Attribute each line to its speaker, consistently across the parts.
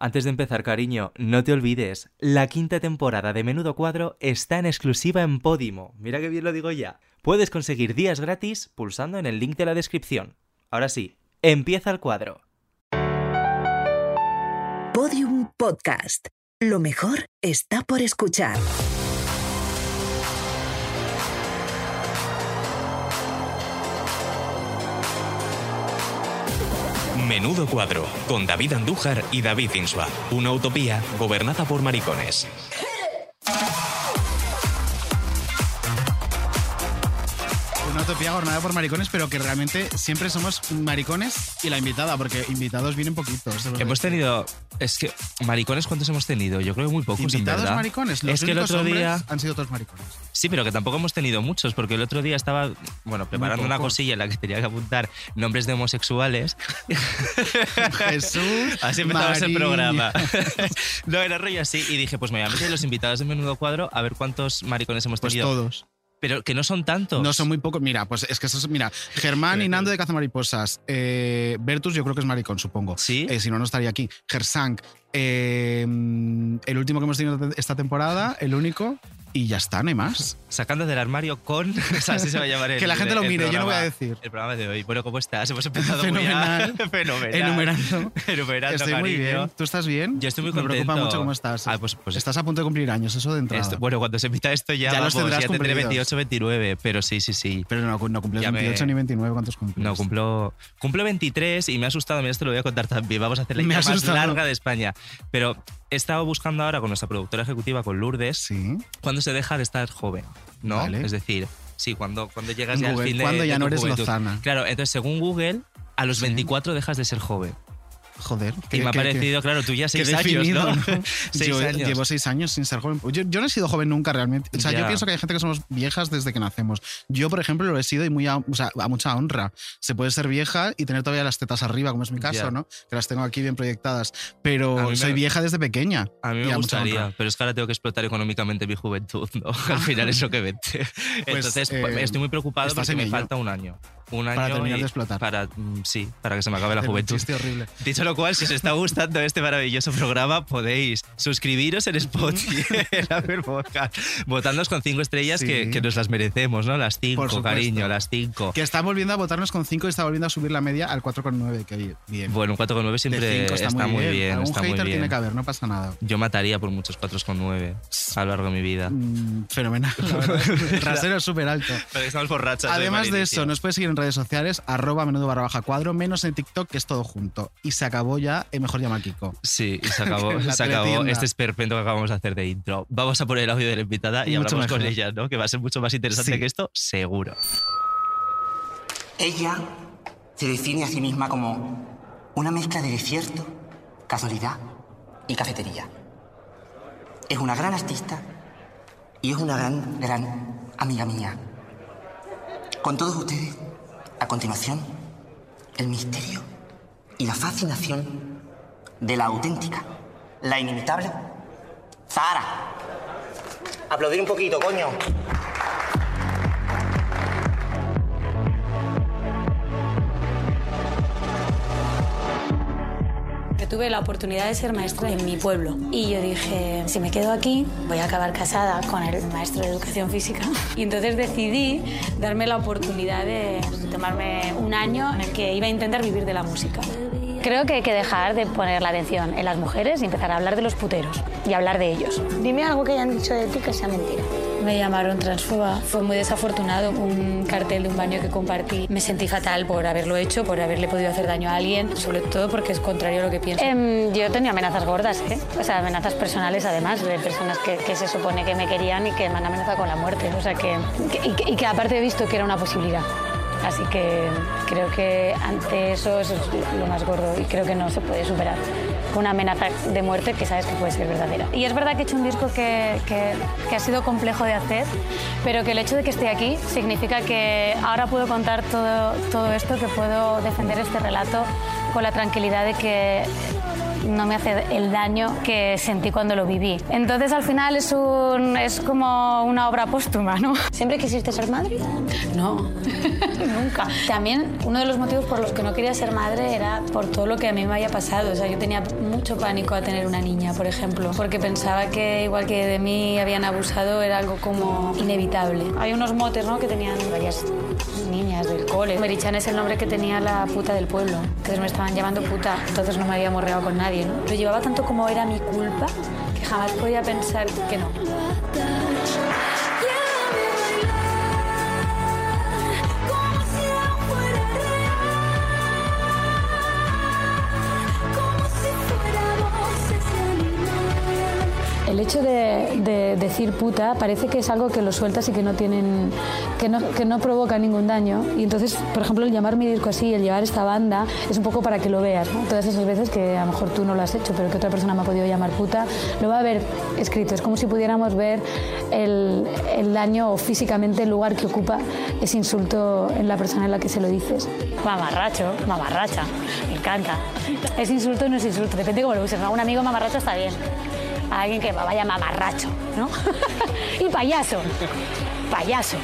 Speaker 1: Antes de empezar, cariño, no te olvides, la quinta temporada de Menudo Cuadro está en exclusiva en Podimo. Mira que bien lo digo ya. Puedes conseguir días gratis pulsando en el link de la descripción. Ahora sí, empieza el cuadro.
Speaker 2: Podium Podcast. Lo mejor está por escuchar.
Speaker 3: Menudo cuadro, con David Andújar y David Insua. Una utopía gobernada por maricones.
Speaker 4: Una utopía gobernada por maricones, pero que realmente siempre somos maricones y la invitada, porque invitados vienen poquitos. de verdad.
Speaker 3: Hemos tenido. Es que. Maricones, ¿cuántos hemos tenido? Yo creo que muy pocos, en
Speaker 4: invitados
Speaker 3: verdad.
Speaker 4: maricones. Los
Speaker 3: es que el
Speaker 4: únicos
Speaker 3: otro
Speaker 4: hombres
Speaker 3: día.
Speaker 4: han sido todos maricones.
Speaker 3: Sí, pero que tampoco hemos tenido muchos, porque el otro día estaba, bueno, preparando una
Speaker 4: pocos.
Speaker 3: cosilla en la que tenía que apuntar nombres de homosexuales.
Speaker 4: Jesús.
Speaker 3: Así empezamos el
Speaker 4: María.
Speaker 3: programa. no, era rollo así. Y dije, pues me voy a meter los invitados de menudo cuadro a ver cuántos maricones hemos
Speaker 4: Pues
Speaker 3: tenido.
Speaker 4: todos.
Speaker 3: Pero que no son tantos.
Speaker 4: No son muy pocos. Mira, pues es que eso es. Mira, Germán y Nando de Cazamariposas. Eh, Bertus, yo creo que es maricón, supongo.
Speaker 3: Sí.
Speaker 4: Eh, si no, no estaría aquí. Gersank. eh, el último que hemos tenido te- esta temporada, el único. Y ya está, no hay más.
Speaker 3: Sacando del armario con. o sea, así se va a llamar el-
Speaker 4: que la gente lo
Speaker 3: el
Speaker 4: mire, yo no voy a
Speaker 3: programa-
Speaker 4: decir.
Speaker 3: El programa de hoy. Bueno, ¿cómo estás? Hemos empezado muy a...
Speaker 4: Fenomenal.
Speaker 3: Fenomenal.
Speaker 4: Enumerando.
Speaker 3: Enumerando,
Speaker 4: Estoy muy
Speaker 3: cariño.
Speaker 4: bien. ¿Tú estás bien?
Speaker 3: Yo estoy muy
Speaker 4: Me preocupa
Speaker 3: contento.
Speaker 4: mucho cómo estás.
Speaker 3: Ah, pues- pues-
Speaker 4: estás a punto de cumplir años, eso de entrada.
Speaker 3: Esto- bueno, cuando se emita esto ya,
Speaker 4: Ya
Speaker 3: vamos,
Speaker 4: los tendrás
Speaker 3: ya tendré
Speaker 4: cumplidos.
Speaker 3: 28, 29, pero sí, sí, sí.
Speaker 4: Pero no, no cumples
Speaker 3: Ya me-
Speaker 4: 28 ni 29, ¿cuántos cumples?
Speaker 3: No, cumplo, cumplo 23 y me ha asustado. Mira, esto lo voy a contar también. Vamos a hacer la
Speaker 4: Me ha
Speaker 3: intro más
Speaker 4: asustado.
Speaker 3: larga de España. Pero he estado buscando ahora con nuestra productora ejecutiva, con Lourdes,
Speaker 4: Sí.
Speaker 3: cuándo se deja de estar joven, ¿no?
Speaker 4: Vale.
Speaker 3: Es decir, sí, cuando, cuando llegas
Speaker 4: En
Speaker 3: ya al
Speaker 4: Google,
Speaker 3: fin de
Speaker 4: cuando
Speaker 3: de
Speaker 4: ya
Speaker 3: tu
Speaker 4: no eres
Speaker 3: juventud.
Speaker 4: lozana.
Speaker 3: Claro, entonces según Google, a los
Speaker 4: Sí.
Speaker 3: 24 dejas de ser joven.
Speaker 4: Joder.
Speaker 3: Y
Speaker 4: qué-
Speaker 3: me ha
Speaker 4: qué- qué-
Speaker 3: parecido, claro, tú ya
Speaker 4: qué
Speaker 3: seis años,
Speaker 4: definido,
Speaker 3: ¿no?
Speaker 4: ¿no?
Speaker 3: Seis
Speaker 4: yo
Speaker 3: años.
Speaker 4: llevo seis años sin ser joven. Yo, yo no he sido joven nunca realmente. O sea,
Speaker 3: Ya.
Speaker 4: yo pienso que hay gente que somos viejas desde que nacemos. Yo, por ejemplo, lo he sido y muy a, o sea, a mucha honra. Se puede ser vieja y tener todavía las tetas arriba, como es mi caso,
Speaker 3: Ya.
Speaker 4: ¿no? Que las tengo aquí bien proyectadas.
Speaker 3: A mí me-
Speaker 4: Pero soy vieja desde pequeña.
Speaker 3: A mí
Speaker 4: y
Speaker 3: me
Speaker 4: a mucha
Speaker 3: gustaría,
Speaker 4: honra.
Speaker 3: pero es que ahora tengo que explotar económicamente mi juventud, ¿no? Al final es lo que vende. Entonces,
Speaker 4: eh,
Speaker 3: pues, estoy muy preocupado
Speaker 4: estás
Speaker 3: porque
Speaker 4: en
Speaker 3: me
Speaker 4: ello.
Speaker 3: falta un año. Un año
Speaker 4: Para terminar
Speaker 3: y
Speaker 4: de explotar.
Speaker 3: Para, mm, sí, para que se me acabe la
Speaker 4: Era un
Speaker 3: juventud.
Speaker 4: chiste horrible.
Speaker 3: Dicho lo cual, si os está gustando este maravilloso programa, podéis suscribiros en Spotify, en Apple Podcast, votadnos con cinco estrellas
Speaker 4: Sí.
Speaker 3: que, que nos las merecemos, ¿no? Las cinco,
Speaker 4: supuesto.
Speaker 3: cariño, las cinco.
Speaker 4: Que está volviendo a votarnos con 5 y está volviendo a subir la media al 4,9. Que bien. bien.
Speaker 3: Bueno, un 4,9
Speaker 4: De
Speaker 3: siempre
Speaker 4: cinco
Speaker 3: está, muy bien.
Speaker 4: Algún
Speaker 3: está muy
Speaker 4: hater tiene
Speaker 3: bien.
Speaker 4: que haber, no pasa nada.
Speaker 3: Yo mataría por muchos 4,9 a lo largo de mi vida.
Speaker 4: Mm, fenomenal. la verdad. Trasero súper alto.
Speaker 3: Pero que estamos ¿eh? borrachos.
Speaker 4: Además de eso, nos puedes seguir en redes sociales, arroba menudo barra baja cuadro, menos en TikTok, que es todo junto. Y se acabó ya, eh, mejor llama a Kiko.
Speaker 3: Sí, y se acabó,
Speaker 4: La
Speaker 3: se acabó
Speaker 4: teletienda.
Speaker 3: este esperpento que acabamos de hacer de intro. Vamos a poner el audio de la invitada y
Speaker 4: Mucho
Speaker 3: hablamos con
Speaker 4: mejor.
Speaker 3: ella, ¿no? Que va a ser mucho más interesante
Speaker 4: Sí.
Speaker 3: que esto, seguro.
Speaker 5: Ella se define a sí misma como una mezcla de desierto, casualidad y cafetería. Es una gran artista y es una gran, gran amiga mía. Con todos ustedes, a continuación, el misterio y la fascinación de la auténtica, la inimitable Zara. Aplaudir un poquito, coño.
Speaker 6: Yo tuve la oportunidad de ser maestra en mi pueblo y yo dije, si me quedo aquí, voy a acabar casada con el maestro de educación física. Y entonces decidí darme la oportunidad de tomarme un año en el que iba a intentar vivir de la música. Creo que hay que dejar de poner la atención en las mujeres y empezar a hablar de los puteros y hablar de ellos. Dime algo que hayan dicho de ti que sea mentira. Me llamaron transfoba. Fue muy desafortunado un cartel de un baño que compartí. Me sentí fatal por haberlo hecho, por haberle podido hacer daño a alguien, sobre todo porque es contrario a lo que pienso. Em, yo tenía amenazas gordas, ¿eh? O sea, amenazas personales además, de personas que, que se supone que me querían y que me han amenazado con la muerte. O sea, que, que- y, que, y que aparte he visto que era una posibilidad. Así que creo que ante eso, eso es lo más gordo y creo que no se puede superar. Una amenaza de muerte que sabes que puede ser verdadera. Y es verdad que he hecho un disco que, que- que ha sido complejo de hacer, pero que el hecho de que esté aquí significa que ahora puedo contar todo, todo esto, que puedo defender este relato con la tranquilidad de que no me hace el daño que sentí cuando lo viví. Entonces al final es, un, es como una obra póstuma, ¿no? ¿Siempre quisiste ser madre? No, nunca. También uno de los motivos por los que no quería ser madre era por todo lo que a mí me había pasado. O sea, yo tenía mucho pánico a tener una niña, por ejemplo, porque pensaba que igual que de mí habían abusado era algo como inevitable. Hay unos motes, ¿no? Que tenían varias niñas del cole. Merichan es el nombre que tenía la puta del pueblo. Entonces me estaban llamando puta, entonces no me había morreado con nadie, ¿no? Lo llevaba tanto como era mi culpa que jamás podía pensar que no. El hecho de, de decir puta parece que es algo que lo sueltas y que no tienen, que no, que no provoca ningún daño. Y entonces, por ejemplo, el llamar mi disco así, el llevar esta banda, es un poco para que lo veas. ¿no? Todas esas veces que a lo mejor tú no lo has hecho, pero que otra persona me ha podido llamar puta, lo va a ver escrito. Es como si pudiéramos ver el, el daño o físicamente el lugar que ocupa ese insulto en la persona en la que se lo dices. Mamarracho, mamarracha, me encanta. Es insulto no es insulto, depende cómo lo uses. A un amigo mamarracho está bien a alguien que vaya mamarracho, ¿no? y payaso, payaso.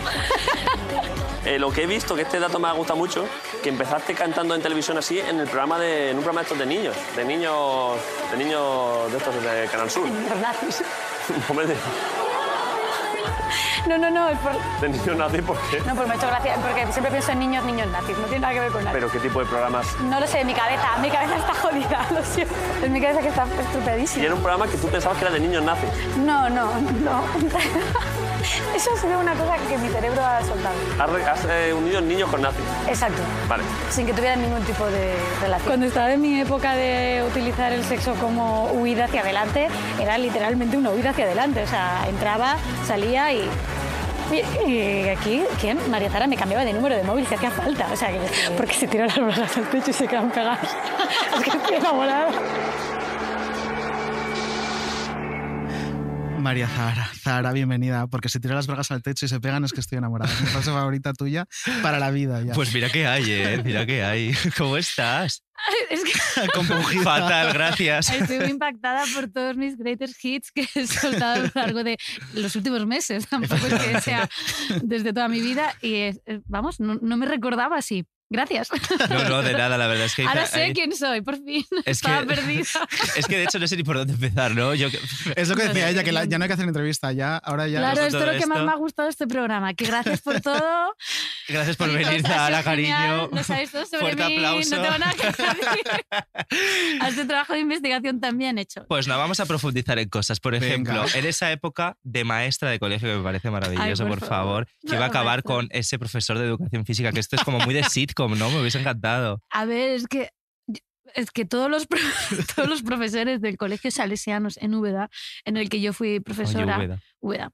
Speaker 7: Eh, lo que he visto, que este dato me ha gustado mucho, que empezaste cantando en televisión así en el programa de, en un programa de estos de niños, de niños, de niños de estos de Canal Sur.
Speaker 6: Nazis.
Speaker 7: Hombre, de,
Speaker 6: No, no, no, es por...
Speaker 7: de niños nazis, ¿por qué?
Speaker 6: No, pues me ha hecho gracia, porque siempre pienso en niños, niños nazis, no tiene nada que ver con nazis.
Speaker 7: Pero qué tipo de programas.
Speaker 6: No lo sé, mi cabeza, mi cabeza está jodida, lo siento. Es mi cabeza que está
Speaker 7: Y
Speaker 6: estupidísima.
Speaker 7: era un programa que tú pensabas que era de niños nazis.
Speaker 6: No, no, no. Eso ha sido una cosa que mi cerebro ha soltado.
Speaker 7: Has, re- has, eh, unido niños con nazis.
Speaker 6: Exacto.
Speaker 7: Vale.
Speaker 6: sin que tuvieran ningún tipo de relación. Cuando estaba en mi época de utilizar el sexo como huida hacia adelante, era literalmente una huida hacia adelante. O sea, entraba, salía y... Y, y aquí, ¿quién? María Zara me cambiaba de número de móvil si hacía falta. O sea, que, porque se tiran las bragas al techo y se quedan pegadas. es que estoy enamorada.
Speaker 4: María Zahara, Zahara, bienvenida, porque se tira las bragas al techo y se pegan es que estoy enamorada. Es mi frase favorita tuya para la vida ya.
Speaker 3: Pues mira que hay, ¿eh? Mira que hay. ¿Cómo estás?
Speaker 8: Es que
Speaker 4: Compungida.
Speaker 3: Fatal, gracias.
Speaker 8: estoy muy impactada por todos mis greatest hits que he soltado a lo largo de los últimos meses. Tampoco es que sea desde toda mi vida. Y es- es- vamos, no, no me recordaba así. Gracias.
Speaker 3: No, no, de nada, la verdad es que...
Speaker 8: Ahora
Speaker 3: hay-
Speaker 8: sé quién soy, por fin.
Speaker 3: Es que,
Speaker 8: Estaba perdida.
Speaker 3: es que de hecho no sé ni por dónde empezar, ¿no? Yo,
Speaker 4: Es lo que decía ella, que la- ya no hay que hacer entrevista, ya, ahora ya.
Speaker 8: Claro,
Speaker 3: con
Speaker 8: esto es
Speaker 3: todo
Speaker 8: lo que más
Speaker 3: esto.
Speaker 8: me ha gustado de este programa. Que gracias por todo.
Speaker 3: gracias por
Speaker 8: Sí,
Speaker 3: venir,
Speaker 8: o sea, ha
Speaker 3: Zahara,
Speaker 8: sido
Speaker 3: cariño.
Speaker 8: genial, Lo sabes todo sobre
Speaker 3: Fuerte
Speaker 8: mí,
Speaker 3: aplauso.
Speaker 8: no tengo nada que decir. Has un trabajo de investigación también hecho.
Speaker 3: Pues no, vamos a profundizar en cosas. Por
Speaker 4: Venga.
Speaker 3: ejemplo, en esa época de maestra de colegio, que me parece maravilloso,
Speaker 8: Ay,
Speaker 3: por,
Speaker 8: por
Speaker 3: favor,
Speaker 8: favor.
Speaker 3: que iba a acabar
Speaker 8: Maestra.
Speaker 3: con ese profesor de educación física, que esto es como muy de sitcom, ¿no? Me hubiese encantado.
Speaker 8: A ver, es que es que todos los, pro- todos los profesores del Colegio Salesianos en Úbeda, en el que yo fui profesora, Pues
Speaker 3: Úbeda.
Speaker 8: Úbeda,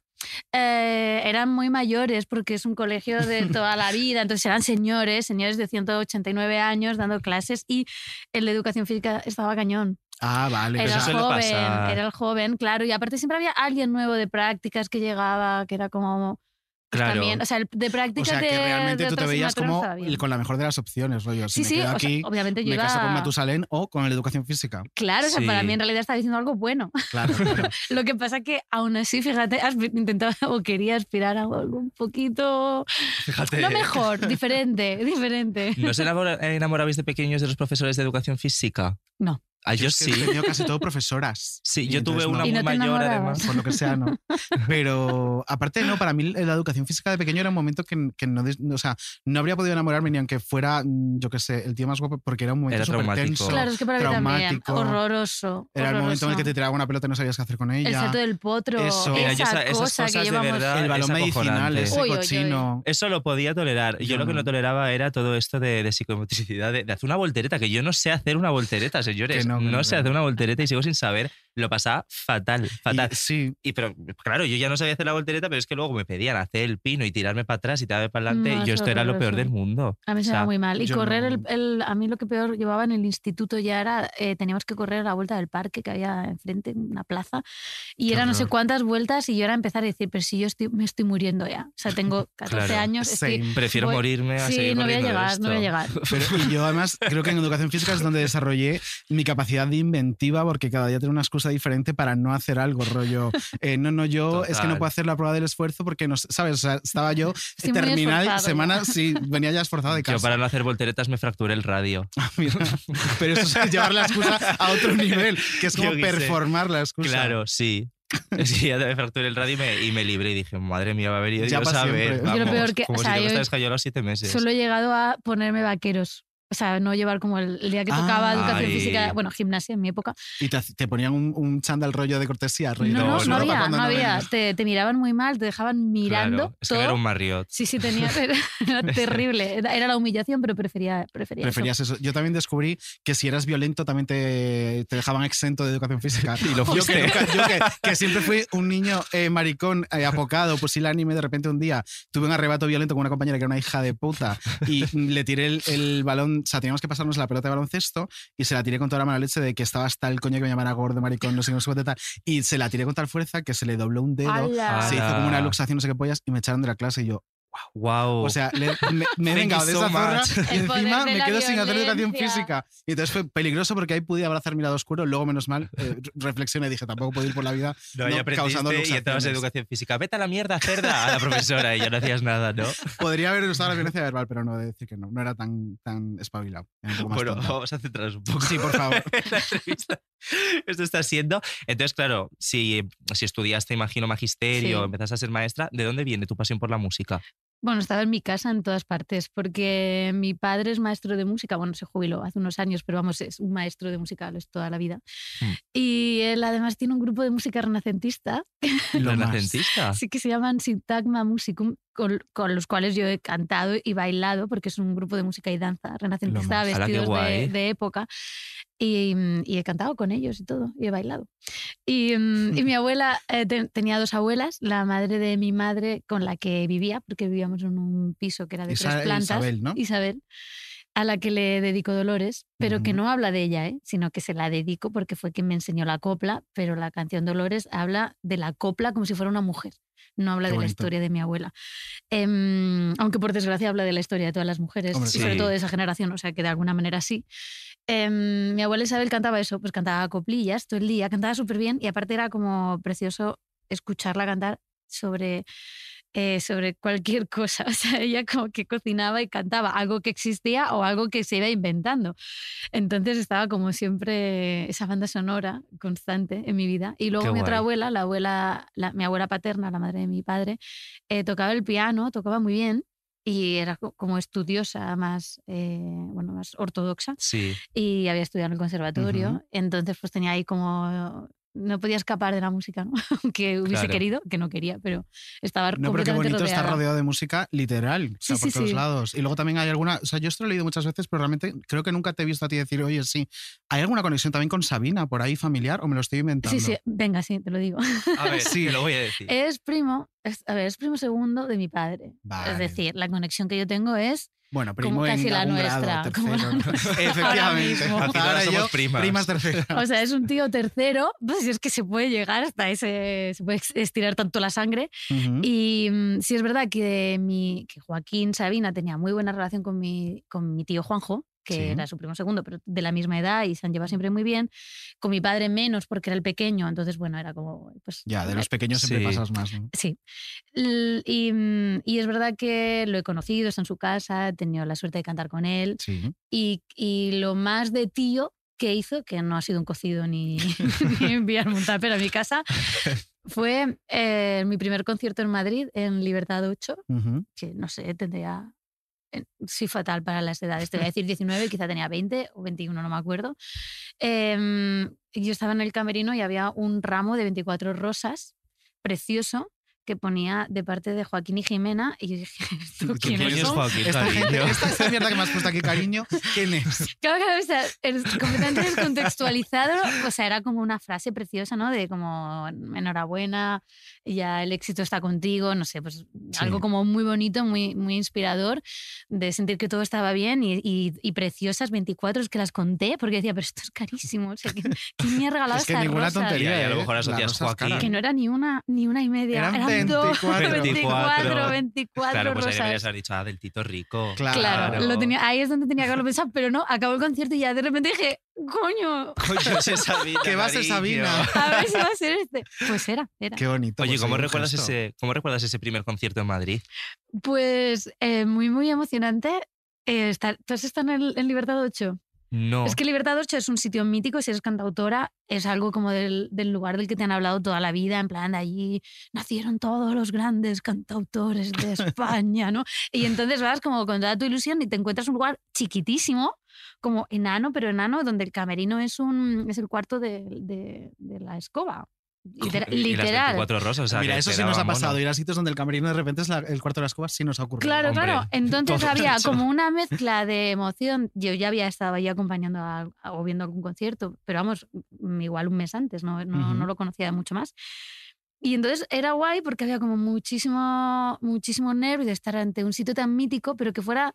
Speaker 8: eh, eran muy mayores porque es un colegio de toda la vida, entonces eran señores, señores de 189 años dando clases y el de educación física estaba cañón.
Speaker 4: Ah, vale.
Speaker 8: Era
Speaker 3: eso
Speaker 8: el
Speaker 3: suele
Speaker 8: joven,
Speaker 3: pasar.
Speaker 8: era el joven, claro, y aparte siempre había alguien nuevo de prácticas que llegaba, que era como pues,
Speaker 3: Claro.
Speaker 8: también, o sea, el de
Speaker 4: o
Speaker 8: prácticas
Speaker 4: sea, que
Speaker 8: de-
Speaker 4: realmente
Speaker 8: de
Speaker 4: tú te
Speaker 8: otras
Speaker 4: veías
Speaker 8: asignaturas
Speaker 4: como
Speaker 8: estaba bien.
Speaker 4: el- con la mejor de las opciones, rollo.
Speaker 8: Sí,
Speaker 4: Si me
Speaker 8: sí,
Speaker 4: quedo
Speaker 8: o sea,
Speaker 4: aquí,
Speaker 8: obviamente yo
Speaker 4: me
Speaker 8: iba
Speaker 4: caso con Matusalén o con la educación física.
Speaker 8: Claro, o sea, para
Speaker 3: Sí.
Speaker 8: mí en realidad está diciendo algo bueno.
Speaker 4: Claro, claro.
Speaker 8: Lo que pasa que aún así, fíjate, has intentado o quería aspirar a algo un poquito...
Speaker 3: Fíjate. eh,
Speaker 8: No mejor, diferente, diferente.
Speaker 3: ¿No os enamora- eh, enamorabais de pequeños de los profesores de educación física?
Speaker 8: No.
Speaker 3: Ah, yo
Speaker 4: es que
Speaker 3: sí.
Speaker 4: He tenido casi todo profesoras.
Speaker 3: Sí,
Speaker 4: Y
Speaker 3: yo tuve
Speaker 4: entonces
Speaker 3: una
Speaker 4: no,
Speaker 8: ¿Y
Speaker 3: muy
Speaker 8: no te
Speaker 3: mayor,
Speaker 8: enamorabas?
Speaker 3: además.
Speaker 4: Por lo que sea, no. Pero aparte, no, para mí la educación física de pequeño era un momento que, que no, des- o sea, no habría podido enamorarme ni aunque fuera, mm, yo qué sé, el tío más guapo, porque era un momento
Speaker 3: Era
Speaker 4: súper
Speaker 3: traumático.
Speaker 4: tenso.
Speaker 8: Claro, es que para mí también.
Speaker 4: Oh, traumático.
Speaker 8: Horroroso.
Speaker 4: Era el momento en el que te
Speaker 8: horroroso.
Speaker 4: tiraba una pelota y no sabías qué hacer con
Speaker 8: El
Speaker 4: ella.
Speaker 8: salto del potro,
Speaker 4: Eso. Mira,
Speaker 8: esa
Speaker 3: yo esa- esas
Speaker 8: cosa
Speaker 3: cosas
Speaker 8: que
Speaker 3: de
Speaker 8: llevamos...
Speaker 3: verdad-
Speaker 4: el balón
Speaker 3: es
Speaker 4: medicinal,
Speaker 3: acojonante.
Speaker 4: ese
Speaker 8: Uy, uy, uy.
Speaker 4: cochino.
Speaker 3: Eso lo podía tolerar. Yo,
Speaker 4: Yo
Speaker 3: lo que no
Speaker 4: no.
Speaker 3: toleraba era todo esto de, de psicomotricidad, de, de hacer una voltereta, que yo no sé hacer una voltereta, señores.
Speaker 4: Que
Speaker 3: no
Speaker 4: no, que no,
Speaker 3: sé
Speaker 4: que no.
Speaker 3: hacer una voltereta y sigo sin saber lo pasaba fatal, fatal.
Speaker 4: Y- sí,
Speaker 3: Y, pero claro, yo ya no sabía hacer la voltereta, pero es que luego me pedían hacer el pino y tirarme para atrás y tirarme para adelante.
Speaker 6: No,
Speaker 3: y yo
Speaker 6: es
Speaker 3: esto era lo peor
Speaker 6: horroroso.
Speaker 3: del mundo.
Speaker 6: A mí
Speaker 3: O
Speaker 6: se me
Speaker 3: sea,
Speaker 6: da muy mal. Y
Speaker 4: yo
Speaker 6: correr,
Speaker 4: no-
Speaker 6: el, el- a mí lo que peor llevaba en el instituto ya era, eh, teníamos que correr a la vuelta del parque que había enfrente, una plaza, y
Speaker 4: Qué
Speaker 6: era no sé
Speaker 4: horror.
Speaker 6: cuántas vueltas y yo era empezar a decir, pero si yo estoy, me estoy muriendo ya. O sea, tengo 14
Speaker 3: Claro.
Speaker 6: años, estoy...
Speaker 4: same.
Speaker 3: Prefiero
Speaker 6: voy-
Speaker 3: morirme a
Speaker 6: Sí,
Speaker 3: seguir
Speaker 6: no voy a
Speaker 3: corriendo de
Speaker 6: llegar, no voy a
Speaker 3: esto.
Speaker 6: llegar.
Speaker 4: Pero, y yo además creo que en educación física es donde desarrollé mi capacidad de inventiva porque cada día tengo una excusa diferente para no hacer algo, rollo, eh, no, no, yo es que no
Speaker 3: Total.
Speaker 4: puedo hacer la prueba del esfuerzo porque, no, sé, ¿sabes? O sea, estaba yo
Speaker 6: Estoy muy
Speaker 4: terminal,
Speaker 6: esforzado
Speaker 4: semana,
Speaker 6: ya.
Speaker 4: sí, venía ya esforzado de casa.
Speaker 3: Yo para no hacer volteretas me fracturé el radio.
Speaker 4: Mira, pero eso es llevar la excusa a otro nivel, que es como
Speaker 3: Yo qué sé.
Speaker 4: performar la excusa.
Speaker 3: Claro, sí. Sí, ya me fracturé el radio y me, y me libré y dije, madre mía, va a haber ido
Speaker 4: Ya
Speaker 3: Dios
Speaker 4: pa'
Speaker 3: a ver.
Speaker 4: siempre.
Speaker 6: Yo lo
Speaker 3: vamos,
Speaker 6: peor que- o
Speaker 3: como
Speaker 6: sea,
Speaker 3: si te
Speaker 6: yo
Speaker 3: hubieses callado a los siete meses.
Speaker 6: Solo he llegado a ponerme vaqueros. O sea, no llevar como el, el día que
Speaker 4: Ah,
Speaker 6: tocaba educación
Speaker 3: ay.
Speaker 6: física, bueno, gimnasia en mi época.
Speaker 4: Y te, te ponían un, un chándal rollo de "Pues cortesía, rollo.
Speaker 6: No, no,
Speaker 3: no,
Speaker 6: no,
Speaker 4: para
Speaker 6: había,
Speaker 4: cuando
Speaker 6: no
Speaker 4: venía.
Speaker 6: había. Te, te miraban muy mal, te dejaban
Speaker 3: Claro,
Speaker 6: mirando
Speaker 3: Es que
Speaker 6: todo.
Speaker 3: era un Marriott.
Speaker 6: Sí, sí, tenía, era, era terrible. Era, era la humillación, pero prefería, prefería, eso.
Speaker 4: Preferías eso. Yo también descubrí que si eras violento también te, te dejaban exento de educación física. Y lo Yo, que,
Speaker 3: fuiste.
Speaker 4: nunca- yo que- que siempre fui un niño eh, maricón, eh, apocado, pusilánime, de repente un día tuve un arrebato violento con una compañera que era una hija de puta y le tiré el, el balón, o sea, teníamos que pasarnos la pelota de baloncesto y se la tiré con toda la mala leche de que estaba hasta el coño que me llamara gordo, maricón, no sé qué, no sé qué, tal. Y se la tiré con tal fuerza que se le dobló un dedo,
Speaker 6: ¡Hala!
Speaker 4: se hizo como una
Speaker 3: Ah.
Speaker 4: luxación, no sé qué pollas, y me echaron de la clase y yo,
Speaker 3: Wow.
Speaker 4: o sea, le- me, me he
Speaker 3: Thank
Speaker 4: vengado
Speaker 3: you
Speaker 4: de
Speaker 3: so
Speaker 4: esa zorra y
Speaker 6: El poder
Speaker 4: encima
Speaker 6: de
Speaker 4: me
Speaker 6: la
Speaker 4: quedo sin hacer educación
Speaker 6: violencia.
Speaker 4: física. Y entonces fue peligroso porque ahí pude abrazar mi lado oscuro. Luego, menos mal, eh, re- reflexioné y dije, tampoco puedo ir por la vida
Speaker 3: no,
Speaker 4: no,
Speaker 3: ya
Speaker 4: causando
Speaker 3: aprendiste y entrabas a
Speaker 4: luxaciones.
Speaker 3: educación física. Vete a la mierda, cerda, a la profesora. Y ya no hacías nada, ¿no?
Speaker 4: Podría haber usado la violencia verbal, pero no, he de decir que no. No era tan, tan espabilado. Era un poco más
Speaker 3: Bueno,
Speaker 4: tonta.
Speaker 3: vamos a centrarnos un poco.
Speaker 4: Sí, por favor.
Speaker 3: en la entrevista. Esto está siendo. Entonces, claro, si, si estudiaste, imagino, magisterio,
Speaker 6: Sí.
Speaker 3: empezaste a ser maestra, ¿de dónde viene tu pasión por la música?
Speaker 6: Bueno, estaba en mi casa en todas partes, porque mi padre es maestro de música, bueno, se jubiló hace unos años, pero vamos, es un maestro de música, lo es toda la vida.
Speaker 3: Mm.
Speaker 6: Y él además tiene un grupo de música renacentista,
Speaker 4: Lo más.
Speaker 3: renacentista.
Speaker 6: así que se llaman Sintagma Musicum, con, con los cuales yo he cantado y bailado, porque es un grupo de música y danza renacentista,
Speaker 3: más. Ala, qué
Speaker 6: vestidos de,
Speaker 3: guay.
Speaker 6: de época. Y, mm, y he cantado con ellos y todo, y he bailado. Y, mm, y mi abuela, eh, te- tenía dos abuelas, la madre de mi madre con la que vivía, porque vivíamos en un piso que era de
Speaker 4: Isa-
Speaker 6: tres plantas.
Speaker 4: Isabel, ¿no?
Speaker 6: Isabel, a la que le dedico Dolores, pero que
Speaker 4: Ujú.
Speaker 6: no habla de ella, ¿eh? sino que se la dedico porque fue quien me enseñó la copla, pero la canción Dolores habla de la copla como si fuera una mujer, no habla
Speaker 4: Qué
Speaker 6: de la
Speaker 4: bonito.
Speaker 6: historia de mi abuela. Em, aunque por desgracia habla de la historia de todas las mujeres,
Speaker 4: Hombre,
Speaker 6: y sobre
Speaker 3: sí.
Speaker 6: todo de esa generación, o sea que de alguna manera sí. Em, mi abuela Isabel cantaba eso, pues cantaba coplillas todo el día, cantaba súper bien y aparte era como precioso escucharla cantar sobre, eh, sobre cualquier cosa. O sea, ella como que cocinaba y cantaba algo que existía o algo que se iba inventando. Entonces estaba como siempre esa banda sonora constante en mi vida. Y luego
Speaker 3: Qué
Speaker 6: mi otra
Speaker 3: guay.
Speaker 6: abuela, la abuela, la- mi abuela paterna, la madre de mi padre, eh, tocaba el piano, tocaba muy bien. Y era co- como estudiosa, más, eh, bueno, más ortodoxa
Speaker 3: Sí.
Speaker 6: y había estudiado en el conservatorio.
Speaker 4: Ujú.
Speaker 6: Entonces, pues tenía ahí como. No podía escapar de la música, ¿no? Aunque hubiese
Speaker 3: Claro.
Speaker 6: querido, que no quería, pero estaba
Speaker 4: No, pero qué
Speaker 6: completamente
Speaker 4: bonito estar
Speaker 6: rodeada.
Speaker 4: rodeado de música literal, o sea,
Speaker 6: Sí,
Speaker 4: por
Speaker 6: sí,
Speaker 4: todos
Speaker 6: sí.
Speaker 4: lados. Y luego también hay alguna, o sea, yo esto lo he leído muchas veces, pero realmente creo que nunca te he visto a ti decir, oye, sí, ¿hay alguna conexión también con Sabina por ahí familiar o me lo estoy inventando?
Speaker 6: Sí, sí, venga, sí, te lo digo.
Speaker 3: A ver, sí, lo voy a decir.
Speaker 6: Es primo, es- a ver, es primo segundo de mi padre.
Speaker 4: Vale.
Speaker 6: Es decir, la conexión que yo tengo es.
Speaker 4: Bueno, primo
Speaker 6: Como casi
Speaker 4: en
Speaker 6: la
Speaker 4: algún grado,
Speaker 6: nuestra,
Speaker 4: tercero.
Speaker 6: como la
Speaker 4: ¿no? Efectivamente.
Speaker 6: mismo.
Speaker 3: Aquí todas somos primas.
Speaker 4: terceras.
Speaker 6: O sea, es un tío tercero, pues es que se puede llegar hasta ese. Se puede estirar tanto la sangre.
Speaker 4: Ujú.
Speaker 6: Y mm, sí es verdad que, mi, que Joaquín Sabina tenía muy buena relación con mi, con mi tío Juanjo, que
Speaker 4: Sí.
Speaker 6: era su primo segundo, pero de la misma edad y se han llevado siempre muy bien. Con mi padre menos porque era el pequeño, entonces bueno, era como... Pues,
Speaker 4: ya, de los pequeños siempre
Speaker 3: Sí.
Speaker 4: pasas más. ¿no?
Speaker 6: Sí. L- Y, mm, y es verdad que lo he conocido, está en su casa, he tenido la suerte de cantar con él.
Speaker 4: Sí.
Speaker 6: Y, y lo más de tío que hizo, que no ha sido un cocido ni, ni enviarme un tupper a mi casa, fue eh, mi primer concierto en Madrid, en Libertad 8,
Speaker 4: Ujú.
Speaker 6: que no sé, tendría. eh, Soy fatal para las edades, te voy a decir 19, quizá tenía 20 o 21, no me acuerdo. Em, yo estaba en el camerino y había un ramo de 24 rosas precioso que ponía de parte de Joaquín y Jimena y yo dije, ¿esto
Speaker 3: ¿Quién
Speaker 6: quiénes
Speaker 3: coño es
Speaker 6: son?
Speaker 3: Joaquín,
Speaker 4: Esta,
Speaker 3: cariño?
Speaker 4: gente, esta, esta mierda que me has puesto aquí, cariño, ¿quién es?
Speaker 6: Claro, claro, o sea, es completamente descontextualizado. O sea, era como una frase preciosa, ¿no? De como, enhorabuena, ya el éxito está contigo, no sé, pues algo como muy bonito, muy, muy inspirador, de sentir que todo estaba bien y, y- y preciosas 24 es que las conté, porque decía, pero esto es carísimo, o sea, ¿quién, quién me ha regalado
Speaker 4: Es que
Speaker 6: estas
Speaker 4: ninguna
Speaker 6: rosas?".
Speaker 4: tontería.
Speaker 3: Y ahí a lo
Speaker 4: ¿eh?
Speaker 3: mejor
Speaker 4: Las
Speaker 3: asocias
Speaker 4: rosas
Speaker 3: Joaquín.
Speaker 4: caras.
Speaker 6: Que no era ni una, ni una y media,
Speaker 4: Eran
Speaker 6: eran, dos,
Speaker 4: 24.
Speaker 6: 24,
Speaker 3: 24.
Speaker 6: 24
Speaker 3: Claro, pues ahí
Speaker 6: rosas.
Speaker 3: deberías haber dicho, ah, del Tito Rico.
Speaker 4: Claro.
Speaker 6: Claro,
Speaker 3: Claro.
Speaker 6: Lo tenía, ahí es donde tenía que haberlo pensado, pero no, acabó el concierto y ya de repente dije, coño,
Speaker 3: Coño, se Sabina,
Speaker 4: Que va a ser
Speaker 3: cariño.
Speaker 4: Sabina.
Speaker 6: a ver si va a ser este. Pues era, era.
Speaker 4: Qué bonito.
Speaker 3: Oye,
Speaker 4: pues,
Speaker 3: ¿cómo
Speaker 4: oye, un
Speaker 3: recuerdas,
Speaker 4: gesto.
Speaker 3: ese, ¿cómo recuerdas ese primer concierto en Madrid?
Speaker 6: Pues eh, muy, muy emocionante. Eh, estar, ¿Tú has estado en, el- en Libertad 8?
Speaker 3: No.
Speaker 6: Es que Libertad 8 es un sitio mítico, si eres cantautora, es algo como del, del lugar del que te han hablado toda la vida, en plan, de allí nacieron todos los grandes cantautores de España, ¿no? Y entonces vas como con toda tu ilusión y te encuentras un lugar chiquitísimo, como enano, pero enano, donde el camerino es, un, es el cuarto de, de- de la escoba. Liter-
Speaker 3: Y las
Speaker 6: literal.
Speaker 3: 24 rosas. o sea,
Speaker 4: Mira,
Speaker 3: que
Speaker 4: eso
Speaker 3: te
Speaker 4: sí nos
Speaker 3: daba
Speaker 4: ha pasado.
Speaker 3: mono.
Speaker 4: Ir a sitios donde el camerino de repente es la- el cuarto de las cubas, sí nos ha ocurrido.
Speaker 6: Claro,
Speaker 3: Hombre,
Speaker 6: claro. Entonces
Speaker 3: todo
Speaker 6: había
Speaker 3: hecho.
Speaker 6: como una mezcla de emoción. Yo ya había estado ahí acompañando a- a- o viendo algún concierto, pero vamos, mm, igual un mes antes, no, no,
Speaker 4: Ujú.
Speaker 6: no lo conocía de mucho más. Y entonces era guay porque había como muchísimo, muchísimo nervio de estar ante un sitio tan mítico, pero que fuera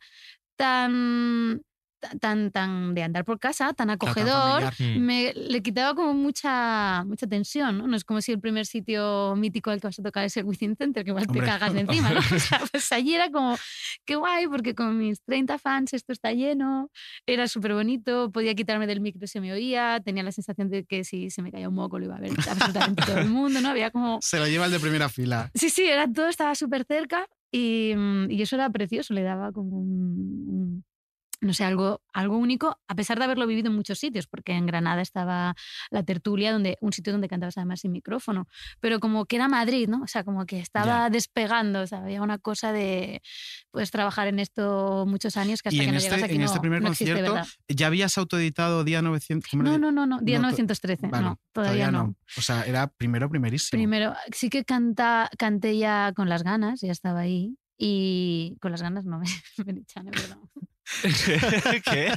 Speaker 6: tan, tan- tan, tan de andar por casa, tan
Speaker 4: Tan- tan
Speaker 6: acogedor,
Speaker 4: familiar.
Speaker 3: Mm.
Speaker 6: me, le quitaba como mucha, mucha tensión, ¿no? No es como si el primer sitio mítico al que vas a tocar es el Within Center, que igual
Speaker 4: Hombre.
Speaker 6: te cagas de encima, ¿no? O sea, pues allí era como, qué guay, porque con mis 30 fans esto está lleno, era súper bonito, podía quitarme del micro si me oía, tenía la sensación de que si se me caía un moco lo iba a ver absolutamente todo el mundo, ¿no? Había como...
Speaker 4: Se lo lleva el de primera fila.
Speaker 6: Sí, sí, era, todo estaba súper cerca y, mm, y eso era precioso, le daba como un, un- no sé, algo, algo único, a pesar de haberlo vivido en muchos sitios, porque en Granada estaba la tertulia, donde, un sitio donde cantabas además sin micrófono, pero como que era Madrid, ¿no? O sea, como que estaba despegando, o sea, había una cosa de, pues, trabajar en esto muchos años que hasta
Speaker 4: Y
Speaker 6: que
Speaker 4: en
Speaker 6: no
Speaker 4: este,
Speaker 6: llegas aquí
Speaker 4: en
Speaker 6: no,
Speaker 4: este primer
Speaker 6: no existe,
Speaker 4: concierto,
Speaker 6: ¿verdad?
Speaker 4: ¿ya habías autoeditado día 900? ¿cómo era?
Speaker 6: No, no, no, no, día
Speaker 4: no, to-
Speaker 6: 913,
Speaker 4: Vale,
Speaker 6: no, todavía, no.
Speaker 4: O sea, era primero, primerísimo.
Speaker 6: Primero, sí que canta, canté ya con las ganas, ya estaba ahí. Y con las ganas no me, me echan, perdón.
Speaker 3: ¿Qué?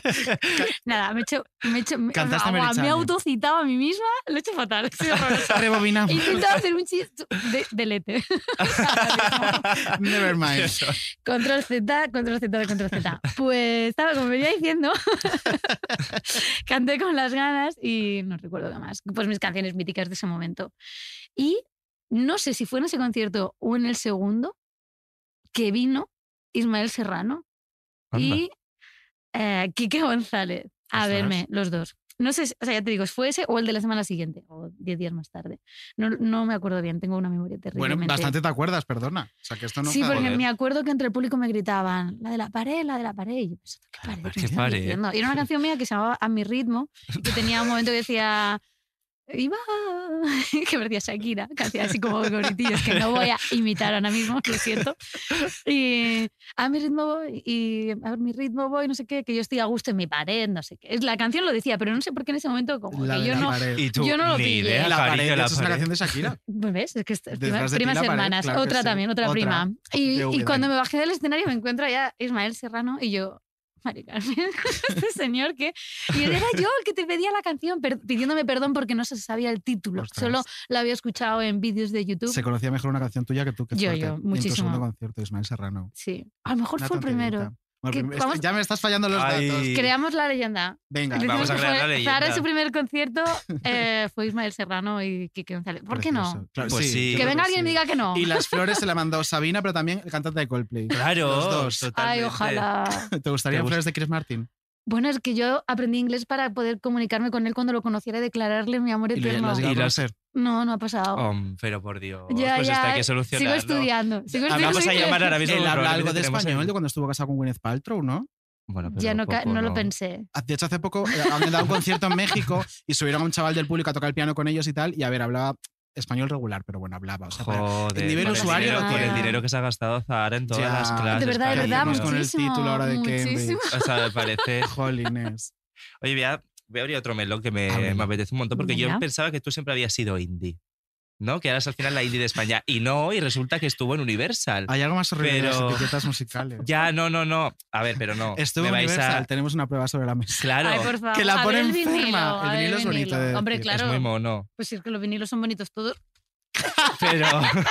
Speaker 6: Nada, me he hecho. Me he hecho me,
Speaker 4: Cantaste
Speaker 6: agua, me
Speaker 4: Merichane.
Speaker 6: he autocitado a mí misma, lo he hecho fatal. he sido horrorosa.
Speaker 4: Rebobinamos.
Speaker 6: He intentado hacer un chiste de, delete.
Speaker 4: Never mind.
Speaker 6: Control Z, control Z, control Z. Pues estaba como venía diciendo, canté con las ganas y no recuerdo qué más. Pues mis canciones míticas de ese momento. Y no sé si fue en ese concierto o en el segundo que vino Ismael Serrano y eh, Quique González a
Speaker 4: Ostras.
Speaker 6: verme, los dos. No sé, si- o sea, ya te digo, fue ese o el de la semana siguiente, o diez días más tarde. No, no me acuerdo bien, tengo una memoria terrible.
Speaker 4: Bueno, bastante te acuerdas, perdona. O sea, que esto no
Speaker 6: Sí, porque
Speaker 3: Joder.
Speaker 6: me acuerdo que entre el público me gritaban, la de la pared, la de la pared. Y yo pensando, ¿qué pared?
Speaker 3: pared,
Speaker 6: ¿Qué
Speaker 3: ¿qué
Speaker 6: están
Speaker 3: pared?
Speaker 6: diciendo? Y era una canción mía que se llamaba A mi ritmo, que tenía un momento que decía, iba, que parecía Shakira, que hacía así como gritillos que no voy a imitar ahora mismo, lo siento. Y a mi ritmo voy, y a mi ritmo voy, no sé qué, que yo estoy a gusto en mi pared, no sé qué. Es- La canción lo decía, pero no sé por qué en ese momento como
Speaker 4: La
Speaker 6: que
Speaker 4: de
Speaker 6: yo
Speaker 4: la
Speaker 6: no...
Speaker 4: pared.
Speaker 3: Y tú,
Speaker 6: Yo no lo
Speaker 3: ni
Speaker 6: pillé.
Speaker 3: idea,
Speaker 4: La pared,
Speaker 3: cariño,
Speaker 4: de
Speaker 3: la
Speaker 4: hecho, es una
Speaker 3: pared.
Speaker 4: canción de Shakira.
Speaker 6: Pues ¿Ves? Es que es-
Speaker 4: Detrás
Speaker 6: prima-
Speaker 4: de ti
Speaker 6: primas
Speaker 4: la pared,
Speaker 6: hermanas.
Speaker 4: claro que
Speaker 6: otra
Speaker 4: sí.
Speaker 6: también, otra,
Speaker 4: Otra.
Speaker 6: prima. Y,
Speaker 4: DVDA.
Speaker 6: y cuando me bajé del escenario me encuentro ya Ismael Serrano y yo, Mari Carmen, este señor que... Y él era yo el que te pedía la canción per- pidiéndome perdón porque no se sabía el título.
Speaker 4: Ostras.
Speaker 6: Solo la había escuchado en vídeos de YouTube.
Speaker 4: Se conocía mejor una canción tuya que tú, que
Speaker 6: Yo, yo,
Speaker 4: En tu
Speaker 6: muchísimo.
Speaker 4: segundo concierto, Ismael Serrano.
Speaker 6: Sí. A lo mejor
Speaker 4: Una
Speaker 6: fue el primero.
Speaker 4: tonterita. Bueno,
Speaker 6: Que
Speaker 4: prim- es-
Speaker 6: vamos-
Speaker 4: ya me estás fallando los
Speaker 3: Ay.
Speaker 4: datos.
Speaker 6: Creamos la leyenda.
Speaker 4: Venga,
Speaker 6: Decimos
Speaker 3: vamos a
Speaker 6: que
Speaker 3: crear
Speaker 6: fue-
Speaker 3: la
Speaker 6: Zara en
Speaker 3: leyenda.
Speaker 6: su primer concierto eh, fue Ismael Serrano y Kike González. ¿Por qué no?
Speaker 4: Precioso. Claro,
Speaker 3: Pues sí.
Speaker 4: yo
Speaker 6: Que
Speaker 4: creo
Speaker 6: venga alguien
Speaker 4: sí.
Speaker 6: y diga que no.
Speaker 4: Y las flores se la mandó Sabina, pero también el cantante de Coldplay.
Speaker 3: Claro,
Speaker 4: Los dos.
Speaker 6: Ay,
Speaker 3: totalmente.
Speaker 6: ojalá.
Speaker 4: ¿Te gustaría
Speaker 3: ¿Te gusta?
Speaker 4: flores de Chris Martin?
Speaker 6: Bueno, es que yo aprendí inglés para poder comunicarme con él cuando lo conociera y declararle mi amor
Speaker 4: Y lo,
Speaker 6: eterno.
Speaker 4: lo has llegado
Speaker 3: Y
Speaker 4: a
Speaker 3: las-
Speaker 4: conocer.
Speaker 6: No, no ha pasado.
Speaker 3: Om, pero por Dios,
Speaker 6: Ya,
Speaker 3: pues esto
Speaker 6: ya,
Speaker 3: hay que
Speaker 6: sigo
Speaker 3: solucionarlo.
Speaker 6: estudiando. sigo
Speaker 4: Ah,
Speaker 6: estudiando
Speaker 4: vamos a
Speaker 6: inglés.
Speaker 3: llamar ahora mismo.
Speaker 4: Él habla
Speaker 3: probablemente
Speaker 4: algo de
Speaker 3: ¿eh? tenemos
Speaker 4: español
Speaker 3: ahí.
Speaker 4: de cuando estuvo casado con Gwyneth Paltrow, ¿no?
Speaker 3: Bueno, pero
Speaker 6: Ya no, ca-
Speaker 3: poco,
Speaker 6: no lo pensé.
Speaker 4: Ah, De hecho, hace poco eh, habían dado un concierto en México y subieron a un chaval del público a tocar el piano con ellos y tal. Y a ver, hablaba español regular, pero bueno, hablaba. O sea, para-
Speaker 3: Joder,
Speaker 4: el nivel
Speaker 3: con
Speaker 4: usuario
Speaker 3: dinero-
Speaker 4: lo
Speaker 3: con el
Speaker 4: tiene.
Speaker 3: dinero que se ha gastado Zara en todas
Speaker 4: Ya.
Speaker 3: las clases.
Speaker 6: De verdad, de
Speaker 4: ¿qué
Speaker 6: verdad,
Speaker 4: hacemos
Speaker 3: cariño.
Speaker 4: con el
Speaker 6: muchísimo.
Speaker 4: título ahora de
Speaker 6: muchísimo.
Speaker 4: Cambridge?
Speaker 3: O sea, me parece
Speaker 4: Jolines.
Speaker 3: Oye, voy a, voy a abrir otro melón que me,
Speaker 4: Ábrelo.
Speaker 3: me apetece un montón porque yo
Speaker 6: Venga.
Speaker 3: pensaba que tú siempre habías sido indie. ¿no? Que ahora es al final la indie de España. Y no, y resulta que estuvo en Universal.
Speaker 4: Hay algo más horrible en
Speaker 3: Pero-
Speaker 4: las etiquetas musicales.
Speaker 3: Ya, no, no, no. A ver, pero no.
Speaker 4: Estuvo
Speaker 3: Me
Speaker 4: en
Speaker 3: vais
Speaker 4: Universal,
Speaker 3: a...
Speaker 4: tenemos una prueba sobre la mesa.
Speaker 3: Claro,
Speaker 6: Ay, por favor.
Speaker 4: que la
Speaker 6: a ver
Speaker 4: pone
Speaker 6: el vinilo,
Speaker 4: enferma. El
Speaker 6: a ver
Speaker 4: vinilo es bonito de
Speaker 6: Hombre,
Speaker 4: decir,
Speaker 3: es
Speaker 6: claro.
Speaker 3: muy mono.
Speaker 6: Pues si es que los vinilos son bonitos todos.
Speaker 3: Pero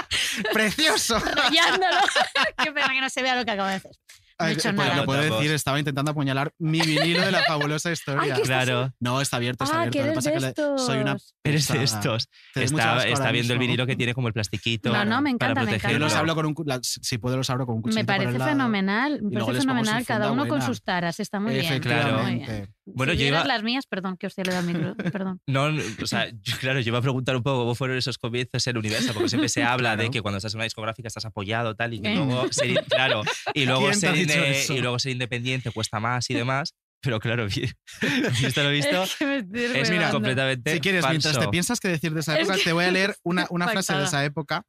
Speaker 4: ¡Precioso!
Speaker 6: Rayándolo. Qué pena que no se vea lo que acabo de hacer. he hecho
Speaker 4: pues
Speaker 6: nada.
Speaker 4: lo puedo
Speaker 3: Notamos.
Speaker 4: decir, estaba intentando apuñalar mi vinilo de la fabulosa historia.
Speaker 6: Ay, ¿qué estás
Speaker 3: claro,
Speaker 4: No, está abierto, está
Speaker 6: Ah,
Speaker 4: abierto.
Speaker 6: que
Speaker 4: Lo que
Speaker 6: eres
Speaker 4: pasa
Speaker 6: de
Speaker 4: es que le- soy una.
Speaker 6: estos.
Speaker 3: eres de
Speaker 4: pesada.
Speaker 3: estos.
Speaker 4: Te doy mucha
Speaker 3: Está,
Speaker 4: asco
Speaker 3: está
Speaker 4: ahora
Speaker 3: viendo el
Speaker 4: mismo.
Speaker 3: vinilo que tiene como el plastiquito.
Speaker 6: No, no, me
Speaker 3: para
Speaker 6: encanta, me
Speaker 3: protegerlo.
Speaker 4: Yo
Speaker 6: encanta.
Speaker 4: los hablo con un. cu- la- si puedo, los abro con un cuchillo.
Speaker 6: Me
Speaker 4: por el
Speaker 6: parece
Speaker 4: lado.
Speaker 6: fenomenal. Me
Speaker 4: luego
Speaker 6: parece
Speaker 4: les pongo su
Speaker 6: fenomenal. Cada
Speaker 4: funda
Speaker 6: uno con
Speaker 4: buena.
Speaker 6: sus taras. Está muy bien.
Speaker 3: Claro.
Speaker 6: muy bien.
Speaker 4: Efectivamente.
Speaker 3: Bueno,
Speaker 6: si
Speaker 3: yo
Speaker 6: vieras
Speaker 3: iba-
Speaker 6: las mías, perdón, que os he dado el micro. Perdón.
Speaker 3: No, no, o sea, yo, claro, yo iba a preguntar un poco cómo fueron esos comienzos en Universal, porque siempre se habla de
Speaker 4: Claro.
Speaker 3: que cuando estás en una discográfica estás apoyado, tal, y que
Speaker 6: Eh.
Speaker 3: luego ser, claro, y luego,
Speaker 4: ¿Quién te ha
Speaker 3: ser,
Speaker 4: dicho
Speaker 3: inde-
Speaker 4: eso?
Speaker 3: y luego ser independiente cuesta más y demás, pero claro, vi- visto lo visto,
Speaker 6: Es que me estoy
Speaker 3: es
Speaker 6: enredando.
Speaker 3: completamente
Speaker 4: Si quieres, mientras te
Speaker 3: falso.
Speaker 4: piensas qué decir de esa
Speaker 6: Es
Speaker 4: época,
Speaker 6: que-
Speaker 4: te voy a leer una, una frase
Speaker 6: Impactada.
Speaker 4: de esa época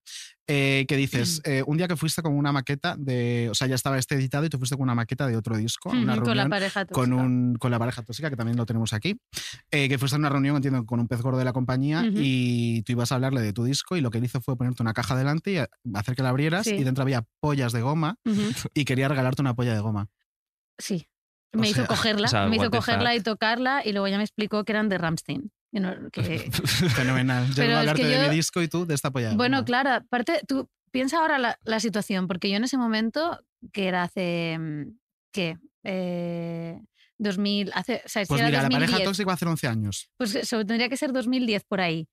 Speaker 4: eh, que dices: eh, Un día que fuiste con una maqueta de. O sea, ya estaba este editado y tú fuiste con una maqueta de otro disco, a una
Speaker 6: Ujú, Con la
Speaker 4: reunión.
Speaker 6: pareja tóxica.
Speaker 4: Con, un, con la pareja tóxica, que también lo tenemos aquí, eh, que fuiste a una reunión, entiendo, con un pez gordo de la compañía
Speaker 6: Ujú.
Speaker 4: y tú ibas a hablarle de tu disco y lo que él hizo fue ponerte una caja delante y a- hacer que la abrieras
Speaker 6: Sí.
Speaker 4: y dentro había pollas de goma
Speaker 6: Ujú,
Speaker 4: y quería regalarte una polla de goma.
Speaker 6: Sí.
Speaker 4: O
Speaker 6: Me hizo
Speaker 4: sea,
Speaker 6: cogerla,
Speaker 3: o sea,
Speaker 6: me hizo
Speaker 3: what the
Speaker 6: cogerla
Speaker 3: fuck.
Speaker 6: y tocarla y luego ya me explicó que eran de Ramstein.
Speaker 4: Fenomenal. Yo
Speaker 6: Pero
Speaker 4: iba a
Speaker 6: es que
Speaker 4: hablarte de
Speaker 6: yo-
Speaker 4: mi disco y tú de esta polla de
Speaker 6: Bueno,
Speaker 4: goma.
Speaker 6: claro, aparte, tú piensa ahora la, la situación, porque yo en ese momento, que era hace, mm, ¿qué? Eh, 2000, hace, o sea, si
Speaker 4: Pues
Speaker 6: era
Speaker 4: mira, la pareja
Speaker 6: 2010,
Speaker 4: tóxica va a hacer 11 años.
Speaker 6: pues eso, tendría que ser 2010 por ahí.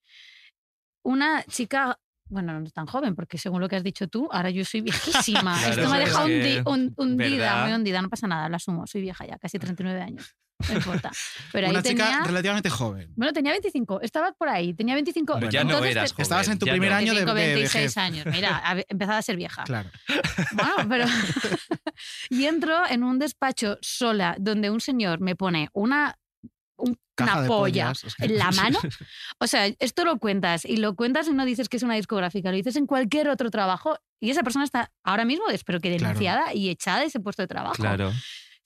Speaker 6: Una chica, bueno, no tan joven, porque según lo que has dicho tú, ahora yo soy viejísima.
Speaker 3: Claro,
Speaker 6: Esto me ha
Speaker 3: es
Speaker 6: dejado hundi-
Speaker 3: que,
Speaker 6: hun- hundida,
Speaker 3: ¿verdad?
Speaker 6: muy hundida, no pasa nada, lo asumo, soy vieja ya, casi 39 años, no importa. Pero ahí
Speaker 4: Una chica
Speaker 6: tenía...
Speaker 4: relativamente joven.
Speaker 6: Bueno, tenía 25, estaba por ahí, tenía 25.
Speaker 3: Pero ya no
Speaker 6: entonces
Speaker 3: eras
Speaker 6: te-
Speaker 3: joven,
Speaker 4: Estabas en tu
Speaker 3: ya
Speaker 4: primer
Speaker 3: no.
Speaker 4: año de,
Speaker 6: 25,
Speaker 4: de- de
Speaker 6: 26
Speaker 4: jefe.
Speaker 6: años, mira, hab- empezaba a ser vieja.
Speaker 4: Claro.
Speaker 6: Bueno, pero... y entro en un despacho sola donde un señor me pone una, un-
Speaker 4: Caja
Speaker 6: una
Speaker 4: de
Speaker 6: polla
Speaker 4: pollas, es que-
Speaker 6: en la mano. O sea, esto lo cuentas y lo cuentas y no dices que es una discográfica, lo dices en cualquier otro trabajo y esa persona está ahora mismo, espero que
Speaker 4: Claro.
Speaker 6: denunciada y echada de ese puesto de trabajo.
Speaker 3: Claro.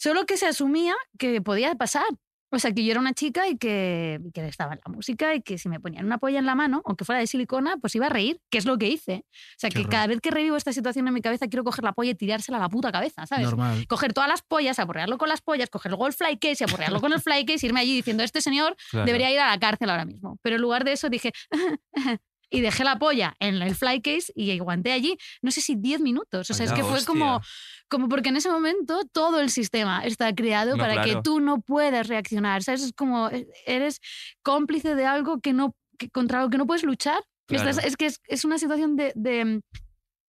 Speaker 6: Solo que se asumía que podía pasar. O sea, que yo era una chica y que, y que le estaba en la música y que si me ponían una polla en la mano, aunque fuera de silicona, pues iba a reír, que es lo que hice. O sea,
Speaker 4: Qué
Speaker 6: que
Speaker 4: horror.
Speaker 6: cada vez que revivo esta situación en mi cabeza, quiero coger la polla y tirársela a la puta cabeza, ¿sabes?
Speaker 4: Normal.
Speaker 6: Coger todas las pollas, aporrearlo con las pollas, coger luego el fly case y aporrearlo con el fly case, irme allí diciendo, este señor
Speaker 3: claro.
Speaker 6: debería ir a la cárcel ahora mismo. Pero en lugar de eso dije, y dejé la polla en el fly case y aguanté allí, no sé si 10 minutos. O sea, es
Speaker 3: Vaya
Speaker 6: que fue
Speaker 3: hostia.
Speaker 6: como, como porque en ese momento todo el sistema está creado
Speaker 3: No,
Speaker 6: para que
Speaker 3: claro.
Speaker 6: tú no puedas reaccionar. ¿Sabes? Es como eh, eres cómplice de algo que no, que- contra algo que no puedes luchar.
Speaker 3: Claro.
Speaker 6: Estás- es que es, es una situación de. de, mm,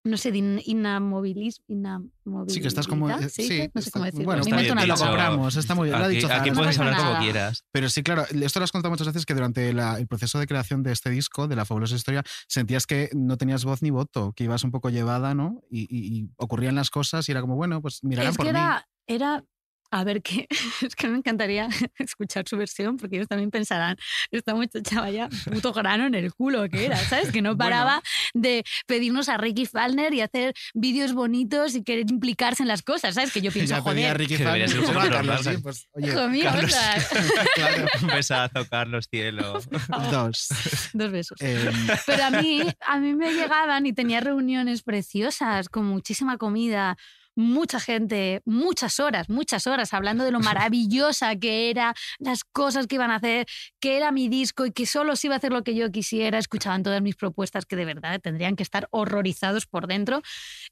Speaker 6: no sé, de in- inamovilis- inamovilidad.
Speaker 4: Sí, que estás como. eh,
Speaker 6: ¿se dice? no sé
Speaker 4: está-
Speaker 6: cómo decirlo.
Speaker 4: Bueno,
Speaker 3: Está
Speaker 6: Invento
Speaker 3: bien
Speaker 6: una
Speaker 4: te lo
Speaker 3: dicho.
Speaker 6: palabra.
Speaker 4: compramos. Está muy bien. Lo ha
Speaker 3: Aquí,
Speaker 4: dicho
Speaker 3: aquí
Speaker 4: Zara,
Speaker 3: puedes
Speaker 4: ¿no?
Speaker 6: pasa
Speaker 3: hablar como
Speaker 6: nada.
Speaker 3: quieras.
Speaker 4: Pero sí, claro, esto lo has contado muchas veces que durante la- el proceso de creación de este disco, de la fabulosa historia, sentías que no tenías voz ni voto, que ibas un poco llevada, ¿no? Y, y- y ocurrían las cosas y era como, bueno, pues mirarán
Speaker 6: Es
Speaker 4: por
Speaker 6: que
Speaker 4: mí.
Speaker 6: era, era, a ver, que, es que me encantaría escuchar su versión porque ellos también pensarán, esta muchacha vaya puto grano en el culo que era, ¿sabes? Que no paraba de pedirnos a Ricky Falner y hacer vídeos bonitos y querer implicarse en las cosas, ¿sabes? Que yo pienso,
Speaker 4: ya pedía a
Speaker 6: joder,
Speaker 4: Ricky
Speaker 3: que debería
Speaker 4: Fallon,
Speaker 3: ser un poco
Speaker 4: ¿no? A
Speaker 3: normal,
Speaker 4: Carlos, sí,
Speaker 3: ¿no?
Speaker 4: pues, oye,
Speaker 6: hijo mío,
Speaker 4: Carlos,
Speaker 6: ostras.
Speaker 4: claro,
Speaker 3: Un besazo, Carlos Cielo.
Speaker 4: dos.
Speaker 6: dos besos.
Speaker 4: Eh,
Speaker 6: Pero a mí, a mí me llegaban y tenía reuniones preciosas, con muchísima comida, mucha gente, muchas horas, muchas horas, hablando de lo maravillosa que era, las cosas que iban a hacer, que era mi disco y que solo se iba a hacer lo que yo quisiera. Escuchaban todas mis propuestas que de verdad tendrían que estar horrorizados por dentro.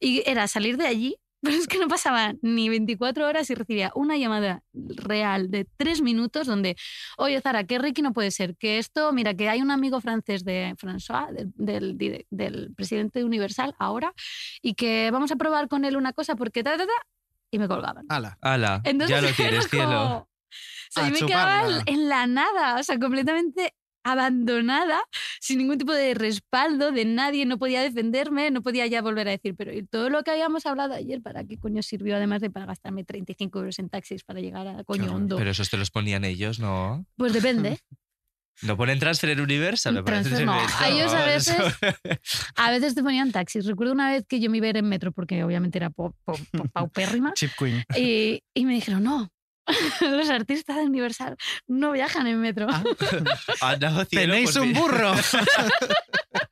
Speaker 6: Y era salir de allí. Pero es que no pasaba ni 24 horas y recibía una llamada real de tres minutos donde Oye, Zara, que Ricky no puede ser. Que esto, mira, que hay un amigo francés de François, del, del dire- del presidente de Universal ahora, y que vamos a probar con él una cosa porque ta, ta, ta, y me colgaban.
Speaker 4: ala.
Speaker 3: Ala,
Speaker 6: Entonces
Speaker 3: ya lo
Speaker 6: era
Speaker 3: tienes,
Speaker 6: como-
Speaker 3: cielo.
Speaker 6: O sea,
Speaker 4: A
Speaker 6: yo me
Speaker 4: chuparla.
Speaker 6: quedaba en- en la nada, o sea, completamente abandonada, sin ningún tipo de respaldo de nadie, no podía defenderme, no podía ya volver a decir, pero ¿y todo lo que habíamos hablado ayer, ¿para qué coño sirvió? Además de para gastarme 35 euros en taxis para llegar a coño
Speaker 4: horror.
Speaker 6: hondo.
Speaker 3: Pero esos te los ponían ellos, ¿no?
Speaker 6: Pues depende.
Speaker 3: No ponen transfer en Universal. me parece
Speaker 6: Transfer, no.
Speaker 3: tremendo.
Speaker 6: A ellos a
Speaker 3: Eso-
Speaker 6: A veces te ponían taxis. Recuerdo una vez que yo me iba a ir en metro porque obviamente era po- po- po- paupérrima
Speaker 4: Chip Queen.
Speaker 6: y, y me dijeron, no, los artistas de Universal no viajan en metro.
Speaker 3: Ah, no, cielo,
Speaker 4: ¡Tenéis
Speaker 3: pues
Speaker 4: un
Speaker 3: mira.
Speaker 4: burro!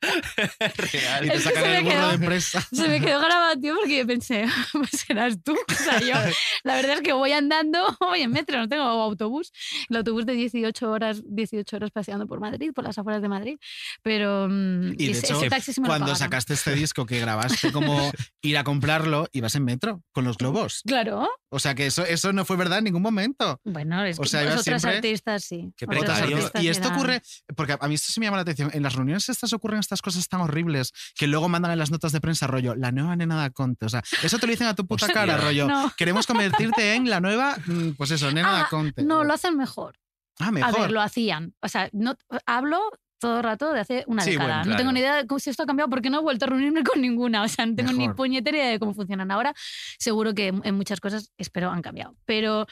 Speaker 4: Y
Speaker 3: Real.
Speaker 4: te
Speaker 6: Es que
Speaker 4: sacan
Speaker 6: se me
Speaker 4: el burro
Speaker 6: quedó.
Speaker 4: de empresa.
Speaker 6: Se me quedó grabado, tío, porque yo pensé, pues serás tú. O sea, yo, la verdad es que voy andando, voy en metro, no tengo autobús. El autobús de 18 horas, 18 horas paseando por Madrid, por las afueras de Madrid. Pero. mm,
Speaker 4: Y de
Speaker 6: ese-
Speaker 4: hecho,
Speaker 6: ese taxi sí me lo
Speaker 4: Cuando
Speaker 6: pagaron.
Speaker 4: sacaste este disco que grabaste, como ir a comprarlo, ibas en metro con los globos.
Speaker 6: Claro.
Speaker 4: O sea que eso, eso no fue verdad en ningún momento.
Speaker 6: Bueno, es
Speaker 4: O
Speaker 6: que
Speaker 4: sea, iba
Speaker 6: los otros
Speaker 4: siempre-
Speaker 6: artistas sí.
Speaker 1: Qué
Speaker 6: Otros
Speaker 1: precario.
Speaker 4: Total,
Speaker 6: artistas
Speaker 4: Y
Speaker 6: sí
Speaker 4: esto
Speaker 6: eran-
Speaker 4: ocurre, porque a- a mí esto sí me llama la atención. En las reuniones estas ocurren estas cosas tan horribles que luego mandan en las notas de prensa rollo, la nueva nena da conte. O sea, eso te lo dicen a tu puta
Speaker 1: Hostia.
Speaker 4: cara, rollo.
Speaker 6: No,
Speaker 4: Queremos convertirte en la nueva, mm, pues eso, nena
Speaker 6: Ah,
Speaker 4: da conte.
Speaker 6: no, lo hacen mejor.
Speaker 4: Ah,
Speaker 6: A ver,
Speaker 4: mejor.
Speaker 6: lo hacían. O sea, no hablo todo el rato de hace una
Speaker 4: Sí,
Speaker 6: década.
Speaker 4: bueno,
Speaker 6: No
Speaker 3: claro.
Speaker 6: tengo ni idea de cómo- si esto ha cambiado porque no he vuelto a reunirme con ninguna. O sea, no tengo ni
Speaker 4: Mejor.
Speaker 6: puñetera idea de cómo funcionan ahora. Seguro que en en muchas cosas, espero, han cambiado. Pero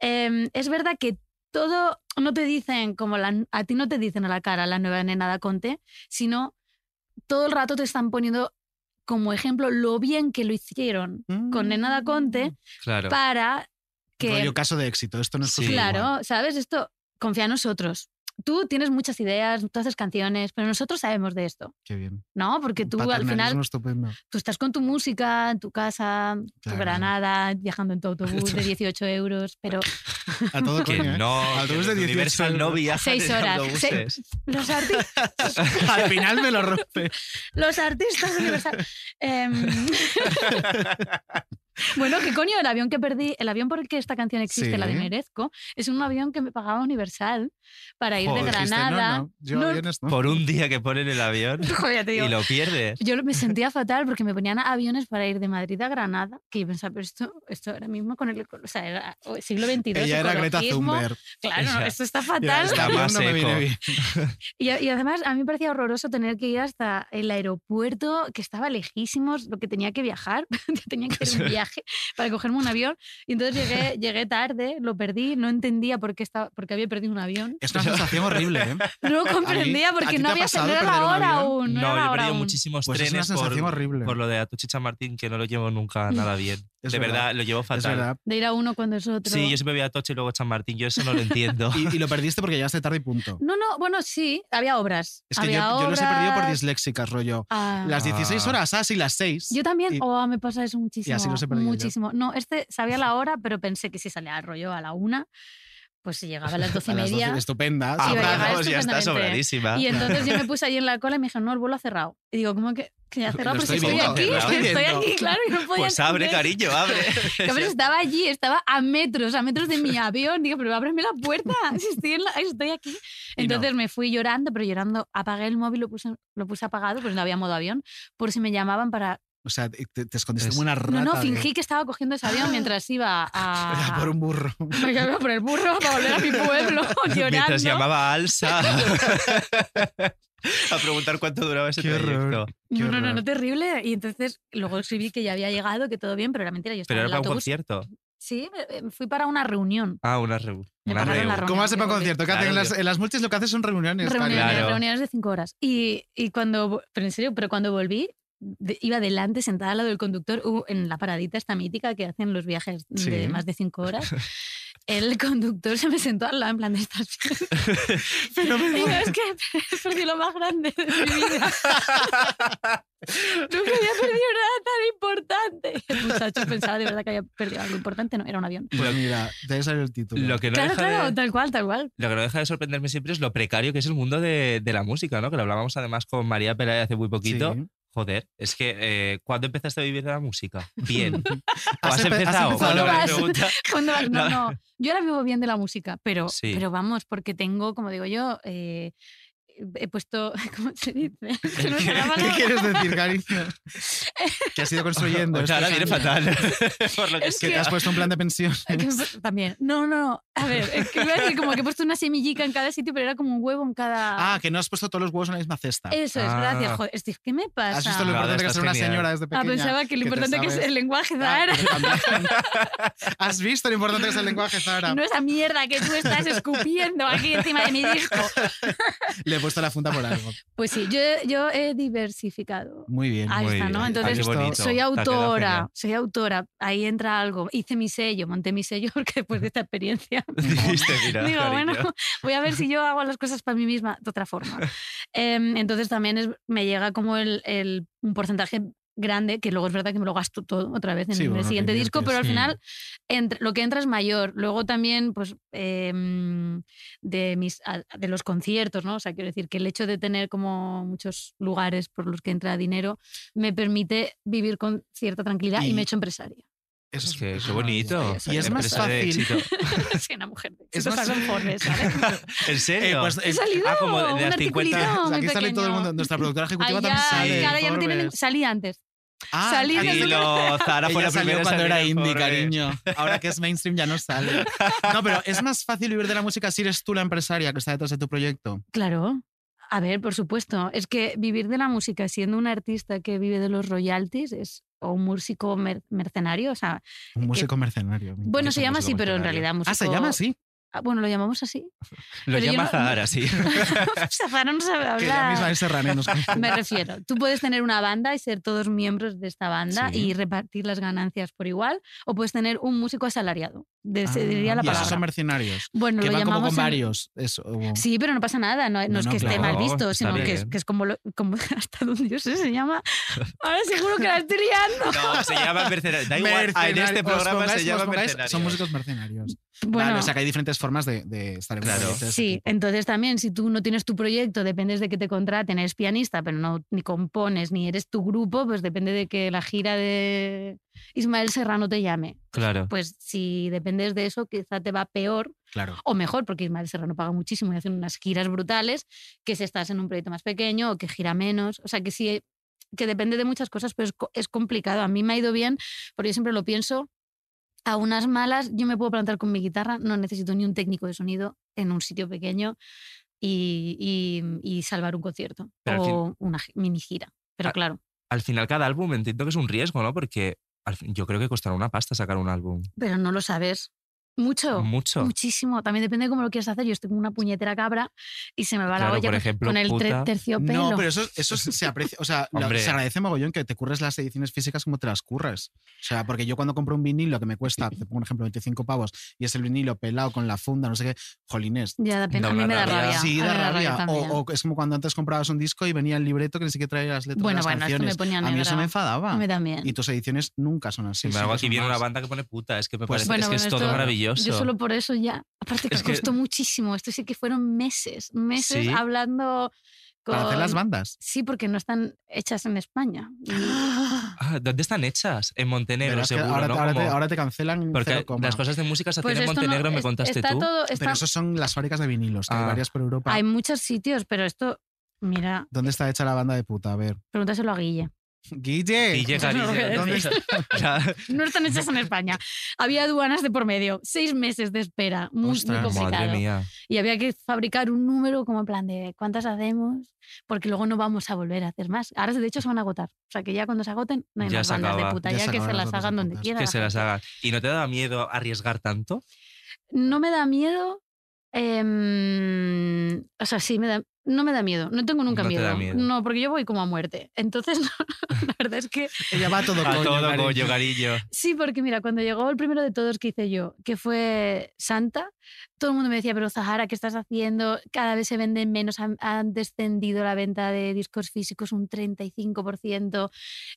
Speaker 6: eh, es verdad que todo no te dicen como la- a ti no te dicen a la cara la nueva nena da Conte, sino todo el rato te están poniendo como ejemplo lo bien que lo hicieron
Speaker 4: Mm.
Speaker 6: con Nena da Conte
Speaker 3: Claro.
Speaker 6: para que
Speaker 4: Rollo caso de éxito. Esto no es
Speaker 3: Sí.
Speaker 4: posible.
Speaker 6: Claro, ¿sabes? Esto confía en nosotros. Tú tienes muchas ideas, tú haces canciones, pero nosotros sabemos de esto,
Speaker 4: Qué bien.
Speaker 6: ¿no? Porque tú al
Speaker 4: Paternalismo
Speaker 6: final
Speaker 4: estupendo.
Speaker 6: tú estás con tu música, en tu casa,
Speaker 4: Claro.
Speaker 6: tu Granada, viajando en tu autobús de 18 euros, pero
Speaker 4: A todo
Speaker 3: Que
Speaker 4: coño, ¿eh?
Speaker 3: no, que
Speaker 4: Autobús de
Speaker 3: el
Speaker 4: 18
Speaker 3: Universal
Speaker 4: euros.
Speaker 3: no viaja
Speaker 6: Seis
Speaker 3: en
Speaker 6: horas,
Speaker 3: autobuses.
Speaker 6: los, arti-
Speaker 4: Al final me lo rompe.
Speaker 6: los artistas universales. bueno, ¿qué coño? El avión que perdí, el avión por el que esta canción existe, la de
Speaker 4: Sí.
Speaker 6: Merezco, es un avión que me pagaba Universal para ir
Speaker 3: Joder,
Speaker 6: de
Speaker 4: Dijiste, no,
Speaker 6: Granada.
Speaker 4: no, yo
Speaker 6: No.
Speaker 4: aviones no.
Speaker 3: Por un día que ponen el avión
Speaker 6: Joder, ya te digo,
Speaker 3: y lo pierdes.
Speaker 6: Yo lo- me sentía fatal porque me ponían a aviones para ir de Madrid a Granada, que yo pensaba, pero esto, esto ahora mismo con el eco- o sea, era o- siglo XXII.
Speaker 4: Ella era Greta
Speaker 6: ecologismo,
Speaker 4: Thunberg.
Speaker 6: Claro, no,
Speaker 3: Ella-
Speaker 6: esto está
Speaker 4: Mira,
Speaker 6: fatal.
Speaker 4: este avión
Speaker 3: Más
Speaker 4: no me viene
Speaker 3: eco.
Speaker 4: bien.
Speaker 6: Y, y además a mí me parecía horroroso tener que ir hasta el aeropuerto, que estaba lejísimos, lo que tenía que viajar, tenía que hacer un viaje para cogerme un avión. Y entonces llegué, llegué tarde, lo perdí, no entendía por qué, estaba, por qué había perdido un avión.
Speaker 4: Es una sensación horrible, ¿eh?
Speaker 6: No comprendía
Speaker 4: ¿a ti
Speaker 6: porque
Speaker 4: te
Speaker 6: no
Speaker 4: ha
Speaker 6: había
Speaker 4: pasado
Speaker 6: no era
Speaker 4: perder
Speaker 6: la
Speaker 4: un
Speaker 6: hora
Speaker 4: avión?
Speaker 6: aún. No,
Speaker 3: No, yo
Speaker 6: era la
Speaker 3: he
Speaker 6: hora
Speaker 3: perdido
Speaker 6: aún.
Speaker 3: muchísimos
Speaker 4: Pues es una
Speaker 3: trenes
Speaker 4: sensación
Speaker 3: por,
Speaker 4: horrible.
Speaker 3: por lo de Atuche Chamartín, que no lo llevo nunca nada bien.
Speaker 4: Es
Speaker 3: de verdad,
Speaker 4: verdad.
Speaker 3: lo llevo
Speaker 4: Es
Speaker 3: fatal.
Speaker 4: verdad.
Speaker 6: De ir a uno cuando es otro.
Speaker 3: Sí, yo siempre voy a Atoche y luego Chamartín, yo eso no lo entiendo.
Speaker 4: Y, y lo perdiste porque llegaste tarde y punto.
Speaker 6: No, no, bueno, sí, había obras.
Speaker 4: Es que yo,
Speaker 6: había
Speaker 4: yo los he perdido por
Speaker 6: obras,
Speaker 4: disléxicas, rollo.
Speaker 6: ah,
Speaker 4: Las 16
Speaker 3: Ah.
Speaker 4: horas, ah, sí, las 6.
Speaker 6: Yo también,
Speaker 4: y-
Speaker 6: oh, me pasa eso muchísimo.
Speaker 4: los he perdido yo.
Speaker 6: muchísimo. No, este sabía la hora, pero pensé que si salía al rollo a la una, pues si llegaba a las doce
Speaker 4: a
Speaker 6: y
Speaker 4: las 12,
Speaker 6: media.
Speaker 4: estupenda.
Speaker 6: Sí, iba a
Speaker 4: sobrada.
Speaker 6: llegar
Speaker 3: vamos, Pues ya está
Speaker 6: estupendamente.
Speaker 3: sobradísima.
Speaker 6: Y entonces yo me puse ahí en la cola y me dijeron, no, el vuelo ha cerrado. Y digo, ¿cómo que, que ya ha cerrado?
Speaker 4: Lo
Speaker 6: Pero si
Speaker 4: estoy
Speaker 6: estoy
Speaker 4: viendo,
Speaker 6: aquí,
Speaker 3: lo estoy
Speaker 6: estoy
Speaker 4: viendo.
Speaker 6: aquí, claro, y no podía
Speaker 3: Pues abre,
Speaker 6: entender.
Speaker 3: cariño, abre.
Speaker 6: Cabrón, estaba allí, estaba a metros, a metros de mi avión. Digo, pero ábreme la puerta, si estoy, en la- estoy aquí.
Speaker 4: Y no.
Speaker 6: Entonces me fui llorando, pero llorando, apagué el móvil, lo puse, lo puse apagado, pues no había modo avión, por si me llamaban para...
Speaker 4: O sea, te, te escondiste
Speaker 3: Es-
Speaker 4: como una rata.
Speaker 6: No, no,
Speaker 4: de- ¡Ah!
Speaker 6: fingí que estaba cogiendo ese avión mientras iba a...
Speaker 4: por un burro.
Speaker 6: Me iba por el burro para volver a mi pueblo llorando.
Speaker 3: Mientras llamaba a Alsa a preguntar cuánto duraba ese
Speaker 4: Qué horror.
Speaker 3: trayecto.
Speaker 4: Qué
Speaker 6: No, no, no,
Speaker 4: horror.
Speaker 6: no, terrible. Y entonces luego escribí que ya había llegado, que todo bien, pero era mentira, yo estaba
Speaker 3: Pero
Speaker 6: en
Speaker 3: era para
Speaker 6: el
Speaker 3: un
Speaker 6: autobús.
Speaker 3: concierto.
Speaker 6: Sí, me- me fui para una reunión.
Speaker 3: Ah, una reunión.
Speaker 6: Me
Speaker 3: Una
Speaker 6: pagaron la
Speaker 3: reunión.
Speaker 4: ¿Cómo hace para un
Speaker 6: Reunión,
Speaker 4: concierto? ¿Qué
Speaker 3: claro,
Speaker 4: hacen en las,
Speaker 3: tío.
Speaker 4: en las multis? Lo que haces son reuniones. tal,
Speaker 6: reuniones,
Speaker 3: claro.
Speaker 6: reuniones de cinco horas. Y, y cuando, vo- pero en serio, pero cuando volví, de- iba delante, sentada al lado del conductor, hubo- en la paradita esta mítica que hacen los viajes
Speaker 4: Sí.
Speaker 6: de más de cinco horas. El conductor se me sentó al lado en plan de estas. Digo, es que he perdido lo más grande de mi vida. Nunca había perdido nada tan importante. El muchacho pensaba de verdad que había perdido algo importante, no, era un avión.
Speaker 4: Pues mira, te salió el título.
Speaker 3: Lo que no
Speaker 6: claro,
Speaker 3: deja de-
Speaker 6: claro, tal cual, tal cual.
Speaker 3: Lo que no deja de sorprenderme siempre es lo precario que es el mundo de, de la música, ¿no? Que lo hablábamos además con María Peláez hace muy poquito.
Speaker 4: Sí.
Speaker 3: Joder, es que eh, ¿cuándo empezaste a vivir de la música? Bien. ¿O
Speaker 4: Has
Speaker 3: has
Speaker 4: empe- has
Speaker 3: empezado?
Speaker 4: empezado
Speaker 3: Bueno,
Speaker 6: ahora.
Speaker 3: me pregunta.
Speaker 6: Cuando vas- no,
Speaker 3: No.
Speaker 6: no. Yo ahora vivo bien de la música, pero,
Speaker 3: Sí.
Speaker 6: pero vamos, porque tengo, como digo yo, eh, he puesto. ¿Cómo se dice? Se me fue la
Speaker 4: ¿Qué
Speaker 6: palabra.
Speaker 4: quieres decir, cariño? que has ido construyendo.
Speaker 3: O sea, ahora
Speaker 4: estos
Speaker 3: viene
Speaker 4: años.
Speaker 3: fatal. Por lo que
Speaker 6: Es
Speaker 4: Que te
Speaker 3: sea.
Speaker 4: has puesto un plan de pensión.
Speaker 6: Que- También. No, no, no. A ver, es que iba a decir como que he puesto una semillica en cada sitio, pero era como un huevo en cada.
Speaker 4: Ah, que no has puesto todos los huevos en la misma cesta.
Speaker 6: Eso es,
Speaker 3: Ah.
Speaker 6: gracias. Joder, Steve, ¿qué me
Speaker 4: ¿Has visto lo
Speaker 6: pasa?
Speaker 3: Nada,
Speaker 4: importante que es
Speaker 3: estás
Speaker 4: ser una
Speaker 3: genial.
Speaker 4: señora desde pequeña?
Speaker 6: Ah, pensaba que lo
Speaker 4: te
Speaker 6: importante que es
Speaker 4: sabes?
Speaker 6: el lenguaje
Speaker 4: Ah,
Speaker 6: Zahara.
Speaker 4: pero también. ¿Has visto lo importante que es el lenguaje, Zara?
Speaker 6: No esa mierda que tú estás escupiendo aquí encima de mi disco.
Speaker 4: Le puesto la punta por algo.
Speaker 6: Pues sí, yo, he- yo he diversificado.
Speaker 4: Muy bien.
Speaker 6: Ahí está, ¿no?
Speaker 3: bien.
Speaker 6: Entonces,
Speaker 3: Ah, qué
Speaker 4: esto-
Speaker 3: bonito.
Speaker 6: Soy
Speaker 3: Te ha quedado
Speaker 6: autora, soy autora, ahí entra algo. Hice mi sello, monté mi sello porque después de esta experiencia
Speaker 3: genial. Dijiste, mira,
Speaker 6: Digo,
Speaker 3: cariño.
Speaker 6: bueno, voy a ver si yo hago las cosas para mí misma de otra forma. Em, entonces también es- me llega como el, el- un porcentaje grande que luego es verdad que me lo gasto todo otra vez en
Speaker 4: Sí, bueno,
Speaker 6: el
Speaker 4: lo
Speaker 6: siguiente
Speaker 4: que
Speaker 6: disco,
Speaker 4: inviertes,
Speaker 6: pero al
Speaker 3: mm.
Speaker 6: final entra- lo que entra es mayor. Luego también, pues, em, de, mis, a- de los conciertos, ¿no? O sea, quiero decir que el hecho de tener como muchos lugares por los que entra dinero me permite vivir con cierta tranquilidad y,
Speaker 4: Y-
Speaker 6: me he hecho empresaria.
Speaker 4: Eso
Speaker 3: Es que
Speaker 4: eso
Speaker 3: qué bonito.
Speaker 6: Y
Speaker 4: es más
Speaker 3: Empresa de
Speaker 4: fácil.
Speaker 3: éxito.
Speaker 6: Soy una mujer. de
Speaker 4: Es
Speaker 6: éxitos
Speaker 4: más-
Speaker 6: con Forbes, ¿vale?
Speaker 3: ¿En
Speaker 4: Eh,
Speaker 3: serio?
Speaker 4: pues,
Speaker 6: He
Speaker 4: eh,
Speaker 6: salido.
Speaker 3: ah, como de
Speaker 6: un
Speaker 3: las 50.
Speaker 6: articulito muy
Speaker 4: aquí sale todo el
Speaker 6: pequeño.
Speaker 4: mundo. Nuestra productora ejecutiva
Speaker 6: Ay,
Speaker 4: también
Speaker 6: ya,
Speaker 4: sale.
Speaker 6: es que ahora ya no tiene
Speaker 4: Forbes.
Speaker 6: ningún- Salí antes.
Speaker 4: Ah,
Speaker 6: Salí
Speaker 4: ah,
Speaker 6: de
Speaker 4: sí,
Speaker 6: ese-
Speaker 4: lo-
Speaker 3: Dilo, Zara fue
Speaker 4: Ella
Speaker 3: la
Speaker 4: salió
Speaker 3: primera
Speaker 4: cuando era
Speaker 3: salida,
Speaker 4: indie,
Speaker 3: pobre.
Speaker 4: cariño. Ahora que es mainstream ya no sale. No, pero es más fácil vivir de la música si eres tú la empresaria que está detrás de tu proyecto.
Speaker 6: Claro. A ver, por supuesto. Es que vivir de la música siendo un artista que vive de los royalties es o un músico mer- mercenario, o sea,
Speaker 4: Un músico mercenario. me
Speaker 6: bueno,
Speaker 4: encanta
Speaker 6: se
Speaker 4: el
Speaker 6: llama
Speaker 4: músico
Speaker 6: así, pero en
Speaker 4: mercenario.
Speaker 6: realidad músico
Speaker 4: Ah, se llama así.
Speaker 6: Ah, Bueno, lo llamamos así.
Speaker 3: Lo
Speaker 6: Pero yo
Speaker 3: llama
Speaker 6: no-
Speaker 3: Zahara, sí.
Speaker 6: Zafara no sabe
Speaker 4: Que la misma
Speaker 6: hablar.
Speaker 4: es Serrano. nos-
Speaker 6: Me refiero, tú puedes tener una banda y ser todos miembros de esta banda
Speaker 3: Sí.
Speaker 6: y repartir las ganancias por igual, o puedes tener un músico asalariado, de- se
Speaker 4: Ah,
Speaker 6: diría la
Speaker 4: y esos
Speaker 6: palabra.
Speaker 4: son mercenarios.
Speaker 6: Bueno,
Speaker 4: que
Speaker 6: lo
Speaker 4: van como
Speaker 6: llamamos
Speaker 4: con
Speaker 6: en-
Speaker 4: varios. Eso, o-
Speaker 6: Sí, pero no pasa nada, no, no
Speaker 4: No,
Speaker 6: es
Speaker 4: no,
Speaker 6: que esté mal
Speaker 3: claro,
Speaker 6: visto,
Speaker 3: está
Speaker 6: sino que es,
Speaker 3: bien.
Speaker 6: que es como, lo- como hasta donde yo sé se llama. Ahora seguro que la estoy liando.
Speaker 3: No, se llama mercenario. Da igual, ah, en
Speaker 4: Mercenario-
Speaker 3: este
Speaker 4: os
Speaker 3: programa
Speaker 4: pongáis-
Speaker 3: se
Speaker 4: os
Speaker 3: llama
Speaker 4: pongáis- Son
Speaker 3: mercenario.
Speaker 4: músicos mercenarios.
Speaker 6: Bueno,
Speaker 4: Vale, o sea que hay diferentes formas de, de estar en un
Speaker 3: Claro.
Speaker 4: proyecto de ese
Speaker 6: sí,
Speaker 4: tipo.
Speaker 6: entonces también si tú no tienes tu proyecto, dependes de que te contraten, eres pianista, pero no ni compones, ni eres tu grupo, pues depende de que la gira de Ismael Serrano te llame.
Speaker 3: Claro.
Speaker 6: Pues si dependes de eso, quizá te va peor
Speaker 4: Claro.
Speaker 6: o mejor, porque Ismael Serrano paga muchísimo y hacen unas giras brutales, que si estás en un proyecto más pequeño o que gira menos. O sea, que sí, que depende de muchas cosas, pero es, co- es complicado. A mí me ha ido bien, porque yo siempre lo pienso, a unas malas yo me puedo plantar con mi guitarra, no necesito ni un técnico de sonido en un sitio pequeño y, y- y salvar un concierto
Speaker 3: Pero al fin-
Speaker 6: o una gi- mini gira. Pero
Speaker 3: Ah,
Speaker 6: claro,
Speaker 3: Al final, cada álbum entiendo que es un riesgo, ¿no? Porque al fin- yo creo que costará una pasta sacar un álbum.
Speaker 6: pero no lo sabes. Mucho.
Speaker 3: Mucho.
Speaker 6: Muchísimo. También depende de cómo lo quieras hacer. Yo estoy como una puñetera cabra y se me va
Speaker 3: Claro,
Speaker 6: la olla
Speaker 3: por
Speaker 6: con-
Speaker 3: ejemplo,
Speaker 6: con el tre-
Speaker 3: puta.
Speaker 6: terciopelo.
Speaker 4: No, pero eso, eso se aprecia, o sea, lo-
Speaker 3: Hombre.
Speaker 4: se agradece mogollón que te curres las ediciones físicas como te las curres. O sea, porque yo cuando compro un vinilo que me cuesta, te pongo un ejemplo, 25 pavos, y es el vinilo pelado con la funda, no sé qué, jolines.
Speaker 6: Ya da pena.
Speaker 3: Da
Speaker 6: a mí
Speaker 3: una
Speaker 6: me da
Speaker 3: rabia.
Speaker 6: rabia.
Speaker 4: Sí,
Speaker 6: a mí
Speaker 4: da
Speaker 6: me
Speaker 4: rabia.
Speaker 6: también.
Speaker 4: O, o es como cuando antes comprabas un disco y venía el libreto que ni siquiera traía las letras
Speaker 6: bueno,
Speaker 4: de las
Speaker 6: bueno, esto
Speaker 4: canciones.
Speaker 6: me ponía
Speaker 4: A
Speaker 6: negra.
Speaker 4: mí eso me enfadaba.
Speaker 6: A mí también.
Speaker 4: Y tus ediciones nunca son así.
Speaker 3: Sin embargo,
Speaker 4: siempre
Speaker 3: aquí
Speaker 4: son
Speaker 3: viene una
Speaker 4: más.
Speaker 3: banda que pone puta. Es que me
Speaker 4: Pues-
Speaker 3: parece
Speaker 6: Bueno,
Speaker 3: es que
Speaker 6: bueno,
Speaker 3: es todo
Speaker 6: esto-
Speaker 3: maravilloso.
Speaker 6: Yo solo por eso ya. Aparte que
Speaker 3: Es que-
Speaker 6: costó muchísimo. Esto sí que fueron meses, meses
Speaker 3: Sí.
Speaker 6: hablando con...
Speaker 4: Para hacer las bandas.
Speaker 6: Sí, porque no están hechas en España. Y-
Speaker 3: Ah, ¿Dónde están hechas? En Montenegro,
Speaker 4: Verás que
Speaker 3: seguro,
Speaker 4: ahora,
Speaker 3: ¿no?
Speaker 4: ahora te,
Speaker 3: Como-
Speaker 4: ahora te cancelan en
Speaker 3: Porque
Speaker 4: cero coma.
Speaker 3: las cosas de música se hacen
Speaker 6: Pues
Speaker 3: en
Speaker 6: esto no-
Speaker 3: Montenegro, me
Speaker 6: es-
Speaker 3: contaste
Speaker 6: está
Speaker 3: tú.
Speaker 6: todo-
Speaker 4: Pero
Speaker 6: está-
Speaker 4: esos son las fábricas de vinilos, que
Speaker 3: Ah.
Speaker 4: hay varias por Europa.
Speaker 6: Hay muchos sitios, pero esto... Mira,
Speaker 4: ¿Dónde está hecha la banda de puta? A ver.
Speaker 6: pregúntaselo a Guille.
Speaker 4: Guille.
Speaker 3: Guille
Speaker 6: Eso no lo
Speaker 3: Carille,
Speaker 6: voy a
Speaker 3: ¿dónde
Speaker 6: decir.
Speaker 3: está?
Speaker 6: No están hechas en España. Había aduanas de por medio, seis meses de espera, muy, muy
Speaker 9: Ah,
Speaker 4: Ostras, madre
Speaker 6: complicado.
Speaker 3: Madre mía.
Speaker 6: Y había que fabricar un número como en plan de cuántas hacemos, porque luego no vamos a volver a hacer más. Ahora, de hecho, se van a agotar. O sea, que ya cuando se agoten, no hay
Speaker 3: Ya
Speaker 6: más
Speaker 3: se
Speaker 6: bandas de
Speaker 3: acaba.
Speaker 6: puta,
Speaker 4: Ya
Speaker 6: ya,
Speaker 4: se
Speaker 6: que se
Speaker 4: acaban las
Speaker 6: las
Speaker 4: bandas
Speaker 6: hagan
Speaker 4: de
Speaker 6: donde
Speaker 4: putas.
Speaker 6: quiera.
Speaker 3: Que
Speaker 6: la
Speaker 3: se las
Speaker 6: gente.
Speaker 3: hagan. ¿Y no te da miedo arriesgar tanto?
Speaker 6: No me da miedo. em, o sea, sí, me da, no me da miedo. No tengo nunca
Speaker 3: No te
Speaker 6: miedo.
Speaker 3: da miedo.
Speaker 6: No, porque yo voy como a muerte. Entonces, la verdad es que
Speaker 4: Ella va a todo
Speaker 3: A
Speaker 4: coño.
Speaker 3: todo
Speaker 4: cariño.
Speaker 3: coño, cariño.
Speaker 6: Sí, porque mira, cuando llegó el primero de todos que hice yo, que fue Santa, todo el mundo me decía, pero Zahara, ¿qué estás haciendo? Cada vez se venden menos, han, han descendido la venta de discos físicos un 35%.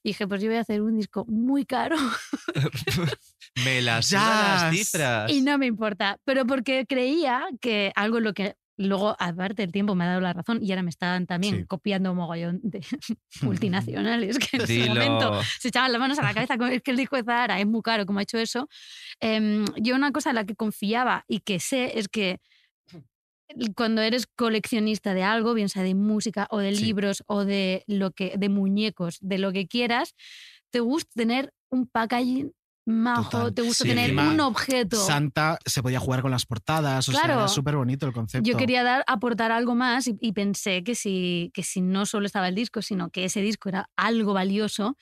Speaker 6: Y dije, pues yo voy a hacer un disco muy caro
Speaker 3: Me las
Speaker 4: Ya
Speaker 3: sudan las
Speaker 4: s-
Speaker 3: cifras.
Speaker 6: y no me importa, pero porque creía que algo en lo que... Luego, aparte, el tiempo me ha dado la razón y ahora me están también
Speaker 4: Sí.
Speaker 6: copiando mogollón de multinacionales que en ese momento
Speaker 3: Dilo.
Speaker 6: se echaban las manos a la cabeza con es que el disco de Zahara es muy caro como ha hecho eso. Em, yo una cosa en la que confiaba y que sé es que cuando eres coleccionista de algo, bien sea de música o de
Speaker 4: Sí.
Speaker 6: libros o de lo que de muñecos, de lo que quieras, te gusta tener un packaging majo,
Speaker 4: Total.
Speaker 6: te gusta
Speaker 3: Sí,
Speaker 6: tener
Speaker 3: encima,
Speaker 6: un objeto.
Speaker 4: Santa se podía jugar con las portadas. O
Speaker 6: Claro.
Speaker 4: sea, era súper bonito el concepto.
Speaker 6: Yo quería dar, aportar algo más y, y pensé que si, que si no solo estaba el disco, sino que ese disco era algo valioso,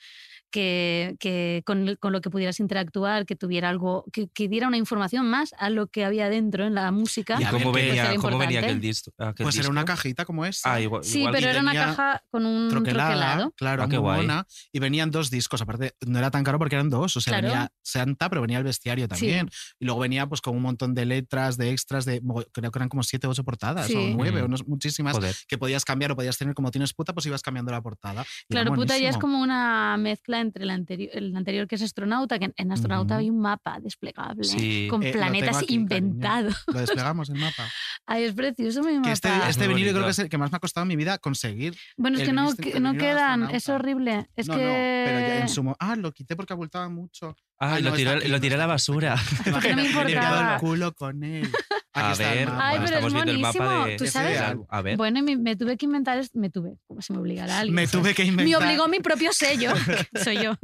Speaker 6: que, que con, con lo que pudieras interactuar, que tuviera algo, que, que diera una información más a lo que había dentro en la música.
Speaker 9: ¿Y
Speaker 4: a
Speaker 9: cómo
Speaker 4: ver, que
Speaker 9: venía,
Speaker 6: puede ser
Speaker 9: cómo venía
Speaker 6: importante.
Speaker 9: aquel, dis- aquel
Speaker 4: Pues era
Speaker 9: disco?
Speaker 4: una cajita como esta.
Speaker 9: Ah, igual,
Speaker 6: Sí,
Speaker 9: igual-
Speaker 6: pero era una
Speaker 4: tenía
Speaker 6: caja con un
Speaker 4: troquelada,
Speaker 6: Mm, troquelado.
Speaker 4: claro,
Speaker 9: Ah, qué
Speaker 4: muy
Speaker 9: guay.
Speaker 4: buena. Y venían dos discos, aparte no era tan caro porque eran dos, o sea,
Speaker 6: Claro.
Speaker 4: venía Santa, pero venía el bestiario también. Y luego venía pues con un montón de letras, de extras, de mogo- creo que eran como siete o ocho portadas, o
Speaker 6: Sí.
Speaker 4: nueve,
Speaker 9: Mm.
Speaker 4: unos- muchísimas,
Speaker 9: Joder.
Speaker 4: que podías cambiar o podías tener como tienes puta, pues ibas cambiando la portada. Y era
Speaker 6: Claro, puta ya es
Speaker 4: buenísimo.
Speaker 6: como una mezcla entre el anterior, el anterior que es astronauta, que en- en astronauta
Speaker 4: Ujú.
Speaker 6: hay un mapa desplegable
Speaker 9: Sí.
Speaker 6: con
Speaker 4: Eh, lo tengo
Speaker 6: planetas
Speaker 4: aquí, cariño.
Speaker 6: inventados.
Speaker 4: Lo desplegamos el mapa.
Speaker 6: Ay, es precioso mi
Speaker 4: Que
Speaker 6: mapa.
Speaker 4: este,
Speaker 9: Es
Speaker 4: este
Speaker 9: muy
Speaker 4: vinilo creo
Speaker 9: bonito.
Speaker 4: que es el que más me ha costado en mi vida conseguir.
Speaker 6: bueno, es
Speaker 4: el
Speaker 6: que no,
Speaker 4: viniste-
Speaker 6: que-
Speaker 4: el
Speaker 6: no
Speaker 4: vinilo del
Speaker 6: quedan,
Speaker 4: astronauta.
Speaker 6: es horrible. Es
Speaker 4: no,
Speaker 6: que
Speaker 4: no, pero ya en sumo. Ah, lo quité porque abultaba mucho.
Speaker 9: Ah,
Speaker 4: Ay,
Speaker 9: lo
Speaker 4: no,
Speaker 9: tiré,
Speaker 4: está aquí,
Speaker 9: lo
Speaker 4: no
Speaker 9: tiré a
Speaker 4: está
Speaker 9: la
Speaker 4: aquí.
Speaker 9: basura.
Speaker 6: que no me
Speaker 4: Me he
Speaker 6: importaba.
Speaker 4: dado el culo con él. Aquí
Speaker 9: A
Speaker 4: está el
Speaker 9: ver,
Speaker 4: mapa.
Speaker 6: Ay, pero
Speaker 9: estamos
Speaker 6: es
Speaker 9: viendo el mapa de...
Speaker 6: buenísimo. ¿Tú
Speaker 9: de-
Speaker 6: sabes?
Speaker 9: de- A ver.
Speaker 6: Bueno, y me, me tuve que inventar, es- me tuve, como si me obligara alguien.
Speaker 4: me tuve que inventar.
Speaker 6: me obligó mi propio sello, que soy yo.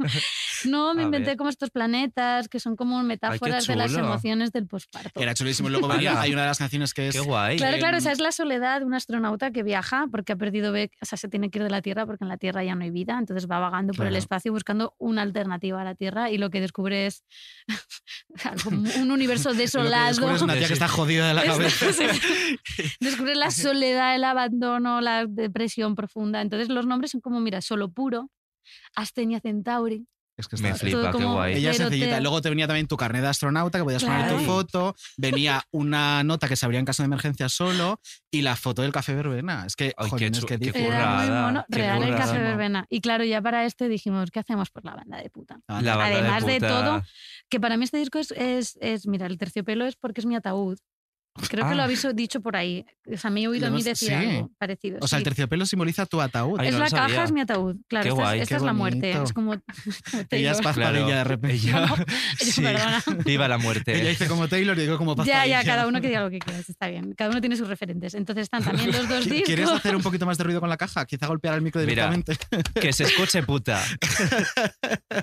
Speaker 6: No, me
Speaker 9: A
Speaker 6: inventé
Speaker 9: ver.
Speaker 6: como estos planetas que son como metáforas de las
Speaker 9: chulo.
Speaker 6: emociones del posparto.
Speaker 4: Era chulísimo. Luego venía-
Speaker 9: Ala.
Speaker 4: hay una de las canciones que es.
Speaker 9: Qué guay.
Speaker 6: Claro, claro,
Speaker 4: em,
Speaker 6: esa es la soledad de un astronauta que viaja porque ha perdido, ve- o sea, se tiene que ir de la Tierra porque en la Tierra ya no hay vida, entonces va vagando por el
Speaker 4: Claro.
Speaker 6: espacio buscando una alternativa a la Tierra y lo que descubre es algo- un universo
Speaker 4: lo que
Speaker 6: desolado.
Speaker 4: descubres Es una tía que está jodida de la cabeza.
Speaker 6: Descubre la soledad, el abandono, la depresión profunda. Entonces los nombres son como, mira, solo puro, Astenia Centauri.
Speaker 4: Es que
Speaker 9: Me
Speaker 4: está-
Speaker 9: flipa, qué
Speaker 6: como- eh,
Speaker 9: guay.
Speaker 4: Ella es
Speaker 6: Pero
Speaker 4: sencillita.
Speaker 6: te-
Speaker 4: Luego te venía también tu carnet de astronauta, que podías poner tu
Speaker 6: Claro.
Speaker 4: foto. Venía una nota que se abría en caso de emergencia solo. Y la foto del café verbena. Es que,
Speaker 9: Ay,
Speaker 4: jolín,
Speaker 9: qué
Speaker 4: es
Speaker 9: chu-
Speaker 4: que
Speaker 9: qué
Speaker 4: dice-
Speaker 6: Era muy
Speaker 9: currada,
Speaker 6: mono,
Speaker 9: qué
Speaker 6: real el
Speaker 9: currada.
Speaker 6: café verbena. Y claro, ya para este dijimos, ¿qué hacemos por la banda de puta?
Speaker 4: Ah,
Speaker 9: La banda
Speaker 6: Además de
Speaker 9: puta.
Speaker 6: todo, que para mí este disco es, es, es- mira, el terciopelo es porque es mi ataúd. Creo
Speaker 9: Ah.
Speaker 6: que lo habéis dicho por ahí. O sea, me he oído a mí
Speaker 4: Lo-
Speaker 6: decir
Speaker 4: sí.
Speaker 6: algo parecido.
Speaker 4: O sea, el
Speaker 6: sí.
Speaker 4: terciopelo simboliza tu ataúd.
Speaker 9: Ay,
Speaker 6: es
Speaker 9: no lo
Speaker 6: la caja,
Speaker 9: sabía.
Speaker 6: es mi ataúd. Claro,
Speaker 9: Qué
Speaker 6: esta, es-
Speaker 9: guay, qué
Speaker 6: esta es la muerte.
Speaker 4: bonito.
Speaker 6: Es como.
Speaker 4: Ella es
Speaker 6: Taylor.
Speaker 4: Paz
Speaker 9: Claro.
Speaker 4: Padilla de repente.
Speaker 9: Ella-
Speaker 6: No,
Speaker 9: sí.
Speaker 6: Perdona.
Speaker 9: Viva la muerte.
Speaker 4: Ella dice como Taylor y digo como Paz
Speaker 6: Ya, ya,
Speaker 4: Padilla.
Speaker 6: cada uno que diga lo que quieras, está bien. Cada uno tiene sus referentes. Entonces están también los dos
Speaker 4: ¿Qui-
Speaker 6: discos.
Speaker 4: ¿Quieres hacer un poquito más de ruido con la caja? Quizá golpear el micro
Speaker 9: Mira.
Speaker 4: directamente.
Speaker 9: Que se escuche puta.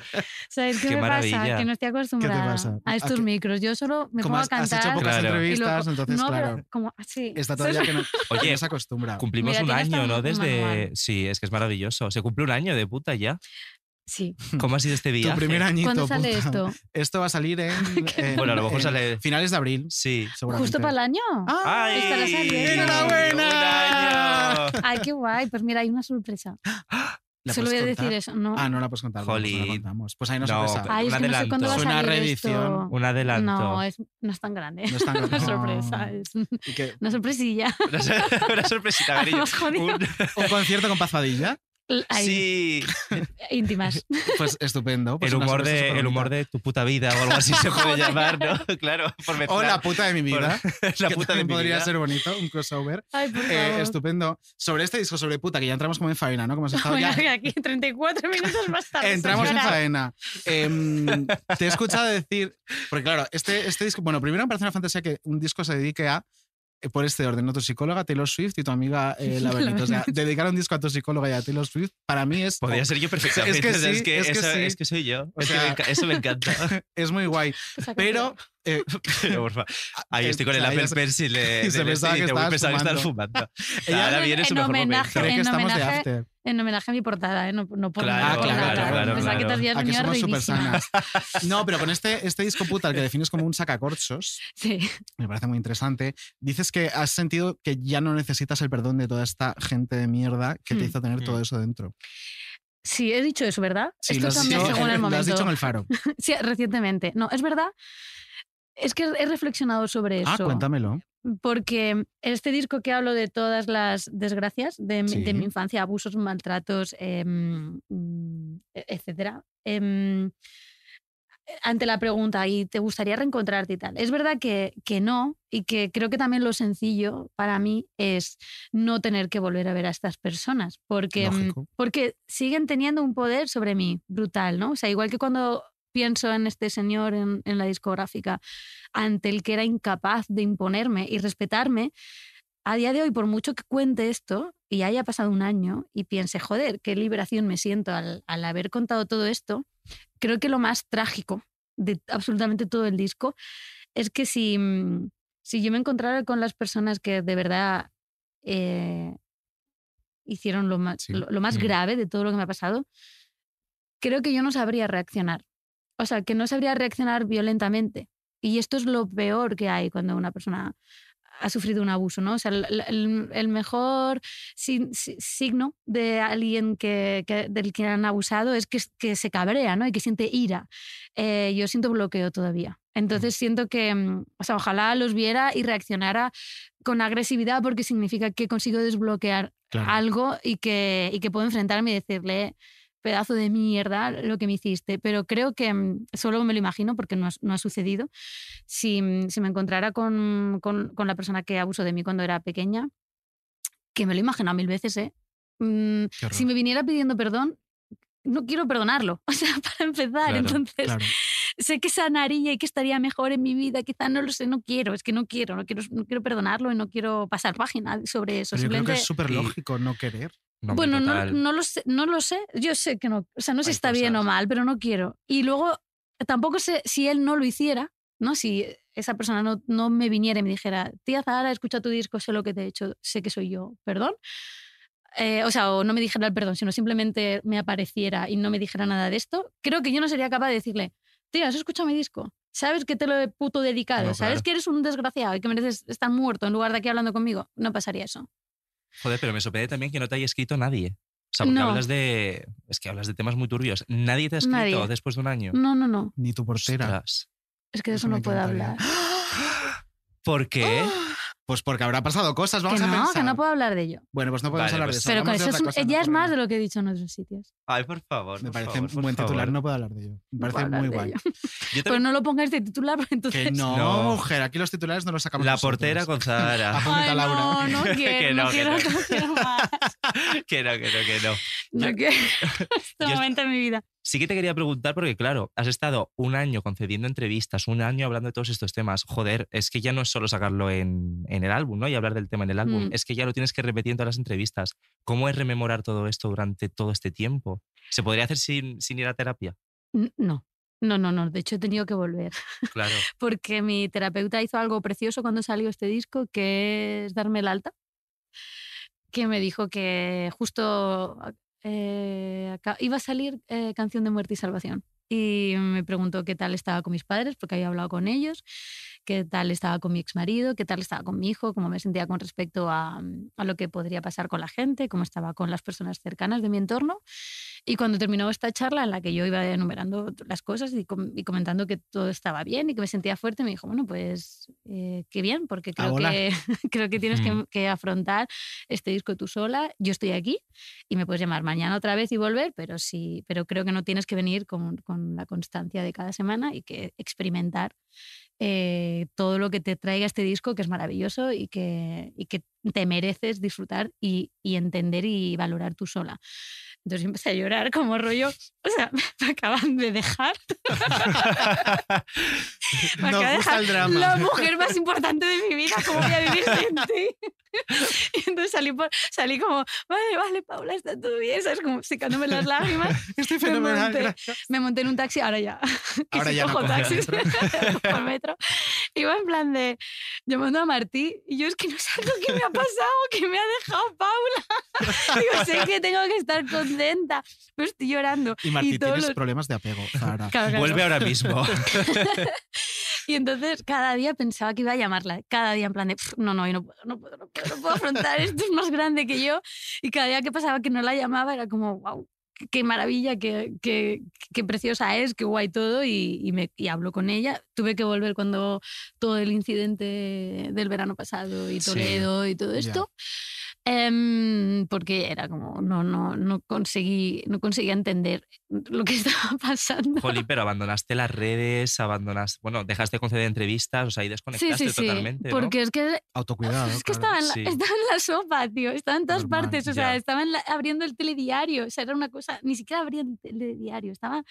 Speaker 6: ¿Sabes qué,
Speaker 9: Qué
Speaker 6: me
Speaker 9: maravilla.
Speaker 6: pasa? Que no estoy acostumbrada
Speaker 4: pasa?
Speaker 6: a estos
Speaker 4: ¿A qué-
Speaker 6: micros. Yo solo me
Speaker 4: Como
Speaker 6: pongo
Speaker 4: has,
Speaker 6: a
Speaker 4: has
Speaker 6: cantar.
Speaker 4: hecho pocas
Speaker 9: Claro.
Speaker 6: y luego-
Speaker 4: entrevistas, entonces,
Speaker 6: no,
Speaker 4: claro.
Speaker 6: pero como ah, así.
Speaker 4: Está todavía que no, que
Speaker 9: Oye,
Speaker 4: no se acostumbra.
Speaker 9: Cumplimos
Speaker 6: Mira,
Speaker 9: un
Speaker 6: tiene hasta
Speaker 9: año,
Speaker 6: un-
Speaker 9: ¿no?
Speaker 6: un
Speaker 9: Desde.
Speaker 6: manual.
Speaker 9: Sí, es que es maravilloso. Se cumple un año de puta ya.
Speaker 6: Sí.
Speaker 9: ¿Cómo ha sido este
Speaker 4: Tu
Speaker 9: viaje?
Speaker 4: primer añito.
Speaker 6: ¿Cuándo sale
Speaker 4: puta.
Speaker 6: esto?
Speaker 4: Esto va a salir en. en-
Speaker 9: Bueno, a lo mejor
Speaker 4: en
Speaker 9: sale-
Speaker 4: Finales de abril,
Speaker 9: Sí.
Speaker 4: seguramente. Ah.
Speaker 6: ¿Justo para el año?
Speaker 9: ¡Ay!
Speaker 6: Estarás aquí.
Speaker 9: ¡Un
Speaker 4: ¡Enhorabuena!
Speaker 9: año!
Speaker 6: Ay, qué guay. Pues mira, hay una sorpresa.
Speaker 4: ¿La
Speaker 6: Solo voy
Speaker 4: puedes
Speaker 6: a decir
Speaker 4: contar?
Speaker 6: eso. No.
Speaker 4: Ah, no la puedes contar. luego, pues no la
Speaker 9: Jolín.
Speaker 4: contamos. Pues ahí no,
Speaker 9: No,
Speaker 4: sorpresa.
Speaker 9: pero-
Speaker 6: Ay,
Speaker 9: un
Speaker 6: es que no sé
Speaker 9: adelanto.
Speaker 6: cuándo va a
Speaker 4: Es
Speaker 6: salir
Speaker 4: una
Speaker 6: esto.
Speaker 4: reedición.
Speaker 9: Un adelanto.
Speaker 6: No,
Speaker 4: eh.
Speaker 6: es, no es tan grande.
Speaker 4: No es tan grande.
Speaker 6: Una sorpresa. Es
Speaker 4: Y que-
Speaker 6: una sorpresilla.
Speaker 9: Una, sor- una sorpresita, Grillo.
Speaker 6: Hemos jodido.
Speaker 9: Un-
Speaker 4: Un concierto con Paz Padilla.
Speaker 6: Ahí,
Speaker 9: Sí.
Speaker 6: íntimas.
Speaker 4: Pues estupendo. pues
Speaker 9: el
Speaker 4: una
Speaker 9: humor,
Speaker 4: sorpresa
Speaker 9: de, el
Speaker 4: súper
Speaker 9: humor
Speaker 4: bonita.
Speaker 9: de tu puta vida o algo así se puede llamar, ¿no? Claro, por
Speaker 4: O la
Speaker 9: mezclar.
Speaker 4: puta de mi
Speaker 9: por-
Speaker 4: vida.
Speaker 9: la
Speaker 4: que
Speaker 9: puta de
Speaker 4: también
Speaker 9: mi
Speaker 4: podría
Speaker 9: vida.
Speaker 4: ser bonito, un crossover.
Speaker 6: Ay, por
Speaker 4: Eh,
Speaker 6: favor.
Speaker 4: estupendo. Sobre este disco, sobre puta, que ya entramos como en faena, ¿no? Como se estaba
Speaker 6: Mira
Speaker 4: Oh, ya
Speaker 6: que aquí 34 minutos más tarde.
Speaker 4: Entramos en
Speaker 6: señora.
Speaker 4: faena. Em, te he escuchado decir, porque claro, este, este disco, bueno, primero me parece una fantasía que un disco se dedique a, eh, por este orden, ¿no? tu psicóloga, Taylor Swift y tu amiga eh, la Benito. O sea, dedicar un disco a tu psicóloga y a Taylor Swift, para mí es,
Speaker 9: Podría ser yo perfectamente.
Speaker 4: que
Speaker 9: o sea,
Speaker 4: sí, es que
Speaker 9: eso-
Speaker 4: sí.
Speaker 9: es que soy yo.
Speaker 4: O
Speaker 9: Es que
Speaker 4: sea-
Speaker 9: me enca- eso me encanta.
Speaker 4: es muy guay.
Speaker 6: Pues acá
Speaker 4: Pero, eh,
Speaker 9: Pero, por favor. Ahí
Speaker 4: Eh,
Speaker 9: estoy con
Speaker 4: o
Speaker 9: el
Speaker 4: sea,
Speaker 9: Apple
Speaker 4: ella se-
Speaker 9: Pencil. eh,
Speaker 4: y se
Speaker 9: del
Speaker 4: pensaba
Speaker 9: este,
Speaker 4: que
Speaker 9: y te-
Speaker 4: estabas
Speaker 9: pensaba que estabas fumando. Ahora
Speaker 6: En-
Speaker 9: viene su
Speaker 6: en
Speaker 9: mejor
Speaker 6: homenaje-
Speaker 9: momento.
Speaker 4: creo que
Speaker 6: en
Speaker 4: estamos de
Speaker 6: homenaje-
Speaker 4: after.
Speaker 6: En homenaje a mi portada, ¿eh? no, no por
Speaker 3: Ah,
Speaker 9: Claro,
Speaker 6: nada. por
Speaker 4: Ah, claro,
Speaker 6: nada.
Speaker 4: claro,
Speaker 6: Pensaba que
Speaker 9: claro.
Speaker 6: te habías
Speaker 4: a que
Speaker 6: venido
Speaker 4: somos súper
Speaker 6: arribísima.
Speaker 4: sanas. No, pero con este, este disco puta, el que defines como un sacacorchos,
Speaker 6: Sí.
Speaker 4: me parece muy interesante. Dices que has sentido que ya no necesitas el perdón de toda esta gente de mierda que te
Speaker 6: Mm.
Speaker 4: hizo tener
Speaker 9: Mm.
Speaker 3: Hmm.
Speaker 4: todo eso dentro.
Speaker 6: Sí, he dicho eso, ¿verdad?
Speaker 4: Sí,
Speaker 6: Esto
Speaker 4: lo has
Speaker 6: cambia
Speaker 4: dicho-
Speaker 6: según el
Speaker 4: lo
Speaker 6: momento.
Speaker 4: has dicho en el faro.
Speaker 6: Sí, recientemente. No, es verdad. Es que he reflexionado sobre
Speaker 4: Ah,
Speaker 6: eso.
Speaker 4: cuéntamelo.
Speaker 6: porque este disco que hablo de todas las desgracias de, mi- de
Speaker 4: Sí.
Speaker 6: mi infancia, abusos, maltratos, em, mm, e- etcétera, em, ante la pregunta, ¿y te gustaría reencontrarte y tal? Es verdad que, que no, y que creo que también lo sencillo para mí es no tener que volver a ver a estas personas, porque, mm,
Speaker 4: Lógico.
Speaker 6: porque siguen teniendo un poder sobre mí brutal, ¿no? O sea, igual que cuando pienso en este señor en, en la discográfica, ante el que era incapaz de imponerme y respetarme, a día de hoy, por mucho que cuente esto y haya pasado un año y piense, joder, qué liberación me siento al, al haber contado todo esto, creo que lo más trágico de absolutamente todo el disco es que si, mm, si yo me encontrara con las personas que de verdad eh, hicieron lo más,
Speaker 4: Sí.
Speaker 6: lo, lo más
Speaker 9: Mm.
Speaker 6: grave de todo lo que me ha pasado, creo que yo no sabría reaccionar. O sea, que no sabría reaccionar violentamente. Y esto es lo peor que hay cuando una persona ha sufrido un abuso, ¿no? O sea, el, el- el mejor sin- si- signo de alguien que, que- del que han abusado es que, es- que se cabrea, ¿no? Y que siente ira. Eh, yo siento bloqueo todavía. Entonces siento que, mm, o sea, ojalá los viera y reaccionara con agresividad porque significa que consigo desbloquear
Speaker 4: Claro.
Speaker 6: algo y que, y que puedo enfrentarme y decirle pedazo de mierda lo que me hiciste, pero creo que mm, solo me lo imagino porque no ha, no ha sucedido. Si, mm, si me encontrara con, con- con la persona que abusó de mí cuando era pequeña, que me lo he imaginado mil veces, ¿eh? Mm,
Speaker 4: Qué horror.
Speaker 6: si me viniera pidiendo perdón, no quiero perdonarlo, o sea, para empezar,
Speaker 3: Claro,
Speaker 6: entonces
Speaker 4: Claro.
Speaker 6: sé que sanaría y que estaría mejor en mi vida, quizá no lo sé, no quiero, es que no quiero, no quiero, no quiero perdonarlo y no quiero pasar página sobre eso.
Speaker 4: Pero yo creo que
Speaker 6: simplemente-
Speaker 4: es súper
Speaker 3: Y-
Speaker 4: lógico no querer.
Speaker 1: No, hombre,
Speaker 6: bueno, no,
Speaker 1: total.
Speaker 6: no lo sé, no lo sé. Yo sé que no, o sea, no sé si
Speaker 3: Hay
Speaker 6: está bien o
Speaker 3: cosas.
Speaker 6: mal, pero no quiero. Y luego tampoco sé si él no lo hiciera, ¿no? Si esa persona no, no me viniera y me dijera, tía Zahara, escucha tu disco, sé lo que te he hecho, sé que soy yo, perdón. Eh, o sea, o no me dijera el perdón, sino simplemente me apareciera y no me dijera nada de esto, creo que yo no sería capaz de decirle, tía, has escuchado mi disco. Sabes que te lo he puto dedicado,
Speaker 3: No,
Speaker 6: sabes
Speaker 3: claro.
Speaker 6: que eres un desgraciado y que mereces estar muerto en lugar de aquí hablando conmigo. No pasaría eso.
Speaker 3: Joder, pero me sorprende también que no te haya escrito nadie. O sea, porque
Speaker 6: No.
Speaker 3: hablas de. Es que hablas de temas muy turbios. Nadie te ha escrito
Speaker 6: Nadie. Mm.
Speaker 3: después de un año.
Speaker 6: No, no, no.
Speaker 4: Ni tu portera.
Speaker 3: Ostras.
Speaker 6: Es que de
Speaker 4: Eso
Speaker 6: eso
Speaker 4: me
Speaker 6: no puedo
Speaker 4: encantaría.
Speaker 6: hablar.
Speaker 3: ¿Por qué?
Speaker 6: ¡Oh!
Speaker 4: Pues porque habrá pasado cosas,
Speaker 6: Que
Speaker 4: vamos a
Speaker 6: no,
Speaker 4: pensar.
Speaker 6: que no puedo hablar de ello.
Speaker 4: Bueno, pues no podemos
Speaker 3: Vale,
Speaker 4: hablar de
Speaker 3: pues-
Speaker 4: eso.
Speaker 6: Pero con
Speaker 4: hablamos
Speaker 6: eso
Speaker 4: de
Speaker 6: es,
Speaker 4: otra cosa,
Speaker 6: ella
Speaker 4: no
Speaker 6: es más de
Speaker 4: ocurre
Speaker 6: lo que he dicho en otros sitios.
Speaker 3: Ay, por favor.
Speaker 4: nada. Me
Speaker 3: por
Speaker 4: parece
Speaker 3: favor,
Speaker 4: un
Speaker 3: por
Speaker 4: buen
Speaker 3: favor.
Speaker 4: titular, no puedo hablar de ello. Me
Speaker 6: puedo
Speaker 4: parece
Speaker 6: hablar
Speaker 4: muy
Speaker 6: de
Speaker 4: guay.
Speaker 6: ello.
Speaker 3: Yo
Speaker 6: Pues
Speaker 3: también-
Speaker 6: no lo pongas de titular, porque entonces.
Speaker 4: Que no,
Speaker 3: No.
Speaker 4: mujer, aquí los titulares no los sacamos
Speaker 3: la
Speaker 4: nosotros.
Speaker 3: portera con
Speaker 4: Ah,
Speaker 3: Zahara.
Speaker 4: pues- Ponete a
Speaker 6: Ay,
Speaker 4: Laura.
Speaker 6: no, no
Speaker 3: Que
Speaker 6: quiero,
Speaker 3: no,
Speaker 6: no
Speaker 3: que
Speaker 6: quiero,
Speaker 3: no.
Speaker 6: no quiero más.
Speaker 3: que no, que no, que no.
Speaker 6: No
Speaker 3: Yo-
Speaker 6: quiero este
Speaker 3: yo-
Speaker 6: momento de mi vida.
Speaker 3: Sí que te quería preguntar, porque claro, has estado un año concediendo entrevistas, un año hablando de todos estos temas. Joder, es que ya no es solo sacarlo en, en el álbum, ¿no? Y hablar del tema en el álbum.
Speaker 6: Mm.
Speaker 3: Es que ya lo tienes que repetir en todas las entrevistas. ¿Cómo es rememorar todo esto durante todo este tiempo? ¿Se podría hacer sin, sin ir a terapia?
Speaker 6: N- No, no, no, no. De hecho, he tenido que volver.
Speaker 3: Claro.
Speaker 6: porque mi terapeuta hizo algo precioso cuando salió este disco, que es darme el alta, que me dijo que justo ah, eh, aca- iba a salir eh, Canción de Muerte y Salvación. Y me preguntó qué tal estaba con mis padres, porque había hablado con ellos, qué tal estaba con mi ex marido, qué tal estaba con mi hijo, cómo me sentía con respecto a, mm, a lo que podría pasar con la gente, cómo estaba con las personas cercanas de mi entorno. Y cuando terminó esta charla en la que yo iba enumerando las cosas y, com- y comentando que todo estaba bien y que me sentía fuerte, me dijo, bueno, pues eh, qué bien, porque creo
Speaker 4: volar.
Speaker 6: que, creo que tienes
Speaker 3: Ujú.
Speaker 6: que, que afrontar este disco tú sola. Yo estoy aquí y me puedes llamar mañana otra vez y volver, pero, sí, pero creo que no tienes que venir con, con la constancia de cada semana y que experimentar eh, todo lo que te traiga este disco, que es maravilloso y que, y que te mereces disfrutar y, y entender y valorar tú sola. Entonces yo empecé a llorar como rollo, o sea, me acaban de dejar.
Speaker 4: Nos
Speaker 6: me acaban
Speaker 4: gusta
Speaker 6: de dejar
Speaker 4: el drama.
Speaker 6: la mujer más importante de mi vida, ¿cómo voy a vivir sin ti? Y entonces salí, por- salí como, vale, vale, Paula, está todo bien, ¿sabes? Como secándome las lágrimas.
Speaker 4: Estoy
Speaker 6: Me
Speaker 4: fenomenal.
Speaker 6: monté.
Speaker 4: gracias.
Speaker 6: Me monté en un taxi, ahora ya. que
Speaker 4: Ahora
Speaker 6: sí
Speaker 4: ya no
Speaker 6: cojo
Speaker 4: cojo
Speaker 6: taxis
Speaker 4: metro.
Speaker 6: por metro. Iba en plan de llamando a Martí y yo es que no sé lo que me ha pasado, que me ha dejado Paula. Digo, sé que tengo que estar contenta, pero estoy llorando.
Speaker 4: Y Martí,
Speaker 6: todos
Speaker 4: tienes
Speaker 6: los-
Speaker 4: problemas de apego, Zara.
Speaker 6: Claro, claro.
Speaker 3: Vuelve ahora mismo.
Speaker 6: Y entonces cada día pensaba que iba a llamarla. Cada día en plan de, "Pff, no, no, hoy no puedo, no puedo, no puedo, no puedo afrontar esto, es más grande que yo. Y cada día que pasaba que no la llamaba era como, wow, qué maravilla, qué, qué, qué preciosa es, qué guay todo. Y, y me, y hablo con ella. Tuve que volver cuando todo el incidente del verano pasado y
Speaker 3: Sí,
Speaker 6: Toledo y todo
Speaker 4: ya.
Speaker 6: esto. Em, porque era como, no, no, no conseguí, no conseguía entender lo que estaba pasando.
Speaker 3: Jolín, pero abandonaste las redes, abandonaste. Bueno, dejaste de conceder entrevistas, o sea, ahí desconectaste totalmente. ¿no?
Speaker 6: porque es que
Speaker 4: Autocuidado.
Speaker 6: Es que
Speaker 4: claro.
Speaker 6: estaba en, la,
Speaker 3: Sí.
Speaker 6: estaba en la sopa, tío. Estaba en todas
Speaker 4: Normal,
Speaker 6: partes. O sea,
Speaker 3: ya.
Speaker 6: estaba en la- abriendo el telediario. O sea, era una cosa. Ni siquiera abría el telediario. Estaba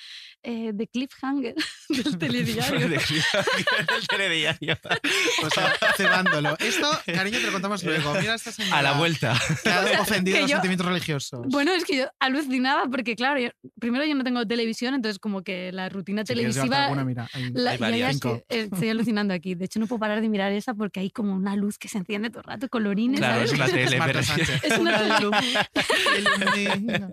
Speaker 6: eh, de cliffhanger del telediario.
Speaker 3: El telediario.
Speaker 4: Pues O sea, cebándolo. Esto, cariño, te lo contamos luego. Mira esta señora.
Speaker 3: A la Marta.
Speaker 4: Te ha
Speaker 6: O sea,
Speaker 4: ofendido
Speaker 6: que
Speaker 4: los
Speaker 6: yo-
Speaker 4: sentimientos religiosos.
Speaker 6: Bueno, es que yo alucinaba porque, claro, yo- primero yo no tengo televisión, entonces como que la rutina
Speaker 4: Si quieres llevarte
Speaker 6: televisiva...
Speaker 4: alguna, mira, ahí.
Speaker 6: la-
Speaker 3: Hay
Speaker 6: yo ya
Speaker 3: varias.
Speaker 6: estoy, eh, estoy alucinando aquí. De hecho, no puedo parar de mirar esa porque hay como una luz que se enciende todo el rato, colorines.
Speaker 3: Claro,
Speaker 6: ¿sabes?
Speaker 3: es una tele.
Speaker 4: Marta
Speaker 3: me refiero.
Speaker 4: Sánchez.
Speaker 6: Es una tele.
Speaker 4: Ilumina.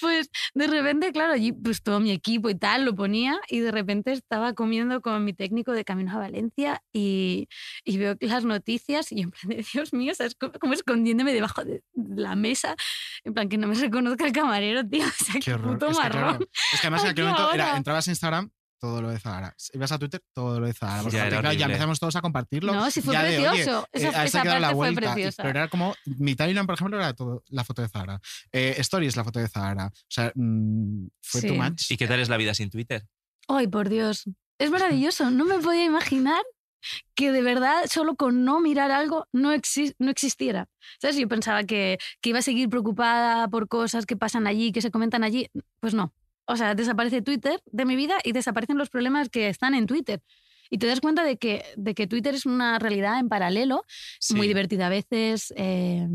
Speaker 6: Pues de repente, claro, allí pues todo mi equipo y tal lo ponía y de repente estaba comiendo con mi técnico de Caminos a Valencia y, y veo las noticias y yo en plan, de, Dios mío, ¿sabes? Como, como escondiéndome debajo de la mesa, en plan que no me reconozca el camarero, tío, o sea, qué,
Speaker 4: Qué horror.
Speaker 6: puto
Speaker 4: es, que, claro,
Speaker 6: marrón.
Speaker 4: es que además en
Speaker 6: Ay,
Speaker 4: aquel
Speaker 6: qué
Speaker 4: momento era,
Speaker 6: horror.
Speaker 4: entrabas a Instagram, todo lo de Zahara. Ibas a Twitter, todo lo de Zahara. Porque
Speaker 3: Ya
Speaker 4: aparte,
Speaker 3: era
Speaker 4: claro, ya
Speaker 3: horrible.
Speaker 4: empezamos todos a compartirlo.
Speaker 6: No, sí fue
Speaker 4: ya de, oye,
Speaker 6: precioso.
Speaker 4: eh,
Speaker 6: esa
Speaker 4: a
Speaker 6: esa
Speaker 4: esta hay que darle
Speaker 6: parte fue
Speaker 4: vuelta. Y-
Speaker 6: preciosa.
Speaker 4: pero era como, mi timeline, por ejemplo, era todo, la foto de Zahara. Eh, stories, la foto de Zahara. O sea, mm, fue
Speaker 6: Sí.
Speaker 4: too much.
Speaker 3: ¿Y qué tal es la vida sin Twitter?
Speaker 6: Ay, por Dios. Es maravilloso. No me podía imaginar que de verdad solo con no mirar algo no, exis- no existiera. ¿Sabes? Yo pensaba que, que iba a seguir preocupada por cosas que pasan allí, que se comentan allí. Pues no. O sea, desaparece Twitter de mi vida y desaparecen los problemas que están en Twitter. Y te das cuenta de que, de que Twitter es una realidad en paralelo, muy
Speaker 3: Sí.
Speaker 6: divertida a veces, eh,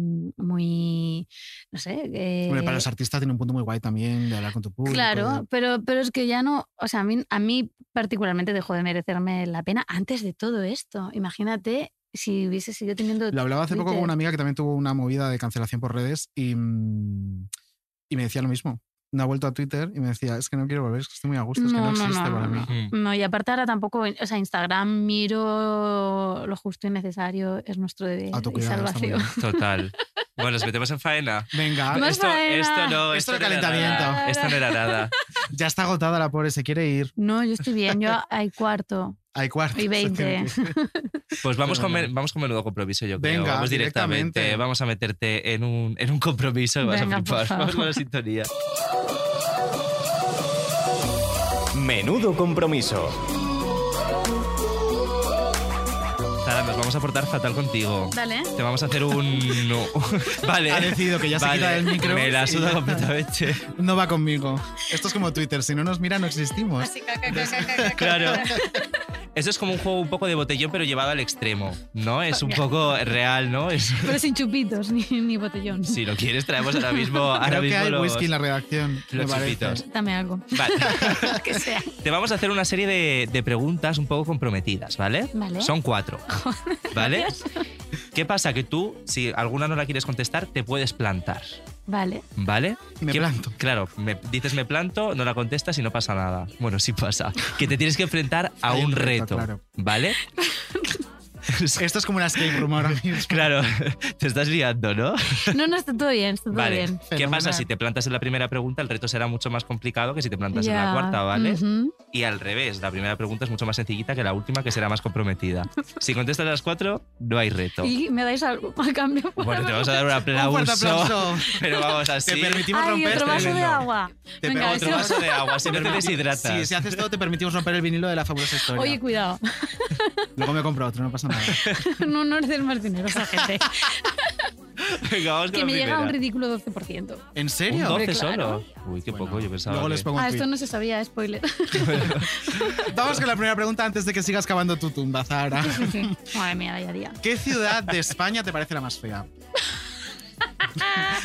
Speaker 6: muy, no sé...
Speaker 4: Hombre,
Speaker 6: eh,
Speaker 4: para los artistas tiene un punto muy guay también de hablar con tu
Speaker 3: pues
Speaker 4: público.
Speaker 6: Claro, pero, pero es que ya no, o sea, a mí, a mí particularmente dejó de merecerme la pena antes de todo esto. Imagínate si hubiese seguido teniendo...
Speaker 4: de- Lo hablaba hace poco con
Speaker 6: Twitter.
Speaker 4: una amiga que también tuvo una movida de cancelación por redes y, mm, y me decía lo mismo. No ha vuelto a Twitter y me decía, es que no quiero volver, es que estoy muy a gusto, es que no,
Speaker 6: No, no,
Speaker 4: existe
Speaker 6: no,
Speaker 4: para
Speaker 6: no,
Speaker 4: mí.
Speaker 6: no.
Speaker 3: Mm.
Speaker 6: No, y aparte ahora tampoco, o sea, Instagram miro lo justo y necesario, es nuestro deber y
Speaker 4: Autocuidado, está muy
Speaker 6: salvación.
Speaker 3: Total. Bueno, nos metemos en faena.
Speaker 4: Venga,
Speaker 6: Más
Speaker 3: esto,
Speaker 6: faena.
Speaker 3: esto no, esto,
Speaker 4: Esto de
Speaker 3: no era
Speaker 4: calentamiento.
Speaker 3: nada. Esto no era nada.
Speaker 4: ya está agotada la pobre, se quiere ir.
Speaker 6: No, yo estoy bien, yo hay cuarto.
Speaker 4: Hay cuarto.
Speaker 6: Y
Speaker 4: se
Speaker 6: 20.
Speaker 4: tiene que ir.
Speaker 3: Pues vamos con,
Speaker 4: Bueno.
Speaker 3: men- vamos con menudo compromiso, yo creo.
Speaker 4: Venga,
Speaker 3: vamos directamente.
Speaker 4: directamente.
Speaker 3: Vamos a meterte en un, en un compromiso que vas
Speaker 6: Venga,
Speaker 3: a
Speaker 6: por
Speaker 3: flipar. Vamos
Speaker 6: favor.
Speaker 3: con la sintonía.
Speaker 1: Menudo compromiso.
Speaker 3: Zara, nos vamos a portar fatal contigo.
Speaker 6: Dale. ¿eh?
Speaker 3: Te vamos a hacer un. no. Vale.
Speaker 4: Ha decidido que ya se
Speaker 3: Vale.
Speaker 4: quita del micro.
Speaker 3: Me la suda
Speaker 4: y-
Speaker 3: completamente.
Speaker 4: No va conmigo. Esto es como Twitter, si no nos mira no existimos.
Speaker 3: Claro. Eso es como un juego un poco de botellón, pero llevado al extremo, ¿no? Es un poco real, ¿no? Es-
Speaker 6: Pero sin chupitos ni, ni botellón.
Speaker 3: si lo quieres, traemos ahora mismo, ahora
Speaker 4: Creo que
Speaker 3: mismo
Speaker 4: hay
Speaker 3: los-
Speaker 4: whisky en la redacción.
Speaker 3: los
Speaker 4: me parece.
Speaker 3: chupitos.
Speaker 6: Dame algo,
Speaker 3: Vale.
Speaker 6: lo que sea.
Speaker 3: Te vamos a hacer una serie de, de preguntas un poco comprometidas, ¿vale?
Speaker 6: Vale.
Speaker 3: Son cuatro. ¿Vale? ¿Qué pasa? Que tú, si alguna no la quieres contestar, te puedes plantar,
Speaker 6: Vale.
Speaker 3: ¿vale?
Speaker 4: Me
Speaker 3: ¿Qué-
Speaker 4: planto.
Speaker 3: Claro, me dices me planto, no la contestas y no pasa nada. Bueno, sí pasa. Que te tienes que enfrentar a
Speaker 4: Hay
Speaker 3: un
Speaker 4: un reto,
Speaker 3: reto,
Speaker 4: claro.
Speaker 3: ¿vale?
Speaker 4: Esto es como una escape room ahora mismo.
Speaker 3: Claro, te estás liando, ¿no?
Speaker 6: No, no, está todo bien, está todo
Speaker 3: Vale.
Speaker 6: bien.
Speaker 3: ¿Qué pasa?
Speaker 4: Fenomenal.
Speaker 3: Si te plantas en la primera pregunta, el reto será mucho más complicado que si te plantas en
Speaker 6: Ya,
Speaker 3: la cuarta, ¿vale?
Speaker 6: ujú.
Speaker 3: Y al revés, la primera pregunta es mucho más sencillita que la última, que será más comprometida. Si contestas las cuatro, no hay reto.
Speaker 6: Y me dais algo a cambio. por
Speaker 3: Bueno, te
Speaker 6: favor.
Speaker 3: vamos a dar un
Speaker 4: Un
Speaker 3: aplauso.
Speaker 4: fuerte aplauso.
Speaker 3: Pero vamos así.
Speaker 4: Te permitimos
Speaker 6: Ay,
Speaker 4: romper.
Speaker 6: otro vaso de
Speaker 4: Tremendo.
Speaker 6: agua.
Speaker 4: Te
Speaker 6: Venga,
Speaker 4: pego
Speaker 6: eso-
Speaker 3: Otro vaso de agua, si no te
Speaker 4: permitimos-
Speaker 3: deshidratas.
Speaker 4: Sí, si haces todo, te permitimos romper el vinilo de la fabulosa historia.
Speaker 6: Oye, cuidado.
Speaker 4: Luego me compro otro, no pasa nada.
Speaker 6: No, no les des más dinero a esa gente.
Speaker 3: Venga, vamos con
Speaker 6: que
Speaker 3: la
Speaker 6: me llega
Speaker 3: primera.
Speaker 6: un ridículo 12%.
Speaker 4: ¿En
Speaker 3: ¿Un
Speaker 4: serio?
Speaker 3: 12
Speaker 6: claro.
Speaker 3: solo? Uy, qué
Speaker 4: Bueno,
Speaker 3: poco, yo pensaba.
Speaker 4: Luego
Speaker 3: que-
Speaker 4: les pongo un
Speaker 6: Ah,
Speaker 4: tweet.
Speaker 6: esto no se sabía, spoiler.
Speaker 4: Vamos con la primera pregunta antes de que sigas cavando tu tumba, Zara.
Speaker 6: Sí, sí. Madre mía, vaya día.
Speaker 4: ¿Qué ciudad de España te parece la más fea?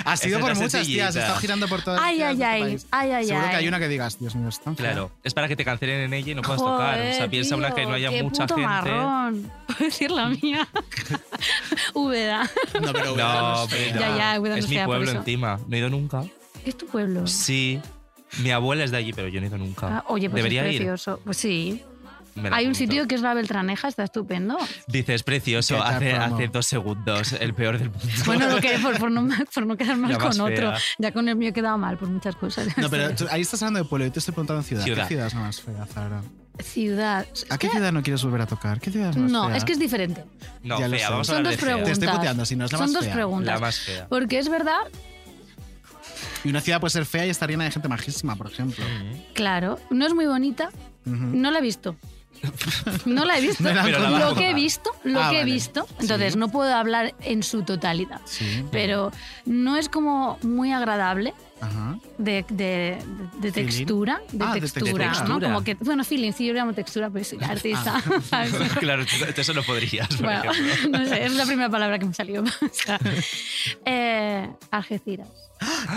Speaker 4: ha sido
Speaker 3: Esa
Speaker 4: por
Speaker 3: es la
Speaker 4: muchas
Speaker 3: sencillita.
Speaker 4: tías, he estado girando por todas las
Speaker 6: Ay,
Speaker 4: ciudades
Speaker 6: ay,
Speaker 4: de este
Speaker 6: ay.
Speaker 4: país.
Speaker 6: Ay, ay,
Speaker 4: Seguro que hay
Speaker 6: ay.
Speaker 4: una que digas, Dios mío, es tan fea.
Speaker 3: Claro, es para que te cancelen en ella y no puedas tocar. O sea,
Speaker 6: Joder,
Speaker 3: piensa una que no
Speaker 6: tío,
Speaker 3: haya
Speaker 6: qué
Speaker 3: mucha
Speaker 6: puto
Speaker 3: gente.
Speaker 6: marrón. Puedo decir la mía. Úbeda.
Speaker 4: No, pero
Speaker 3: No, pero
Speaker 6: Ya, ya, Úbeda no
Speaker 3: es
Speaker 6: es
Speaker 3: mi
Speaker 6: fea, por
Speaker 3: pueblo
Speaker 6: eso.
Speaker 3: encima. No he ido nunca.
Speaker 6: Es tu pueblo.
Speaker 3: Sí. Mi abuela es de allí, pero yo no he ido nunca.
Speaker 6: Ah, oye, pues
Speaker 3: Debería
Speaker 6: es
Speaker 3: ir.
Speaker 6: precioso. Pues sí.
Speaker 3: Me la
Speaker 6: Hay un
Speaker 3: apunto.
Speaker 6: sitio que es la Beltraneja, está estupendo.
Speaker 3: Dices precioso
Speaker 4: Que te
Speaker 3: hace,
Speaker 4: promo.
Speaker 3: hace dos segundos, el peor del mundo.
Speaker 6: Bueno, lo que por, por no, por no quedar mal
Speaker 3: La más
Speaker 6: con otro.
Speaker 3: fea.
Speaker 6: Ya con el mío he quedado mal por muchas cosas.
Speaker 4: No, pero tú- ahí estás hablando de pueblo, yo te estoy preguntando ciudad.
Speaker 3: Ciudad.
Speaker 4: ¿Qué ciudad es la más fea, Zara?
Speaker 6: Ciudad.
Speaker 4: ¿A qué ciudad no quieres volver a tocar? ¿Qué ciudad es la más
Speaker 6: No,
Speaker 4: fea?
Speaker 6: es que es diferente.
Speaker 3: No,
Speaker 4: Ya lo
Speaker 3: fea,
Speaker 4: sé.
Speaker 3: vamos a
Speaker 6: Son
Speaker 3: hablar
Speaker 6: dos
Speaker 3: de
Speaker 4: Te
Speaker 3: fea.
Speaker 4: estoy
Speaker 6: preguntas.
Speaker 4: puteando, si no es la
Speaker 6: Son
Speaker 4: más
Speaker 6: dos
Speaker 4: fea.
Speaker 3: La
Speaker 6: preguntas.
Speaker 3: más fea.
Speaker 6: Porque es verdad,
Speaker 4: Y una ciudad puede ser fea y estar llena de gente majísima, por ejemplo.
Speaker 6: claro, no es muy bonita,
Speaker 4: Ujú.
Speaker 6: no la he visto. No la he visto.
Speaker 4: Me la han
Speaker 3: Pero la vas a
Speaker 6: lo que he
Speaker 3: contar.
Speaker 6: visto, lo
Speaker 4: Ah,
Speaker 6: que he
Speaker 4: vale.
Speaker 6: visto. Entonces,
Speaker 4: Sí.
Speaker 6: no puedo hablar en su totalidad.
Speaker 4: Sí.
Speaker 6: Pero no es como muy agradable.
Speaker 4: Ajá.
Speaker 6: de, de- de
Speaker 4: Feeling.
Speaker 6: textura,
Speaker 4: Ah, de
Speaker 6: de
Speaker 4: Ah. te- de
Speaker 6: textura, ¿no?
Speaker 3: textura.
Speaker 6: Como que, bueno, feeling, sí, yo le llamo textura, pero soy artista, ¿sabes?
Speaker 3: claro, tú- tú eso no podrías. por
Speaker 6: Bueno,
Speaker 3: ejemplo.
Speaker 6: no sé, es la primera palabra que me salió. O sea, eh, Algeciras.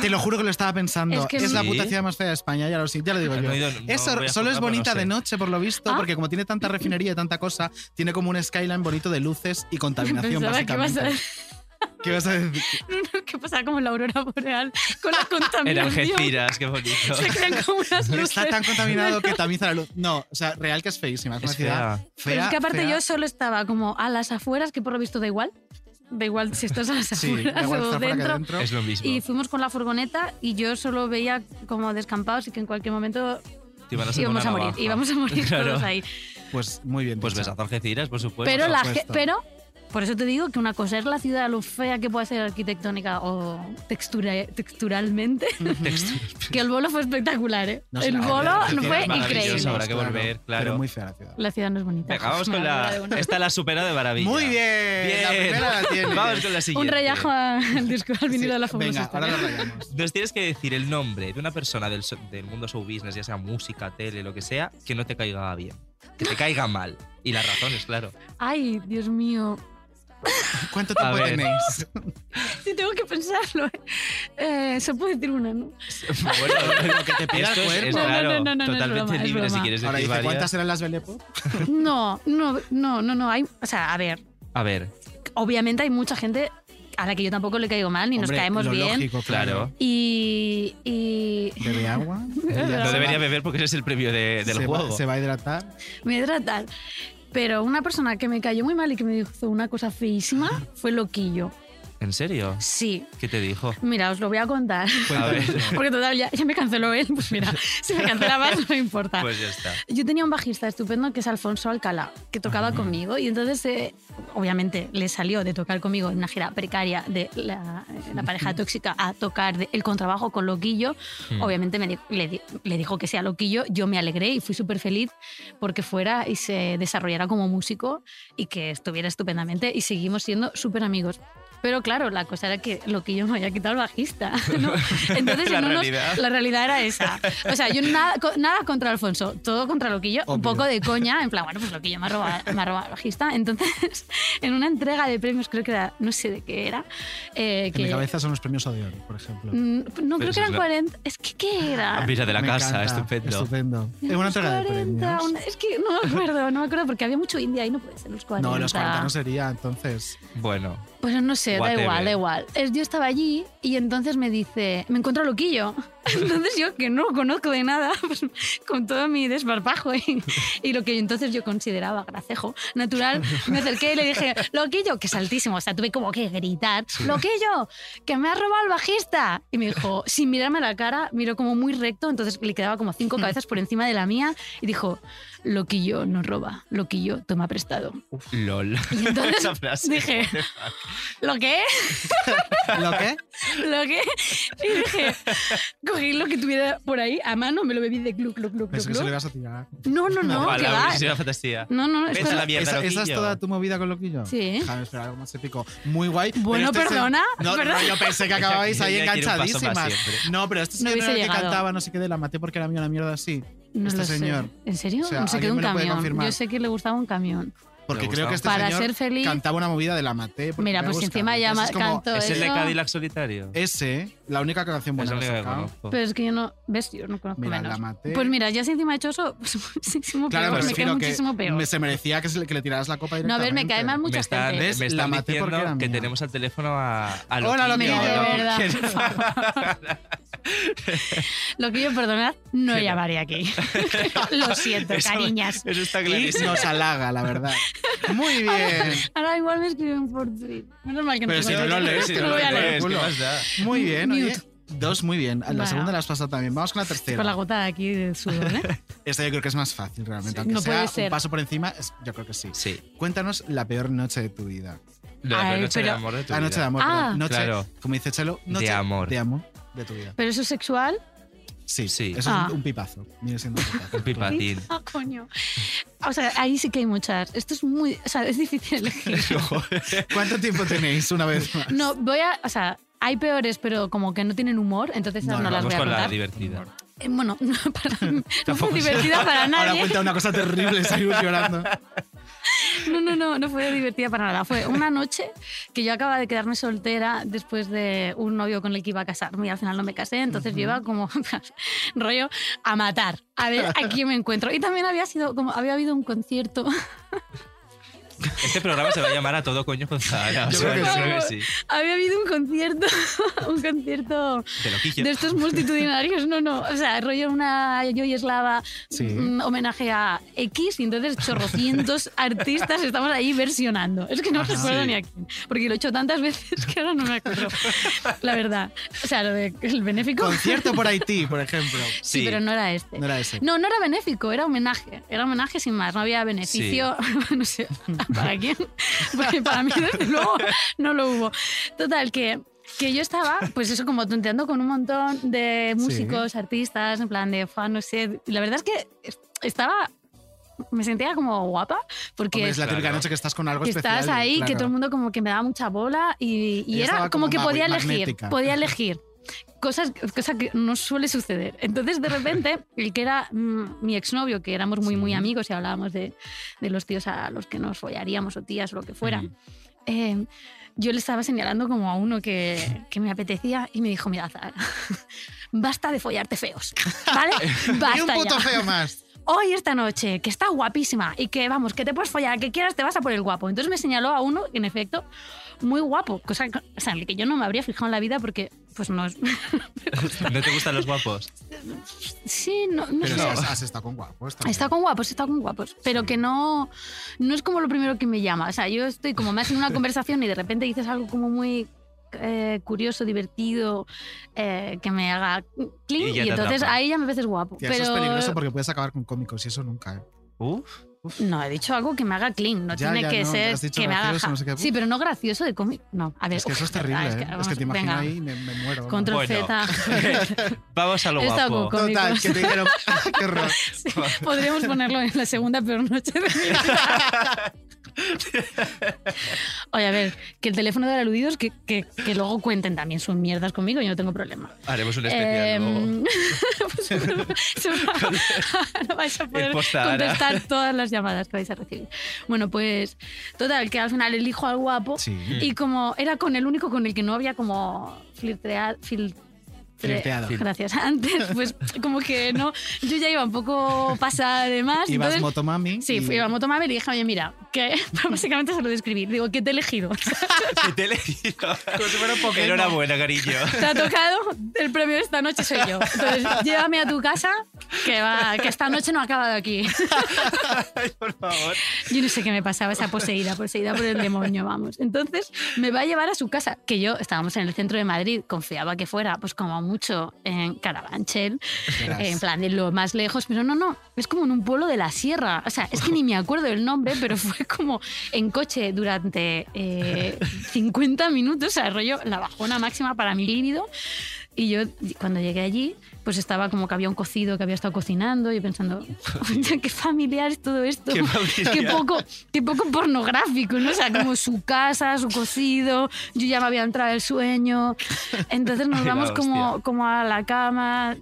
Speaker 4: Te lo juro que lo estaba pensando.
Speaker 6: Ah. Es
Speaker 4: Es,
Speaker 6: que
Speaker 4: la
Speaker 3: sí.
Speaker 4: puta ciudad más fea de España, ya lo, sé, ya lo digo
Speaker 3: No
Speaker 4: yo.
Speaker 3: he ido, no
Speaker 4: es hor-
Speaker 3: voy a
Speaker 4: solo es
Speaker 3: juzgar, pero no
Speaker 4: bonita de
Speaker 3: sé.
Speaker 4: noche, por lo visto,
Speaker 6: Ah.
Speaker 4: porque como tiene tanta refinería y tanta cosa, tiene como un skyline bonito de luces y contaminación,
Speaker 6: Pensaba que ibas
Speaker 4: básicamente.
Speaker 6: a
Speaker 4: ¿Qué vas a decir?
Speaker 6: que pasaba como la aurora boreal con la
Speaker 3: En
Speaker 6: contaminación.
Speaker 3: Algeciras, qué bonito.
Speaker 6: Se crean como unas
Speaker 4: No
Speaker 6: luces.
Speaker 4: está tan contaminado que tamiza la luz. No, o sea, real que es feísima. Es una
Speaker 3: Es fea.
Speaker 4: ciudad fea.
Speaker 6: Pero es que aparte
Speaker 4: fea.
Speaker 6: yo solo estaba como a las afueras, que por lo visto da igual. Da igual si estás a las
Speaker 4: Sí,
Speaker 6: afueras
Speaker 4: da igual
Speaker 6: o
Speaker 4: estar fuera que
Speaker 6: dentro.
Speaker 4: dentro.
Speaker 3: Es lo mismo.
Speaker 6: Y fuimos con la furgoneta y yo solo veía como descampados y que en cualquier momento
Speaker 3: Te iban a sacar
Speaker 6: íbamos
Speaker 3: una
Speaker 6: a morir.
Speaker 3: navaja.
Speaker 6: Íbamos a morir
Speaker 3: Claro.
Speaker 6: todos ahí.
Speaker 4: Pues muy bien.
Speaker 3: Pues
Speaker 4: dicho.
Speaker 3: besazo a Algeciras, por supuesto.
Speaker 6: pero, la,
Speaker 4: supuesto.
Speaker 6: ge- pero por eso te digo que una cosa es la ciudad, lo fea que puede ser arquitectónica o textura, texturalmente, que el bolo fue espectacular. ¿eh?
Speaker 4: No, sí,
Speaker 6: el
Speaker 4: la
Speaker 6: bolo
Speaker 4: verdad, la ciudad
Speaker 6: fue
Speaker 4: es maravillosa,
Speaker 6: increíble.
Speaker 3: Habrá que volver, claro.
Speaker 4: Pero muy fea la ciudad.
Speaker 6: La ciudad no es bonita.
Speaker 3: Venga, vamos con
Speaker 6: Nada, nada
Speaker 3: la.
Speaker 6: de
Speaker 3: Esta la supera de maravilla.
Speaker 4: Muy bien. La
Speaker 3: Bien.
Speaker 4: primera la tiene.
Speaker 3: Vamos con la siguiente.
Speaker 6: Un rayajo al, disco, al vinilo de la famosa.
Speaker 4: Venga, ahora la
Speaker 6: historia.
Speaker 4: rayamos.
Speaker 3: Nos tienes que decir el nombre de una persona del, so- del mundo show business, ya sea música, tele, lo que sea, que no te caiga bien. Que te caiga mal. Y las razones, claro.
Speaker 6: Ay, Dios mío.
Speaker 4: ¿Cuánto
Speaker 3: A
Speaker 4: tiempo
Speaker 3: ver.
Speaker 4: tenéis?
Speaker 6: Sí, tengo que pensarlo. ¿eh? Eh, se puede decir una, ¿no?
Speaker 3: Bueno, lo que te
Speaker 4: pida el
Speaker 3: esto es- es,
Speaker 4: cuerpo. No, no,
Speaker 3: claro,
Speaker 6: no, no, no, no, es
Speaker 3: totalmente
Speaker 6: broma, es
Speaker 3: libre si
Speaker 6: broma.
Speaker 3: quieres
Speaker 4: Ahora
Speaker 3: decir
Speaker 4: dice,
Speaker 3: varias.
Speaker 4: ¿cuántas eran las Belepop?
Speaker 6: No, no, no, no, no. Hay, o sea, a ver,
Speaker 3: A ver,
Speaker 4: Pues
Speaker 6: obviamente hay mucha gente a la que yo tampoco le caigo mal ni nos caemos
Speaker 4: lo
Speaker 6: bien.
Speaker 4: Lógico, claro.
Speaker 3: Claro.
Speaker 6: Y, y
Speaker 4: Bebe agua. ella
Speaker 6: No
Speaker 3: no
Speaker 4: se
Speaker 3: debería
Speaker 4: va-
Speaker 3: beber porque ese es el premio de- del
Speaker 4: se va-
Speaker 3: juego.
Speaker 4: se va a hidratar.
Speaker 6: me tratan. Pero una persona que me cayó muy mal y que me dijo una cosa feísima fue Loquillo.
Speaker 3: ¿En serio?
Speaker 6: Sí.
Speaker 3: ¿Qué te dijo?
Speaker 6: Mira, os lo voy a contar.
Speaker 4: Pues
Speaker 3: A ver,
Speaker 6: Porque total, ya, ya me canceló él. Pues mira, si me cancela más, no importa.
Speaker 3: pues ya está.
Speaker 6: Yo tenía un bajista estupendo que es Alfonso Alcalá, que tocaba conmigo y entonces eh, obviamente le salió de tocar conmigo en una gira precaria de la, la pareja tóxica a tocar de- el contrabajo con Loquillo.
Speaker 3: Mm.
Speaker 6: Obviamente me di- le, di- le dijo que sea Loquillo, yo me alegré y fui súper feliz porque fuera y se desarrollara como músico y que estuviera estupendamente y seguimos siendo súper amigos. Pero claro, la cosa era que Loquillo me había quitado el bajista. ¿no? Entonces,
Speaker 3: La
Speaker 6: en unos-
Speaker 3: realidad.
Speaker 6: la realidad era esa. O sea, yo nada, co- nada contra Alfonso, todo contra Loquillo, un
Speaker 4: Obvio.
Speaker 6: poco de coña, en plan, bueno, pues Loquillo me ha robado, me ha robado el bajista. Entonces, en una entrega de premios, creo que era, no sé de qué era, eh,
Speaker 4: En
Speaker 6: que...
Speaker 4: mi cabeza son los premios Odeon, por ejemplo.
Speaker 6: Mm,
Speaker 3: Pero eso
Speaker 6: No, creo que
Speaker 3: es
Speaker 6: eran
Speaker 3: la- Ah,
Speaker 6: 40. Es que, ¿qué era?
Speaker 3: Mira, de la
Speaker 4: Me
Speaker 3: casa,
Speaker 4: encanta,
Speaker 3: estupendo.
Speaker 4: Estupendo. Es una entrega de
Speaker 6: 40,
Speaker 4: premios.
Speaker 6: una- es que no me acuerdo, no me acuerdo, porque había mucho indie ahí, no puede ser los 40.
Speaker 4: No, los 40 no sería, entonces.
Speaker 3: Bueno,
Speaker 6: Pues no sé, da
Speaker 3: Whatever.
Speaker 6: igual, da igual. Es- Yo estaba allí y entonces me dice, me encuentro a Loquillo. Entonces yo, que no lo conozco de nada, pues, con todo mi desparpajo y, y lo que entonces yo consideraba gracejo natural, me acerqué y le dije, Loquillo, que es altísimo, o sea, tuve como que gritar, Loquillo, que me ha robado el bajista. Y me dijo, sin mirarme a la cara, miró como muy recto, entonces le quedaba como cinco cabezas por encima de la mía y dijo, Loquillo no roba, Loquillo toma prestado.
Speaker 3: lol.
Speaker 6: Y entonces
Speaker 3: Esa frase.
Speaker 6: dije, ¿lo qué?
Speaker 4: ¿Lo qué?
Speaker 6: lo que y dije cogí lo que tuviera por ahí a mano me lo bebí de glu glu glu glu,
Speaker 4: Pensé que se
Speaker 6: glu.
Speaker 4: lo ibas a tirar.
Speaker 6: no no no
Speaker 3: Ojalá,
Speaker 6: que va
Speaker 3: hubiese sido una fantasía.
Speaker 6: no no es
Speaker 3: Vete a
Speaker 6: que-
Speaker 3: la mierda,
Speaker 4: ¿Esa, esa es
Speaker 3: loquillo.
Speaker 4: toda tu movida con Loquillo?
Speaker 6: Sí.
Speaker 4: Déjame esperar algo más épico. Muy guay. pero
Speaker 6: Bueno,
Speaker 4: este es el-
Speaker 6: perdona,
Speaker 4: No, no,
Speaker 6: perdona.
Speaker 4: yo pensé que acababais ahí
Speaker 3: Ella quiere un paso más
Speaker 4: enganchadísimas.
Speaker 3: siempre.
Speaker 4: No, pero este
Speaker 6: No
Speaker 4: señor
Speaker 6: hubiese
Speaker 4: era el que
Speaker 6: llegado.
Speaker 4: cantaba, no sé qué, de la maté porque era mía una mierda así.
Speaker 6: no
Speaker 4: este
Speaker 6: lo sé.
Speaker 4: señor.
Speaker 6: en serio
Speaker 4: O sea,
Speaker 6: no se
Speaker 4: alguien
Speaker 6: quedó un
Speaker 4: me lo puede
Speaker 6: camión
Speaker 4: confirmar.
Speaker 6: yo sé que le gustaba un camión
Speaker 4: Porque
Speaker 3: Me
Speaker 4: creo que este
Speaker 6: gustaba. Para
Speaker 4: señor
Speaker 6: ser feliz-
Speaker 4: cantaba una movida de la maté. porque
Speaker 6: mira
Speaker 4: me
Speaker 6: pues si
Speaker 4: gusta.
Speaker 6: encima ya ma-
Speaker 4: Entonces es como
Speaker 6: cantó
Speaker 3: ¿Es el de
Speaker 6: eso
Speaker 3: Cadillac
Speaker 4: Eh,
Speaker 3: solitario?
Speaker 4: Ese, la única canción
Speaker 3: es
Speaker 4: buena
Speaker 3: la
Speaker 4: que
Speaker 3: única
Speaker 4: ha
Speaker 3: que
Speaker 4: sacado.
Speaker 3: conozco.
Speaker 6: pero es que yo no ves yo no conozco
Speaker 4: Oh. Mira,
Speaker 6: menos
Speaker 4: la maté.
Speaker 6: pues mira ya si encima he hecho eso pues muchísimo
Speaker 4: Claro,
Speaker 6: peor
Speaker 4: me
Speaker 6: me cae
Speaker 4: refiero que
Speaker 6: muchísimo peor
Speaker 4: me- se merecía que, se le- que le tiraras la copa
Speaker 6: no a
Speaker 4: directamente.
Speaker 6: ver me cae mal
Speaker 3: me
Speaker 6: mucha
Speaker 3: están,
Speaker 6: gente
Speaker 4: ¿Ves?
Speaker 3: me
Speaker 4: La
Speaker 3: están
Speaker 4: maté porque era
Speaker 3: diciendo que
Speaker 4: mía.
Speaker 3: tenemos al teléfono a, a
Speaker 4: Hola,
Speaker 6: Me
Speaker 4: Loquillo.
Speaker 6: cae
Speaker 4: no,
Speaker 6: de verdad,
Speaker 3: que-
Speaker 6: por favor. Lo que yo perdonad, no llamaré aquí. Lo siento,
Speaker 3: Eso-
Speaker 6: cariñas.
Speaker 3: Eso está
Speaker 4: Y
Speaker 3: clarísimo.
Speaker 4: nos halaga, la verdad. Muy bien.
Speaker 6: Ahora igual me escriben por Twitter. Menos mal que
Speaker 4: Pero
Speaker 6: no
Speaker 4: si
Speaker 6: tengo
Speaker 4: no lo
Speaker 6: Twitter,
Speaker 4: lees,
Speaker 6: que
Speaker 4: si
Speaker 6: no
Speaker 4: no
Speaker 6: lo voy a
Speaker 4: lo
Speaker 6: leer.
Speaker 4: lees.
Speaker 3: ¿Qué más da?
Speaker 4: Muy bien. oye.
Speaker 6: Mute.
Speaker 4: Dos, muy bien. La
Speaker 6: Bueno.
Speaker 4: segunda la has pasado también. Vamos con la tercera.
Speaker 6: Con la gota aquí de sudor, ¿eh?
Speaker 4: Esta yo creo que es más fácil realmente. Aunque
Speaker 6: No
Speaker 4: sea
Speaker 6: puede
Speaker 4: un
Speaker 6: ser.
Speaker 4: paso por encima, es- yo creo que sí.
Speaker 3: Sí.
Speaker 4: Cuéntanos la peor noche de tu vida.
Speaker 3: La
Speaker 6: Ay,
Speaker 3: noche de
Speaker 6: pero-
Speaker 3: amor de tu
Speaker 4: La noche de
Speaker 3: vida.
Speaker 4: amor.
Speaker 6: Ah.
Speaker 4: perdón. Noche,
Speaker 3: Claro.
Speaker 4: como dice Chelo, noche
Speaker 3: De amor.
Speaker 4: De amor de tu vida.
Speaker 6: Pero eso es sexual.
Speaker 4: Sí,
Speaker 3: Sí.
Speaker 4: sí. Eso
Speaker 6: Ah.
Speaker 4: es un, un pipazo. Viene siendo un pipazo.
Speaker 3: Un pipatín.
Speaker 6: Ah, coño. O sea, ahí sí que hay muchas. Esto es muy. O sea, es difícil elegir.
Speaker 4: ¿Cuánto tiempo tenéis una vez más?
Speaker 6: No, voy a. O sea, hay peores, pero como que no tienen humor, entonces esas
Speaker 4: No,
Speaker 6: no,
Speaker 4: no,
Speaker 6: las
Speaker 3: Vamos
Speaker 6: voy a
Speaker 3: con la
Speaker 6: contar.
Speaker 3: divertida.
Speaker 6: Eh, bueno, para- no fue
Speaker 4: Tampoco sé.
Speaker 6: divertida para
Speaker 4: Ahora
Speaker 6: nadie.
Speaker 4: cuenta una cosa terrible, salimos llorando.
Speaker 6: No, no, no, no fue divertida para nada. Fue una noche que yo acababa de quedarme soltera después de un novio con el que iba a casarme y al final no me casé, entonces yo iba como rollo a matar, a ver a quién me encuentro. Y también había sido como había habido un concierto
Speaker 3: Este programa se va a llamar a todo coño con Zahara. o
Speaker 4: Yo
Speaker 3: sea,
Speaker 4: creo
Speaker 6: que
Speaker 3: sí.
Speaker 6: Había habido un concierto, un concierto
Speaker 3: Te lo quillo.
Speaker 6: de estos multitudinarios, no, no, o sea, rollo una Joy Slava
Speaker 4: Sí.
Speaker 6: mm, homenaje a X y entonces chorrocientos artistas estamos ahí versionando. Es que no
Speaker 4: Ajá.
Speaker 6: recuerdo
Speaker 4: Sí.
Speaker 6: ni a quién, porque lo he hecho tantas veces que ahora no me acuerdo, la verdad. O sea, lo del benéfico,
Speaker 4: Concierto por Haití, por ejemplo.
Speaker 6: sí, pero no era este.
Speaker 4: No era ese.
Speaker 6: No, no era benéfico, era homenaje. Era homenaje sin más, no había beneficio, no sé, ¿para quién? Porque para mí, desde luego, no lo hubo. Total, que, que yo estaba, pues eso, como tonteando con un montón de músicos, artistas, en plan de, "Fua, no sé. La verdad es que es- estaba, me sentía como guapa, porque...
Speaker 4: Hombre, es la típica
Speaker 3: Claro.
Speaker 4: noche que estás con algo
Speaker 6: que
Speaker 4: especial.
Speaker 6: Estás ahí, que
Speaker 4: claro.
Speaker 6: todo el mundo como que me daba mucha bola y, y
Speaker 4: Ella
Speaker 6: era
Speaker 4: estaba
Speaker 6: como,
Speaker 4: como
Speaker 6: que
Speaker 4: mag-
Speaker 6: podía elegir,
Speaker 4: magnética.
Speaker 6: podía elegir. Cosas, cosa que no suele suceder. Entonces, de repente, el que era mm, mi exnovio, que éramos muy, muy amigos y hablábamos de, de los tíos a los que nos follaríamos o tías o lo que fuera, eh, yo le estaba señalando como a uno que, que me apetecía y me dijo, mira, Zara, basta de follarte feos, ¿vale? Basta
Speaker 4: Ni un puto
Speaker 6: ya
Speaker 4: feo más.
Speaker 6: hoy esta noche, que está guapísima y que vamos, que te puedes follar, que quieras, te vas a por el guapo. Entonces me señaló a uno, en efecto, muy guapo, cosa que- o sea, en el que yo no me habría fijado en la vida porque, pues no es.
Speaker 3: ¿No te gustan los guapos?
Speaker 6: sí, no, no
Speaker 4: Pero
Speaker 6: sé.
Speaker 4: sí, has, has estado con guapos. también.
Speaker 6: Está con guapos, está con guapos, pero que no, no es como lo primero que me llama. O sea, yo estoy como más en una conversación y de repente dices algo como muy eh, curioso, divertido, eh, que me haga clic
Speaker 3: Y
Speaker 6: y,
Speaker 3: ya te
Speaker 6: entonces
Speaker 3: atrapa.
Speaker 6: ahí ya me veces guapo.
Speaker 4: Tía,
Speaker 6: pero
Speaker 4: Eso es peligroso porque puedes acabar con cómicos y eso nunca. ¿eh?
Speaker 3: Uf.
Speaker 6: No, he dicho algo que me haga clean, no
Speaker 4: Ya,
Speaker 6: tiene
Speaker 4: ya,
Speaker 6: que
Speaker 4: no,
Speaker 6: ser
Speaker 4: has dicho
Speaker 6: que me haga.
Speaker 4: gracioso,
Speaker 6: ja-
Speaker 4: no sé qué.
Speaker 6: Sí, pero no gracioso de cómic. No, a ver.
Speaker 4: Es que
Speaker 6: uf,
Speaker 4: eso es
Speaker 6: verdad,
Speaker 4: terrible. ¿eh? Es que,
Speaker 6: vamos,
Speaker 4: te imagino
Speaker 6: venga,
Speaker 4: ahí y me, me muero. vamos.
Speaker 6: Control
Speaker 3: Bueno.
Speaker 6: Z.
Speaker 3: Vamos a lo
Speaker 6: He estado
Speaker 3: guapo.
Speaker 6: con-
Speaker 4: Total,
Speaker 6: cómicos.
Speaker 4: que te dijeron. "Ah, Qué horror.
Speaker 6: Sí, podríamos ponerlo en la segunda peor noche de mi vida. Oye, a ver, que el teléfono de aludidos que, que, que luego cuenten también sus mierdas conmigo, yo no tengo problema.
Speaker 3: Haremos un especial luego.
Speaker 6: Em, pues, no vais a poder
Speaker 3: posta ahora.
Speaker 6: contestar todas las llamadas que vais a recibir. Bueno, pues total, que al final elijo al guapo
Speaker 4: Sí.
Speaker 6: Y como era con el único con el que no había como flirtea- fil-
Speaker 4: Flirteado.
Speaker 6: tre- Gracias. Antes, pues como que no. Yo ya iba un poco pasada de más.
Speaker 4: Ibas
Speaker 6: entonces,
Speaker 4: motomami.
Speaker 6: Sí,
Speaker 4: y-
Speaker 6: fui a Motomami y le dije, oye, mira, que básicamente se lo describí. Digo, ¿qué te he elegido?
Speaker 3: Que te he elegido. Enhorabuena, cariño.
Speaker 6: Te ha tocado el premio de esta noche soy yo. Entonces, llévame a tu casa, que va, que esta noche no ha acabado aquí.
Speaker 3: Por favor.
Speaker 6: Yo no sé qué me pasaba, esa poseída, poseída por el demonio, vamos. Entonces me va a llevar a su casa, que yo estábamos en el centro de Madrid, confiaba que fuera, pues como mucho, en Carabanchel,
Speaker 4: Verás.
Speaker 6: en plan de lo más lejos, pero no, no, es como en un pueblo de la sierra. O sea, es que ni me acuerdo el nombre, pero fue como en coche durante eh, 50 minutos, o sea, rollo la bajona máxima para mi líbido. Y yo, cuando llegué allí, pues estaba como que había un cocido que había estado cocinando y pensando, "Oye, qué familiar es todo esto.
Speaker 3: Qué familiar.
Speaker 6: Qué poco, qué poco pornográfico, ¿no? O sea, como su casa, su cocido, yo ya me había entrado el sueño. Entonces nos
Speaker 3: Ay, la
Speaker 6: vamos como,
Speaker 3: hostia.
Speaker 6: como a la cama,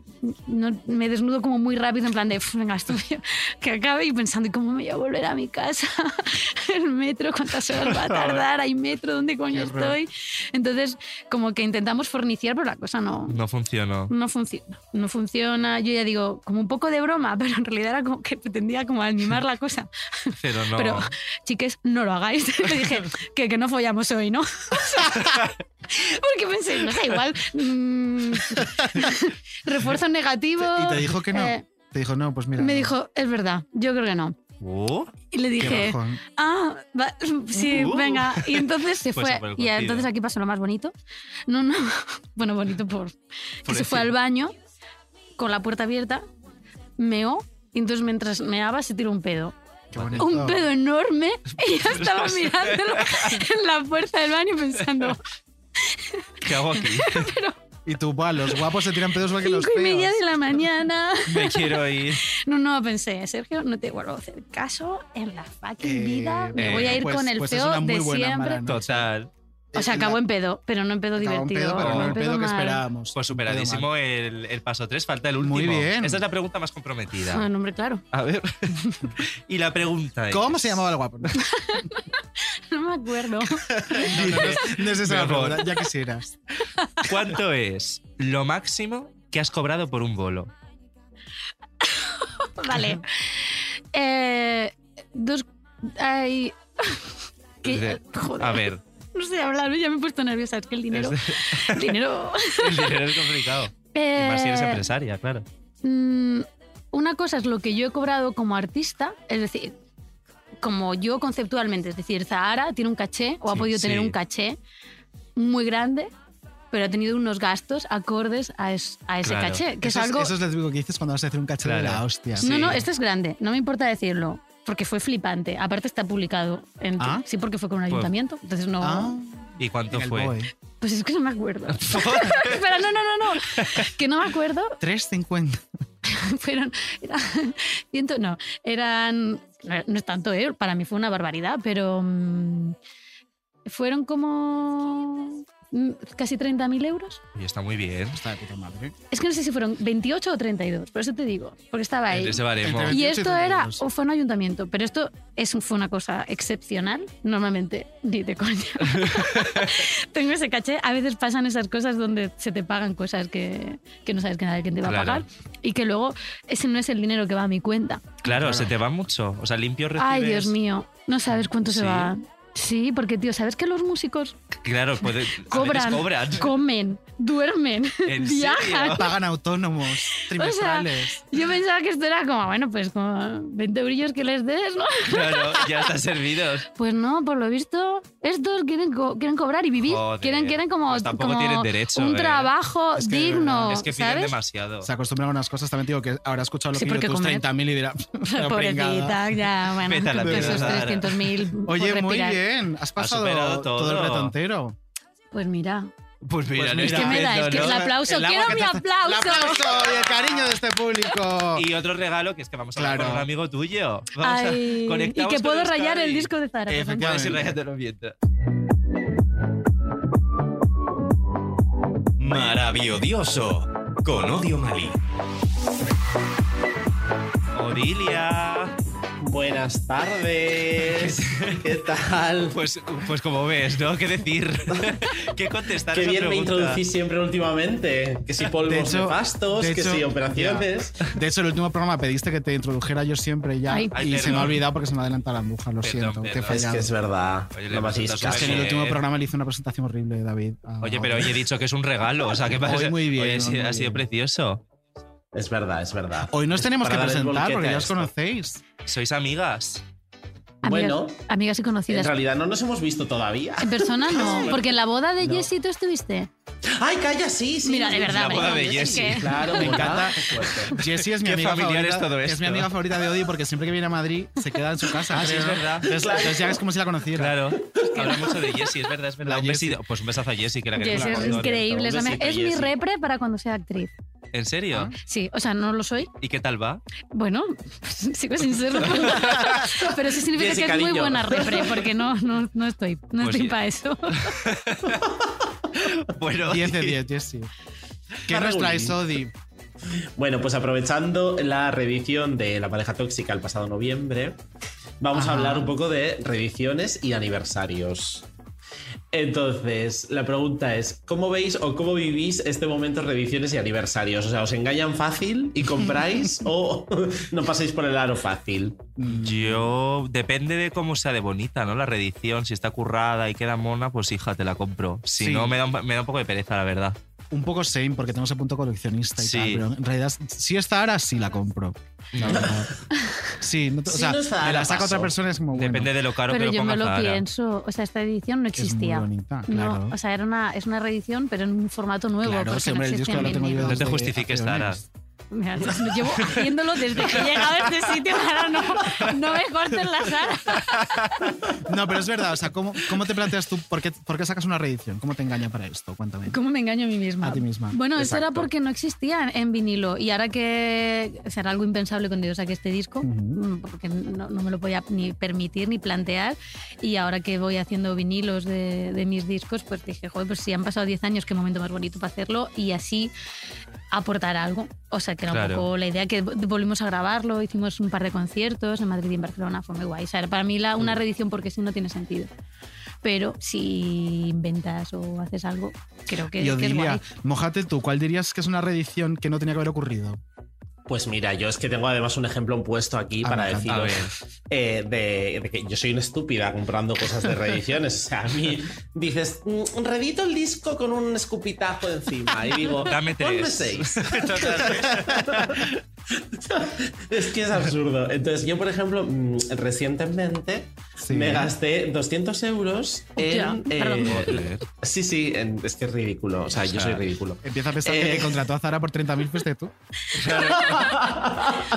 Speaker 6: no- me desnudo como muy rápido, en plan de, "Uf, venga, esto ya- que acabe y pensando, ¿y cómo me voy a volver a mi casa? El metro, ¿cuántas horas va a tardar? ¿Hay metro? ¿Dónde coño estoy? Entonces, como que intentamos forniciar, pero la cosa no,
Speaker 3: No funcionó.
Speaker 6: no funciona. No funciona. Yo ya digo, como un poco de broma, pero en realidad era como que pretendía como animar la cosa.
Speaker 3: Pero no.
Speaker 6: Pero, chiques, no lo hagáis. Le dije que, que no follamos hoy, ¿no? O sea, Porque pensé, no sé, igual. mm, refuerzo negativo.
Speaker 4: Y te dijo que no.
Speaker 6: eh,
Speaker 4: Te dijo, no, pues mira.
Speaker 6: me
Speaker 4: no.
Speaker 6: dijo, es verdad, yo creo que no.
Speaker 3: Uh,
Speaker 6: Y le
Speaker 4: Qué
Speaker 6: dije,
Speaker 4: bajón.
Speaker 6: ah, va- sí,
Speaker 3: Uh.
Speaker 6: venga. Y entonces se
Speaker 3: Pues a por
Speaker 6: fue.
Speaker 3: el
Speaker 6: Y
Speaker 3: cocido.
Speaker 6: entonces aquí pasó lo más bonito. No, no. Bueno, bonito por. que se
Speaker 3: eso.
Speaker 6: fue al baño con la puerta abierta, meó. Y entonces mientras meaba se tiró un pedo.
Speaker 4: Qué bonito.
Speaker 6: Un pedo enorme. Y yo estaba mirándolo en la puerta del baño pensando,
Speaker 3: ¿Qué hago aquí?
Speaker 4: Y tú, buah, los guapos se tiran pedos igual que los
Speaker 6: cinco y media
Speaker 4: feos.
Speaker 6: de la mañana.
Speaker 3: Me quiero ir.
Speaker 6: No, no, pensé, Sergio, no te vuelvo a hacer caso en la fucking vida. Me
Speaker 3: eh,
Speaker 6: voy a ir
Speaker 4: pues-
Speaker 6: con el
Speaker 4: pues es
Speaker 6: feo
Speaker 4: una muy
Speaker 6: de
Speaker 4: buena
Speaker 6: siempre.
Speaker 4: mala noche.
Speaker 3: Total.
Speaker 6: O sea,
Speaker 4: eh,
Speaker 6: acabó
Speaker 4: la-
Speaker 6: en pedo, pero no en pedo
Speaker 4: acabó en pedo,
Speaker 6: divertido.
Speaker 4: pero no el
Speaker 6: en
Speaker 4: pedo que
Speaker 6: mal.
Speaker 4: esperábamos.
Speaker 3: Pues superadísimo el, el paso 3, falta el último.
Speaker 4: Muy bien.
Speaker 3: Esa es la pregunta más
Speaker 6: Ah,
Speaker 3: comprometida.
Speaker 6: no, hombre, claro.
Speaker 3: A ver. y la pregunta es.
Speaker 4: ¿Cómo se llamaba el guapo? No,
Speaker 6: No me
Speaker 4: no,
Speaker 6: acuerdo.
Speaker 4: no, no es esa la
Speaker 3: Mi amor.
Speaker 4: pregunta, ya quisieras.
Speaker 3: ¿Cuánto es lo máximo que has cobrado por un bolo?
Speaker 6: Vale. Eh, dos. Ay. ¿Qué? Joder.
Speaker 3: A ver,
Speaker 6: No sé hablar, ya me he puesto nerviosa. Es que el dinero. el dinero.
Speaker 3: el dinero es complicado. Y más si eres
Speaker 6: Eh,
Speaker 3: empresaria, claro.
Speaker 6: Mm, una cosa es lo que yo he cobrado como artista, es decir, como yo conceptualmente, es decir, Zahara tiene un caché o ha
Speaker 3: Sí,
Speaker 6: podido tener
Speaker 3: sí.
Speaker 6: un caché muy grande, pero ha tenido unos gastos acordes a, es- a ese
Speaker 3: Claro.
Speaker 6: caché, que
Speaker 4: eso,
Speaker 6: es algo...
Speaker 4: es, eso es lo típico que dices cuando vas a hacer un cachete de
Speaker 3: Claro.
Speaker 4: la hostia.
Speaker 6: No, no,
Speaker 3: sí.
Speaker 6: esto es grande, no me importa decirlo, porque fue flipante. Aparte está publicado en... tu-
Speaker 4: Ah.
Speaker 6: Sí, porque fue con un
Speaker 3: Pues-
Speaker 6: ayuntamiento, entonces no...
Speaker 4: Ah,
Speaker 3: ¿Y cuánto
Speaker 4: en el
Speaker 3: fue?
Speaker 4: BOE.
Speaker 6: Pues es que no me acuerdo. pero no, no, no, no, que no me acuerdo,
Speaker 4: 3.50.
Speaker 6: fueron era- ciento- no eran no es tanto ¿eh? para mí fue una barbaridad pero mm, fueron como mm, casi 30.000 euros
Speaker 3: Y está muy bien.
Speaker 4: Está de puta madre.
Speaker 6: es que no sé si fueron 28 o 32 por eso te digo porque estaba ahí
Speaker 3: Entre ese baremo.
Speaker 4: Entre-
Speaker 6: y
Speaker 4: 28 y
Speaker 6: esto era
Speaker 4: 32.
Speaker 6: o fue un ayuntamiento pero esto es, un- fue una cosa excepcional normalmente ni de coña tengo ese caché a veces pasan esas cosas donde se te pagan cosas que, que no sabes que nadie te va a
Speaker 3: Claro.
Speaker 6: pagar y que luego ese no es el dinero que va a mi cuenta
Speaker 3: Claro, se te va mucho. O sea, limpio recibes.
Speaker 6: Ay, Dios mío, no sabes cuánto
Speaker 3: Sí.
Speaker 6: se va. Sí, porque, tío, ¿sabes que los músicos
Speaker 3: Claro, puede, a veces
Speaker 6: cobran,
Speaker 3: cobran.
Speaker 6: comen, duermen,
Speaker 3: ¿En
Speaker 6: viajan?
Speaker 4: Pagan autónomos, trimestrales.
Speaker 6: Yo pensaba que esto era como, bueno, pues como 20 eurillos que les des, ¿no?
Speaker 3: Claro, ya están servidos.
Speaker 6: Pues no, por lo visto, estos quieren, co- quieren cobrar y vivir.
Speaker 3: Joder,
Speaker 6: quieren, quieren como,
Speaker 3: pues tampoco
Speaker 6: como
Speaker 3: tienen derecho,
Speaker 6: un
Speaker 3: ¿eh?
Speaker 6: trabajo
Speaker 4: Es que de
Speaker 6: digno,
Speaker 4: verdad,
Speaker 3: es que piden
Speaker 6: ¿sabes?
Speaker 3: demasiado.
Speaker 4: Se acostumbran a unas cosas, también te digo que ahora he escuchado lo
Speaker 6: Sí,
Speaker 4: que
Speaker 6: porque
Speaker 4: tus
Speaker 6: comer-
Speaker 4: 30.000 y dirá. "La pringada".
Speaker 6: Pobrecita, ya, bueno,
Speaker 3: Vete a la
Speaker 6: con esos
Speaker 3: mierda.
Speaker 6: 300.000.
Speaker 4: Oye,
Speaker 6: por
Speaker 4: muy
Speaker 6: respirar.
Speaker 4: bien. Has pasado
Speaker 3: superado
Speaker 4: todo.
Speaker 3: todo.
Speaker 4: el reto entero.
Speaker 6: Pues mira,
Speaker 3: Pues mira, no
Speaker 4: Pues mira.
Speaker 6: ¿qué
Speaker 3: está
Speaker 6: me da?
Speaker 3: viendo,
Speaker 6: Es que es
Speaker 3: ¿no?
Speaker 6: el aplauso.
Speaker 4: El agua
Speaker 6: ¡Quiero
Speaker 4: que
Speaker 6: mi
Speaker 4: te hace- El aplauso y el cariño de este público.
Speaker 3: Y otro regalo que es que vamos a hablar
Speaker 4: Claro.
Speaker 3: con un amigo tuyo. Vamos a-
Speaker 6: Ay, y
Speaker 3: conectamos
Speaker 6: que
Speaker 3: con
Speaker 6: puedo
Speaker 3: Euskadi.
Speaker 6: rayar el disco de Zara. por ejemplo.
Speaker 3: Puedes ir
Speaker 4: Efectivamente.
Speaker 3: rayándolo mientras.
Speaker 9: Maravilloso. Con odio malí.
Speaker 3: Odilia.
Speaker 7: Buenas tardes. ¿Qué tal?
Speaker 3: Pues, pues como ves, ¿no? ¿Qué decir? ¿Qué contestar? a
Speaker 7: Qué
Speaker 3: esa
Speaker 7: bien me
Speaker 3: pregunta?
Speaker 7: introducís siempre últimamente. Que si
Speaker 4: De
Speaker 7: polvos
Speaker 4: hecho-
Speaker 7: nefastos,
Speaker 4: de
Speaker 7: que
Speaker 4: hecho-
Speaker 7: si operaciones.
Speaker 4: De hecho, el último programa pediste que te introdujera yo siempre ya.
Speaker 6: Ay.
Speaker 3: Ay,
Speaker 4: y se me ha
Speaker 3: perdón.
Speaker 4: olvidado porque se me ha adelantado la mujer, lo
Speaker 3: Perdón,
Speaker 4: siento. Te he
Speaker 3: perdón.
Speaker 7: Es
Speaker 4: fallado.
Speaker 7: que es verdad.
Speaker 3: Oye, le
Speaker 7: no me hacéis
Speaker 3: presentas
Speaker 4: Es que en
Speaker 7: caso.
Speaker 4: el
Speaker 3: Bien.
Speaker 4: último programa le hice una presentación horrible, David. Ah, a-
Speaker 3: Oye, pero hoy he dicho que es un regalo. O sea, que pasa?
Speaker 4: Hoy muy bien,
Speaker 3: Oye, ha sido-
Speaker 4: muy
Speaker 3: ha sido
Speaker 4: bien.
Speaker 3: precioso.
Speaker 7: Es verdad, es verdad.
Speaker 4: Hoy nos tenemos que
Speaker 7: Para dar el
Speaker 4: presentar
Speaker 7: volquete
Speaker 4: porque
Speaker 7: a
Speaker 4: ya os
Speaker 7: esto.
Speaker 4: conocéis.
Speaker 3: Sois amigas.
Speaker 6: Amigas-
Speaker 7: Bueno.
Speaker 6: amigas y
Speaker 7: En
Speaker 6: conocidas. En,
Speaker 7: realidad no nos hemos visto todavía.
Speaker 6: persona no, porque en la boda de
Speaker 7: No.
Speaker 6: Jessie tú estuviste.
Speaker 7: ¡Ay, calla! Sí, sí.
Speaker 6: Mira, de verdad,
Speaker 3: la boda
Speaker 6: Mariano,
Speaker 3: de
Speaker 6: es que-
Speaker 3: Jessie.
Speaker 7: Claro, me encanta.
Speaker 4: Jessie es mi
Speaker 3: Qué
Speaker 4: amiga
Speaker 3: familiar
Speaker 4: favorita.
Speaker 3: es todo
Speaker 4: mi
Speaker 3: esto.
Speaker 4: amiga favorita de Odio porque siempre que viene a Madrid se queda en su casa.
Speaker 3: Ah, sí,
Speaker 4: creo.
Speaker 3: es verdad.
Speaker 4: Entonces, entonces ya es como si la conociera.
Speaker 3: Claro. Habla mucho de Jessie, es verdad, es verdad.
Speaker 4: La
Speaker 3: Un
Speaker 4: Jessie.
Speaker 3: besito. Pues un besazo a Jessie, que la queremos
Speaker 6: Jessie
Speaker 3: un
Speaker 6: es
Speaker 3: montón.
Speaker 6: increíble. Es, la me-
Speaker 7: besito,
Speaker 6: es mi
Speaker 7: Jessie.
Speaker 6: repre para cuando sea actriz.
Speaker 3: ¿En serio?
Speaker 6: Sí, o sea, no lo soy.
Speaker 3: ¿Y qué tal va?
Speaker 6: Bueno, sigo sin serlo. Pero eso significa
Speaker 7: Jessie,
Speaker 6: que es muy
Speaker 7: cariño.
Speaker 6: buena repre, porque no, no, no estoy, no
Speaker 3: Pues
Speaker 6: estoy
Speaker 3: sí.
Speaker 6: para eso.
Speaker 3: Bueno,
Speaker 4: 10 de 10, Jessie. ¿Qué
Speaker 7: Para
Speaker 4: nos
Speaker 7: reunir.
Speaker 4: traes, Odi?
Speaker 7: Bueno, pues aprovechando la reedición de La pareja tóxica el pasado noviembre, vamos
Speaker 4: Ajá.
Speaker 7: a hablar un poco de reediciones y aniversarios. Entonces, la pregunta es, ¿cómo veis o cómo vivís este momento reediciones y aniversarios? O sea, ¿os engañan fácil y compráis o no pasáis por el aro fácil?
Speaker 3: Yo, depende de cómo sea de bonita, ¿no? La reedición, si está currada y queda mona, pues hija, te la compro. Si
Speaker 4: Sí.
Speaker 3: no, me da, un, me da un poco de pereza, la verdad.
Speaker 4: Un poco same porque tenemos el punto coleccionista y
Speaker 3: Sí.
Speaker 4: tal, pero en realidad si está ahora sí la compro. La verdad. sí, no te- o
Speaker 7: Si
Speaker 4: sea,
Speaker 7: no está
Speaker 4: me la
Speaker 7: Zara,
Speaker 4: saca
Speaker 7: paso.
Speaker 4: otra persona es como bueno,
Speaker 3: Depende de lo caro
Speaker 6: pero
Speaker 3: que lo
Speaker 6: yo me
Speaker 3: pongas
Speaker 6: lo
Speaker 3: Zara.
Speaker 6: pienso. O sea, esta edición no
Speaker 4: es muy
Speaker 6: existía.
Speaker 4: bonita, claro.
Speaker 6: No, o sea, era una, es una reedición, pero en un formato nuevo.
Speaker 4: Claro,
Speaker 6: porque
Speaker 4: sí,
Speaker 6: no
Speaker 4: hombre, el disco
Speaker 6: existían
Speaker 4: lo tengo yo
Speaker 6: vinilos.
Speaker 3: No te
Speaker 4: desde
Speaker 3: justifiques,
Speaker 4: hace
Speaker 3: Zara.
Speaker 4: años.
Speaker 6: Mira, lo llevo haciéndolo desde que he llegado a este sitio, ahora no, no me corten la sala.
Speaker 4: No, pero es verdad. O sea, ¿cómo, cómo te planteas tú? Por qué, por qué sacas una reedición? ¿Cómo te engaña para esto? Cuéntame.
Speaker 6: ¿Cómo me engaño a mí misma?
Speaker 4: A ti misma.
Speaker 6: Bueno, eso era
Speaker 7: Exacto.
Speaker 6: porque no existía en vinilo y ahora que será algo impensable cuando yo saque este disco, mm, porque no, no me lo podía ni permitir ni plantear y ahora que voy haciendo vinilos de, de mis discos, pues dije, joder, pues si han pasado 10 años, qué momento más bonito para hacerlo y así aportar algo. O sea, que era
Speaker 3: Claro.
Speaker 6: un poco la idea que vol- volvimos a grabarlo, hicimos un par de conciertos en Madrid y en Barcelona, fue muy guay. O sea, era para mí la, una reedición porque si no tiene sentido. Pero si inventas o haces algo, creo que,
Speaker 4: y
Speaker 6: que es
Speaker 4: Odilia,
Speaker 6: guay.
Speaker 4: mojate tú. ¿Cuál dirías que es una reedición que no tenía que haber ocurrido?
Speaker 7: Pues mira, yo es que tengo además un ejemplo puesto aquí
Speaker 4: Ah,
Speaker 7: para
Speaker 4: me encanta.
Speaker 3: A
Speaker 7: deciros
Speaker 3: ver.
Speaker 7: eh, de, de que yo soy una estúpida comprando cosas de reediciones. O sea, a mí dices, "Mm, redito el disco con un escupitajo encima. Y digo,
Speaker 3: Dame tres.
Speaker 7: "Ponme seis". es que es absurdo. Entonces, yo, por ejemplo, mm, recientemente
Speaker 4: Sí.
Speaker 7: me gasté 200 euros en. eh,
Speaker 6: Ya, perdón.
Speaker 3: Joder.
Speaker 7: sí, sí, en- es que es ridículo. O sea, yo soy ridículo.
Speaker 4: Empieza a pensar que
Speaker 7: Eh.
Speaker 4: te contrató a Zara por 30.000 fuiste tú.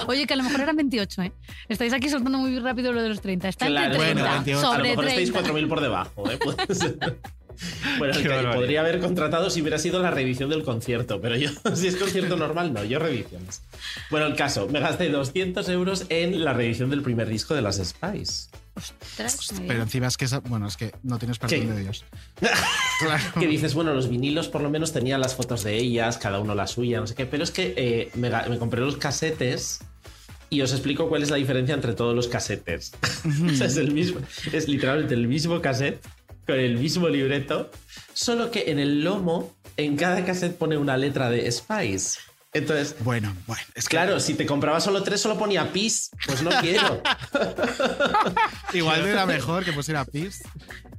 Speaker 6: Oye, que a lo mejor eran 28, ¿eh? Estáis aquí soltando muy rápido lo de los 30. Está
Speaker 7: Claro,
Speaker 6: entre 30,
Speaker 7: bueno,
Speaker 4: 28.
Speaker 7: a lo
Speaker 6: sobre
Speaker 7: mejor estáis
Speaker 6: 30.
Speaker 7: 4.000 por debajo, ¿eh? Puede ser. Bueno,
Speaker 3: Qué
Speaker 7: que
Speaker 3: barbaridad.
Speaker 7: podría haber contratado si hubiera sido la revisión del concierto, pero yo, si es concierto normal, no, yo revisiones. Bueno, el caso, me gasté 200 euros en la revisión del primer disco de las Spice.
Speaker 6: Ostras, muy bien.
Speaker 4: Pero encima es que, esa- bueno, es que no tienes perdón
Speaker 7: ¿Qué?
Speaker 4: de Dios. Claro.
Speaker 7: Que dices, bueno, los vinilos por lo menos tenían las fotos de ellas, cada uno la suya, no sé qué, pero es que eh, me, ga- me compré los casetes y os explico cuál es la diferencia entre todos los casetes. o sea, es el mismo, es literalmente el mismo cassette con el mismo libreto, solo que en el lomo, en cada cassette pone una letra de Spice. Entonces,
Speaker 4: Bueno, bueno. Es que
Speaker 7: claro, si te compraba solo tres, solo ponía Peace, pues no quiero.
Speaker 4: Igual era mejor que pusiera Pierce.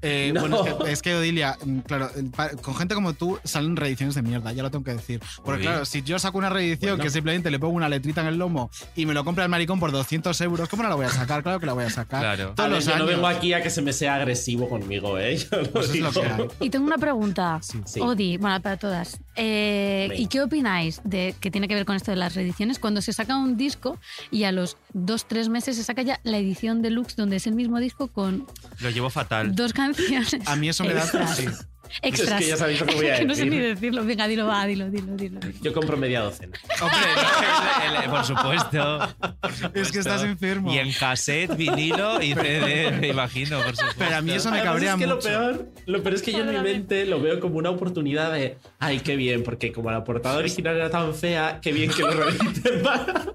Speaker 4: Eh,
Speaker 7: No.
Speaker 4: Bueno, es que, es que, Odilia, mm, claro, el pa- con gente como tú salen reediciones de mierda, ya lo tengo que decir. Porque
Speaker 3: Uy.
Speaker 4: claro, si yo saco una reedición
Speaker 7: Bueno.
Speaker 4: que simplemente le pongo una letrita en el lomo y me lo compra el maricón por 200 euros, ¿cómo no la voy a sacar? Claro que la voy a sacar.
Speaker 3: Claro.
Speaker 7: A
Speaker 4: Todos
Speaker 7: ver,
Speaker 4: los
Speaker 7: yo no
Speaker 4: años.
Speaker 7: vengo aquí a que se me sea agresivo conmigo, ¿eh? Yo lo
Speaker 4: Pues es lo
Speaker 7: digo.
Speaker 4: que hay.
Speaker 6: Y tengo una pregunta,
Speaker 7: Sí.
Speaker 6: Odi, bueno, para todas. Eh,
Speaker 7: Venga.
Speaker 6: ¿Y qué opináis de que tiene que ver con esto de las reediciones? Cuando se saca un disco y a los dos, tres meses se saca ya la edición deluxe, donde es el mismo disco con
Speaker 3: Lo llevo fatal.
Speaker 6: dos canciones.
Speaker 4: A mí eso me da.
Speaker 6: Extras.
Speaker 4: sí.
Speaker 6: Extras.
Speaker 7: Es que ya sabéis lo que voy a
Speaker 6: no sé
Speaker 7: decir.
Speaker 6: ni decirlo. Venga, dilo, va, dilo, dilo, dilo.
Speaker 7: Yo compro media docena.
Speaker 3: Hombre, el- el- el- por supuesto. por
Speaker 4: Es que
Speaker 3: supuesto.
Speaker 4: estás enfermo.
Speaker 3: Y en cassette, vinilo y CD, me imagino, por supuesto.
Speaker 4: Pero a mí eso me
Speaker 7: Además,
Speaker 4: cabrea
Speaker 7: es que
Speaker 4: mucho.
Speaker 7: Lo peor, lo peor es que yo en mi mente lo veo como una oportunidad de, ay, qué bien, porque como la portada original era tan fea, qué bien que lo reediten para...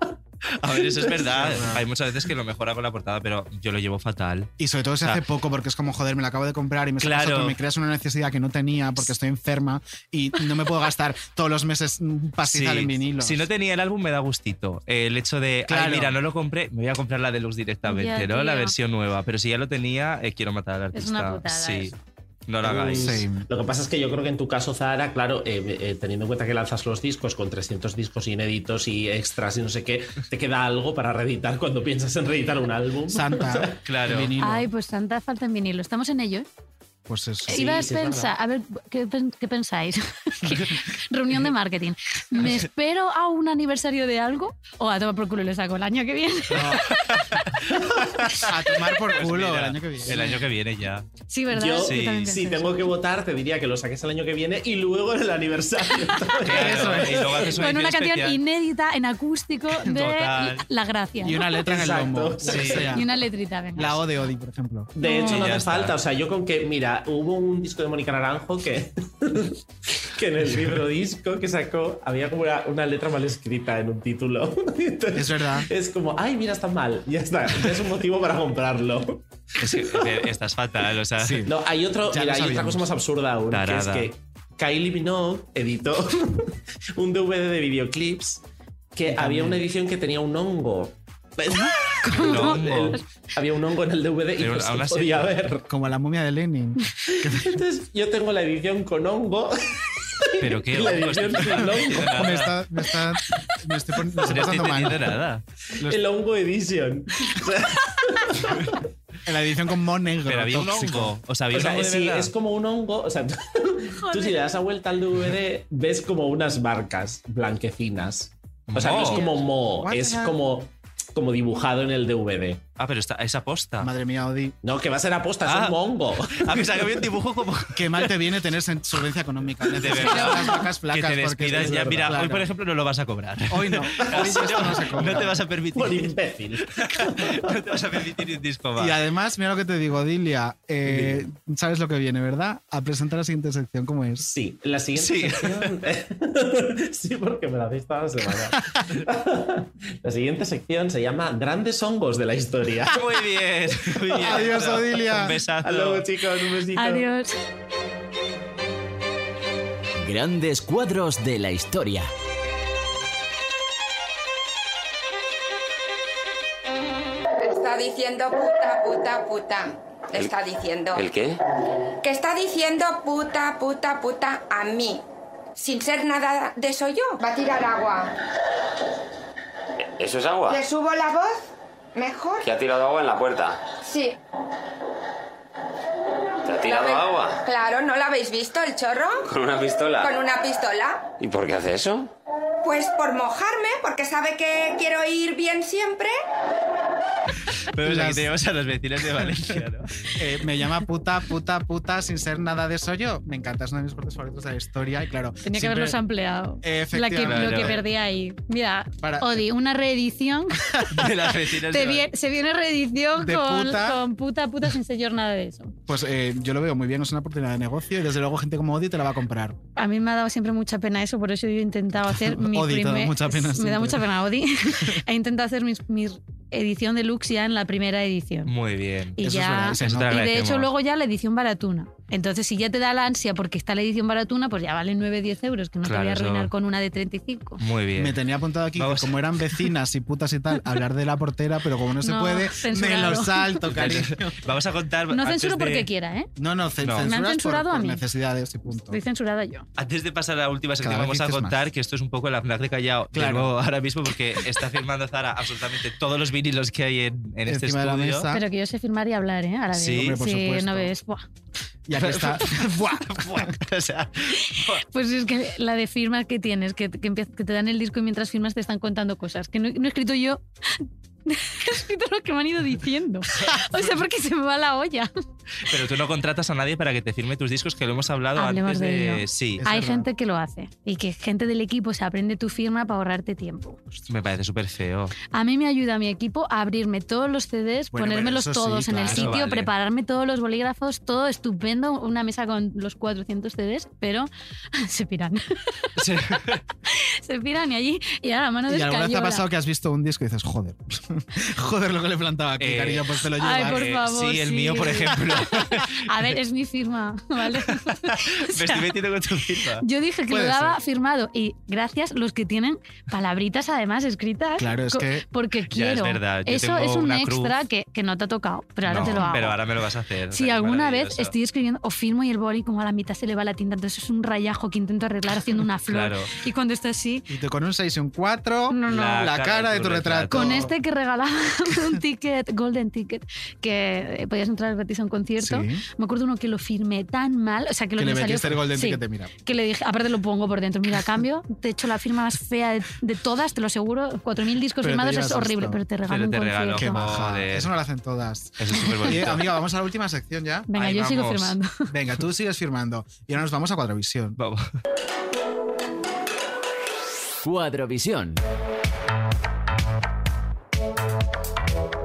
Speaker 3: A ver, eso es verdad. Hay muchas veces que lo mejora con la portada, pero yo lo llevo fatal.
Speaker 4: Y sobre todo se
Speaker 3: O sea,
Speaker 4: hace poco porque es como, joder, me lo acabo de comprar y me, sacas
Speaker 3: Claro.
Speaker 4: otro, me creas una necesidad que no tenía porque estoy enferma y no me puedo gastar todos los meses un pastizal
Speaker 3: Sí,
Speaker 4: en vinilo.
Speaker 3: Si no tenía el álbum, me da gustito. El hecho de,
Speaker 4: Claro.
Speaker 3: ay, mira, no lo compré, me voy a comprar la deluxe directamente,
Speaker 6: Ya,
Speaker 3: ¿no? La
Speaker 6: tío.
Speaker 3: versión nueva. Pero si ya lo tenía, eh, quiero matar al artista.
Speaker 6: Es una putada
Speaker 3: Sí.
Speaker 6: eso.
Speaker 3: No lo hagáis.
Speaker 4: Sí.
Speaker 7: Lo que pasa es que yo creo que en tu caso, Zara, claro, eh, eh, teniendo en cuenta que lanzas los discos con 300 discos inéditos y extras y no sé qué, te queda algo para reeditar cuando piensas en reeditar un álbum.
Speaker 4: Santa,
Speaker 3: Claro.
Speaker 4: en vinilo.
Speaker 6: Ay, pues tanta falta en vinilo. Estamos en ello. ¿eh?
Speaker 4: Pues eso.
Speaker 7: Sí,
Speaker 6: Iba a
Speaker 7: sí, es
Speaker 6: pensar, a ver, ¿qué, pen- qué pensáis? ¿Qué- Reunión de marketing. ¿Me espero a un aniversario de algo o a tomar por culo y le saco el año que viene?
Speaker 4: A tomar por
Speaker 3: Pues
Speaker 4: culo
Speaker 3: mira,
Speaker 4: el año que viene.
Speaker 3: El año que viene ya.
Speaker 6: Sí, ¿verdad?
Speaker 7: Yo,
Speaker 3: Sí,
Speaker 6: también
Speaker 7: Si
Speaker 6: pensé eso.
Speaker 7: tengo que votar, te diría que lo saques el año que viene y luego en el aniversario.
Speaker 3: Claro,
Speaker 4: Eso es.
Speaker 3: Y luego haces una
Speaker 6: Con una
Speaker 3: edición
Speaker 6: canción
Speaker 3: especial.
Speaker 6: inédita en acústico de
Speaker 3: Total.
Speaker 6: La Gracia.
Speaker 4: Y una letra en el lomo.
Speaker 7: Exacto.
Speaker 4: lo que
Speaker 3: Sí.
Speaker 4: sea.
Speaker 6: Y una letrita, venga.
Speaker 4: La O de Odi, por ejemplo.
Speaker 7: De hecho,
Speaker 3: Y
Speaker 7: no
Speaker 3: ya
Speaker 7: hace
Speaker 3: está.
Speaker 7: falta. O sea, yo con que, mira, hubo un disco de Mónica Naranjo que, que en el libro disco que sacó había como una, una letra mal escrita en un título. Entonces,
Speaker 4: Es verdad.
Speaker 7: es como, ay, mira, está mal. Ya está. Es un motivo para comprarlo.
Speaker 3: Es que eh, estás fatal, o sea.
Speaker 4: Sí.
Speaker 7: No, hay, otro,
Speaker 4: Ya
Speaker 7: mira,
Speaker 4: lo
Speaker 7: hay otra
Speaker 4: sabíamos.
Speaker 7: cosa más absurda aún,
Speaker 3: Tarada.
Speaker 7: que es que Kylie Minogue editó un DVD de videoclips que había una edición que tenía un hongo.
Speaker 3: Un hongo.
Speaker 7: El- había un hongo en el DVD y
Speaker 3: Pero
Speaker 7: no se
Speaker 3: aún así-
Speaker 7: podía ver.
Speaker 4: Como la momia de Lenin.
Speaker 7: Entonces yo tengo la edición con hongo
Speaker 3: Pero
Speaker 7: y
Speaker 3: qué
Speaker 7: la
Speaker 3: hongo,
Speaker 7: edición
Speaker 3: no
Speaker 7: sin hongo.
Speaker 3: Nada.
Speaker 4: Me está, me está, me estoy, pon- me estoy
Speaker 3: estoy
Speaker 4: pasando
Speaker 3: entendiendo
Speaker 4: mal.
Speaker 3: nada.
Speaker 7: El hongo edition. O sea,
Speaker 4: En la edición con Mon Negro.
Speaker 3: Pero había un
Speaker 4: tóxico.
Speaker 3: hongo. O sea, había
Speaker 7: o sea,
Speaker 3: un hongo de
Speaker 7: sí,
Speaker 3: verdad.
Speaker 7: es como un hongo. O sea, tú, tú si le das la vuelta al DVD ves como unas marcas blanquecinas. O sea, no es como mo,
Speaker 4: What
Speaker 7: es
Speaker 4: the hell?
Speaker 7: como, como dibujado en el DVD.
Speaker 3: Ah, pero está, es aposta.
Speaker 4: Madre mía, Odi.
Speaker 7: No, que va a ser aposta, es
Speaker 3: Ah.
Speaker 7: un mongo.
Speaker 3: Ah, pensaba que había un dibujo como
Speaker 4: Qué mal te viene tener sen- solvencia económica. Necesitas
Speaker 3: verdad.
Speaker 4: unas vacas
Speaker 3: que
Speaker 4: flacas.
Speaker 3: te
Speaker 4: porque es
Speaker 3: despidas ya.
Speaker 4: verdad,
Speaker 3: Mira, hoy
Speaker 4: claro.
Speaker 3: por ejemplo no lo vas a cobrar.
Speaker 4: Hoy no. Hoy esto no se compra.
Speaker 3: No te vas a
Speaker 7: Por
Speaker 3: permitir.
Speaker 7: imbécil.
Speaker 3: No te vas a permitir un disco más.
Speaker 4: Y además, mira lo que te digo, Dilia. eh, sabes lo que viene, ¿verdad? A presentar la siguiente sección, ¿cómo es?
Speaker 7: Sí, la siguiente
Speaker 3: Sí.
Speaker 7: sección. sí, porque me la hacéis toda la semana. la siguiente sección se llama Grandes hongos de la historia.
Speaker 3: Muy bien, muy bien.
Speaker 4: Adiós, Odilia.
Speaker 3: Un besazo.
Speaker 7: Hasta luego, chicos. Un besito.
Speaker 6: Adiós.
Speaker 9: Grandes cuadros de la historia.
Speaker 10: Está diciendo puta, puta, puta. Está diciendo.
Speaker 11: ¿El qué?
Speaker 10: Que está diciendo puta, puta, puta a mí. Sin ser nada de eso yo. Va a tirar agua.
Speaker 11: ¿Eso es agua?
Speaker 10: ¿Le subo la voz? ¿Mejor?
Speaker 11: Que ha tirado agua en la puerta.
Speaker 10: Sí.
Speaker 11: ¿Te ha tirado
Speaker 10: ¿La ve-
Speaker 11: agua?
Speaker 10: Claro, ¿no lo habéis visto el chorro?
Speaker 11: ¿Con una pistola?
Speaker 10: Con una pistola.
Speaker 11: ¿Y por qué hace eso?
Speaker 10: Pues por mojarme, porque sabe que quiero ir bien siempre.
Speaker 3: Pero
Speaker 4: Las-
Speaker 3: aquí tenemos a los vecinos de Valencia, ¿no?
Speaker 4: Eh, me llama puta, puta, puta, sin ser nada de eso yo. Me encanta, es uno de mis cortes favoritos de la historia. Y claro,
Speaker 6: Tenía que
Speaker 4: siempre-
Speaker 6: haberlos ampliado. La que,
Speaker 4: Efectivamente.
Speaker 6: lo que perdí ahí. Mira,
Speaker 4: Para-
Speaker 6: Odi, una reedición.
Speaker 3: De las vecinas
Speaker 6: Te
Speaker 3: de
Speaker 6: vie- se viene reedición
Speaker 4: De
Speaker 6: con,
Speaker 4: puta.
Speaker 6: con puta, puta, sin sellar nada de eso.
Speaker 4: Pues eh, yo lo veo muy bien, es una oportunidad de negocio y desde luego gente como Odi te la va a comprar.
Speaker 6: A mí me ha dado siempre mucha pena eso, por eso yo he intentado hacer mi
Speaker 4: Odi, te da
Speaker 6: primer...
Speaker 4: mucha pena
Speaker 6: Me
Speaker 4: siempre.
Speaker 6: da mucha pena, Odi. he intentado hacer mis- mi edición deluxe ya en la primera edición.
Speaker 3: Muy bien.
Speaker 6: Y
Speaker 4: Eso
Speaker 6: ya...
Speaker 4: es verdad.
Speaker 3: Eso te
Speaker 4: ¿no?
Speaker 6: Y de
Speaker 3: agradecemos.
Speaker 6: hecho luego ya la edición baratuna. Entonces, si ya te da la ansia porque está la edición baratuna, pues ya vale 9-10 euros, que no
Speaker 3: Claro,
Speaker 6: te voy a
Speaker 3: eso-
Speaker 6: arruinar con una de 35.
Speaker 3: Muy bien.
Speaker 4: Me tenía apuntado aquí
Speaker 3: Vamos.
Speaker 4: que como eran vecinas y putas y tal, hablar de la portera, pero como no se
Speaker 6: No,
Speaker 4: puede, me
Speaker 6: censurado.
Speaker 4: lo salto, cariño.
Speaker 3: Vamos a contar.
Speaker 6: No
Speaker 3: antes
Speaker 6: censuro
Speaker 3: de-
Speaker 6: porque quiera, ¿eh?
Speaker 4: No, no, cen-
Speaker 3: No. Me han
Speaker 4: censuras por-
Speaker 6: censurado a
Speaker 4: por
Speaker 6: mí.
Speaker 4: necesidades y punto.
Speaker 6: Estoy censurada yo.
Speaker 3: Antes de pasar a la última sección,
Speaker 4: Cada vez
Speaker 3: vamos a
Speaker 4: dices
Speaker 3: contar
Speaker 4: más.
Speaker 3: que esto es un poco la FNAC de Callao de
Speaker 4: Claro.
Speaker 3: nuevo ahora mismo porque está firmando Zara absolutamente todos los vinilos que hay en, en este
Speaker 4: Encima de la
Speaker 3: estudio.
Speaker 4: mesa.
Speaker 6: Pero que yo sé firmar y hablar, ¿eh? Ahora
Speaker 3: Sí,
Speaker 6: bien.
Speaker 4: hombre, por
Speaker 6: Sí,
Speaker 4: supuesto.
Speaker 6: no ves. Buah.
Speaker 4: Y aquí está. ¡Buah!
Speaker 3: o sea,
Speaker 6: Pues es que la de firmas que tienes, que, que, empieza- que te dan el disco y mientras firmas te están contando cosas. Que no, no he escrito yo. he escrito lo que me han ido diciendo. O sea, porque se me va la olla.
Speaker 3: pero tú no contratas a nadie para que te firme tus discos, que lo hemos hablado
Speaker 6: Hablemos
Speaker 3: antes
Speaker 6: de ello.
Speaker 3: Sí,
Speaker 4: Es
Speaker 6: Hay
Speaker 4: verdad.
Speaker 6: gente que lo hace y que gente del equipo se aprende tu firma para ahorrarte tiempo.
Speaker 3: me parece súper feo.
Speaker 6: A mí me ayuda a mi equipo a abrirme todos los CDs,
Speaker 4: Bueno,
Speaker 6: ponérmelos
Speaker 4: pero eso sí,
Speaker 6: todos en el
Speaker 4: claro.
Speaker 6: sitio,
Speaker 3: Vale.
Speaker 6: prepararme todos los bolígrafos, todo estupendo, una mesa con los 400 CDs, pero se piran.
Speaker 3: Sí.
Speaker 6: se piran y allí, y ahora mano de
Speaker 4: Y alguna vez te ha
Speaker 6: escayola.
Speaker 4: pasado que has visto un disco y dices, joder, joder lo que le plantaba aquí,
Speaker 3: Eh,
Speaker 4: cariño, pues te lo llevas.
Speaker 6: Ay, por
Speaker 3: Eh,
Speaker 6: favor,
Speaker 3: sí, el
Speaker 6: sí.
Speaker 3: mío, por ejemplo.
Speaker 6: A ver, es mi firma, ¿vale? O
Speaker 3: me
Speaker 6: sea,
Speaker 3: estoy metiendo con tu firma.
Speaker 6: yo dije que lo
Speaker 4: Puede
Speaker 6: daba
Speaker 4: ser.
Speaker 6: firmado y gracias los que tienen palabritas además escritas.
Speaker 4: Claro, es
Speaker 6: co-
Speaker 4: que-
Speaker 6: Porque
Speaker 3: Ya, es
Speaker 6: quiero.
Speaker 3: verdad, yo
Speaker 6: Eso
Speaker 3: tengo
Speaker 6: es un
Speaker 3: una
Speaker 6: extra
Speaker 3: cruz.
Speaker 6: que, que no te ha tocado, pero ahora
Speaker 3: No,
Speaker 6: te lo hago.
Speaker 3: Pero ahora me lo vas a hacer.
Speaker 6: Si
Speaker 3: Qué
Speaker 6: alguna vez
Speaker 3: maravilloso.
Speaker 6: estoy escribiendo o firmo y el boli como a la mitad se le va la tinta, entonces es un rayajo que intento arreglar haciendo una flor.
Speaker 3: Claro.
Speaker 6: Y cuando está así,
Speaker 4: Y te con un 6 y un 4,
Speaker 6: No, no.
Speaker 4: la, cara, de tu retrato.
Speaker 6: con este que regalaba un ticket, golden ticket, que eh, podías entrar gratis a un concierto,
Speaker 4: Sí.
Speaker 6: me acuerdo uno que lo firmé tan mal, o sea que lo
Speaker 4: que le
Speaker 6: me salió-
Speaker 4: metiste el golden
Speaker 6: Sí,
Speaker 4: ticket de mira.
Speaker 6: que le dije, aparte lo pongo por dentro, mira, a cambio, te echo la firma más fea de, de todas, te lo aseguro, 4.000 discos
Speaker 4: Pero te
Speaker 6: firmados
Speaker 4: llevas
Speaker 6: es horrible,
Speaker 4: esto.
Speaker 6: pero te regalo
Speaker 3: Pero
Speaker 6: un
Speaker 3: te regalo.
Speaker 4: Qué
Speaker 3: Qué
Speaker 6: concierto.
Speaker 4: maja.
Speaker 3: joder.
Speaker 4: Eso no lo hacen todas.
Speaker 3: Eso es súper
Speaker 4: Oye,
Speaker 3: bonito.
Speaker 4: amiga, vamos a la última sección ya.
Speaker 6: Venga,
Speaker 3: Ahí
Speaker 6: yo sigo
Speaker 3: vamos.
Speaker 6: firmando.
Speaker 4: Venga, tú sigues firmando. Y ahora nos vamos a Cuadrovisión.
Speaker 3: Vamos.
Speaker 9: Cuadrovisión.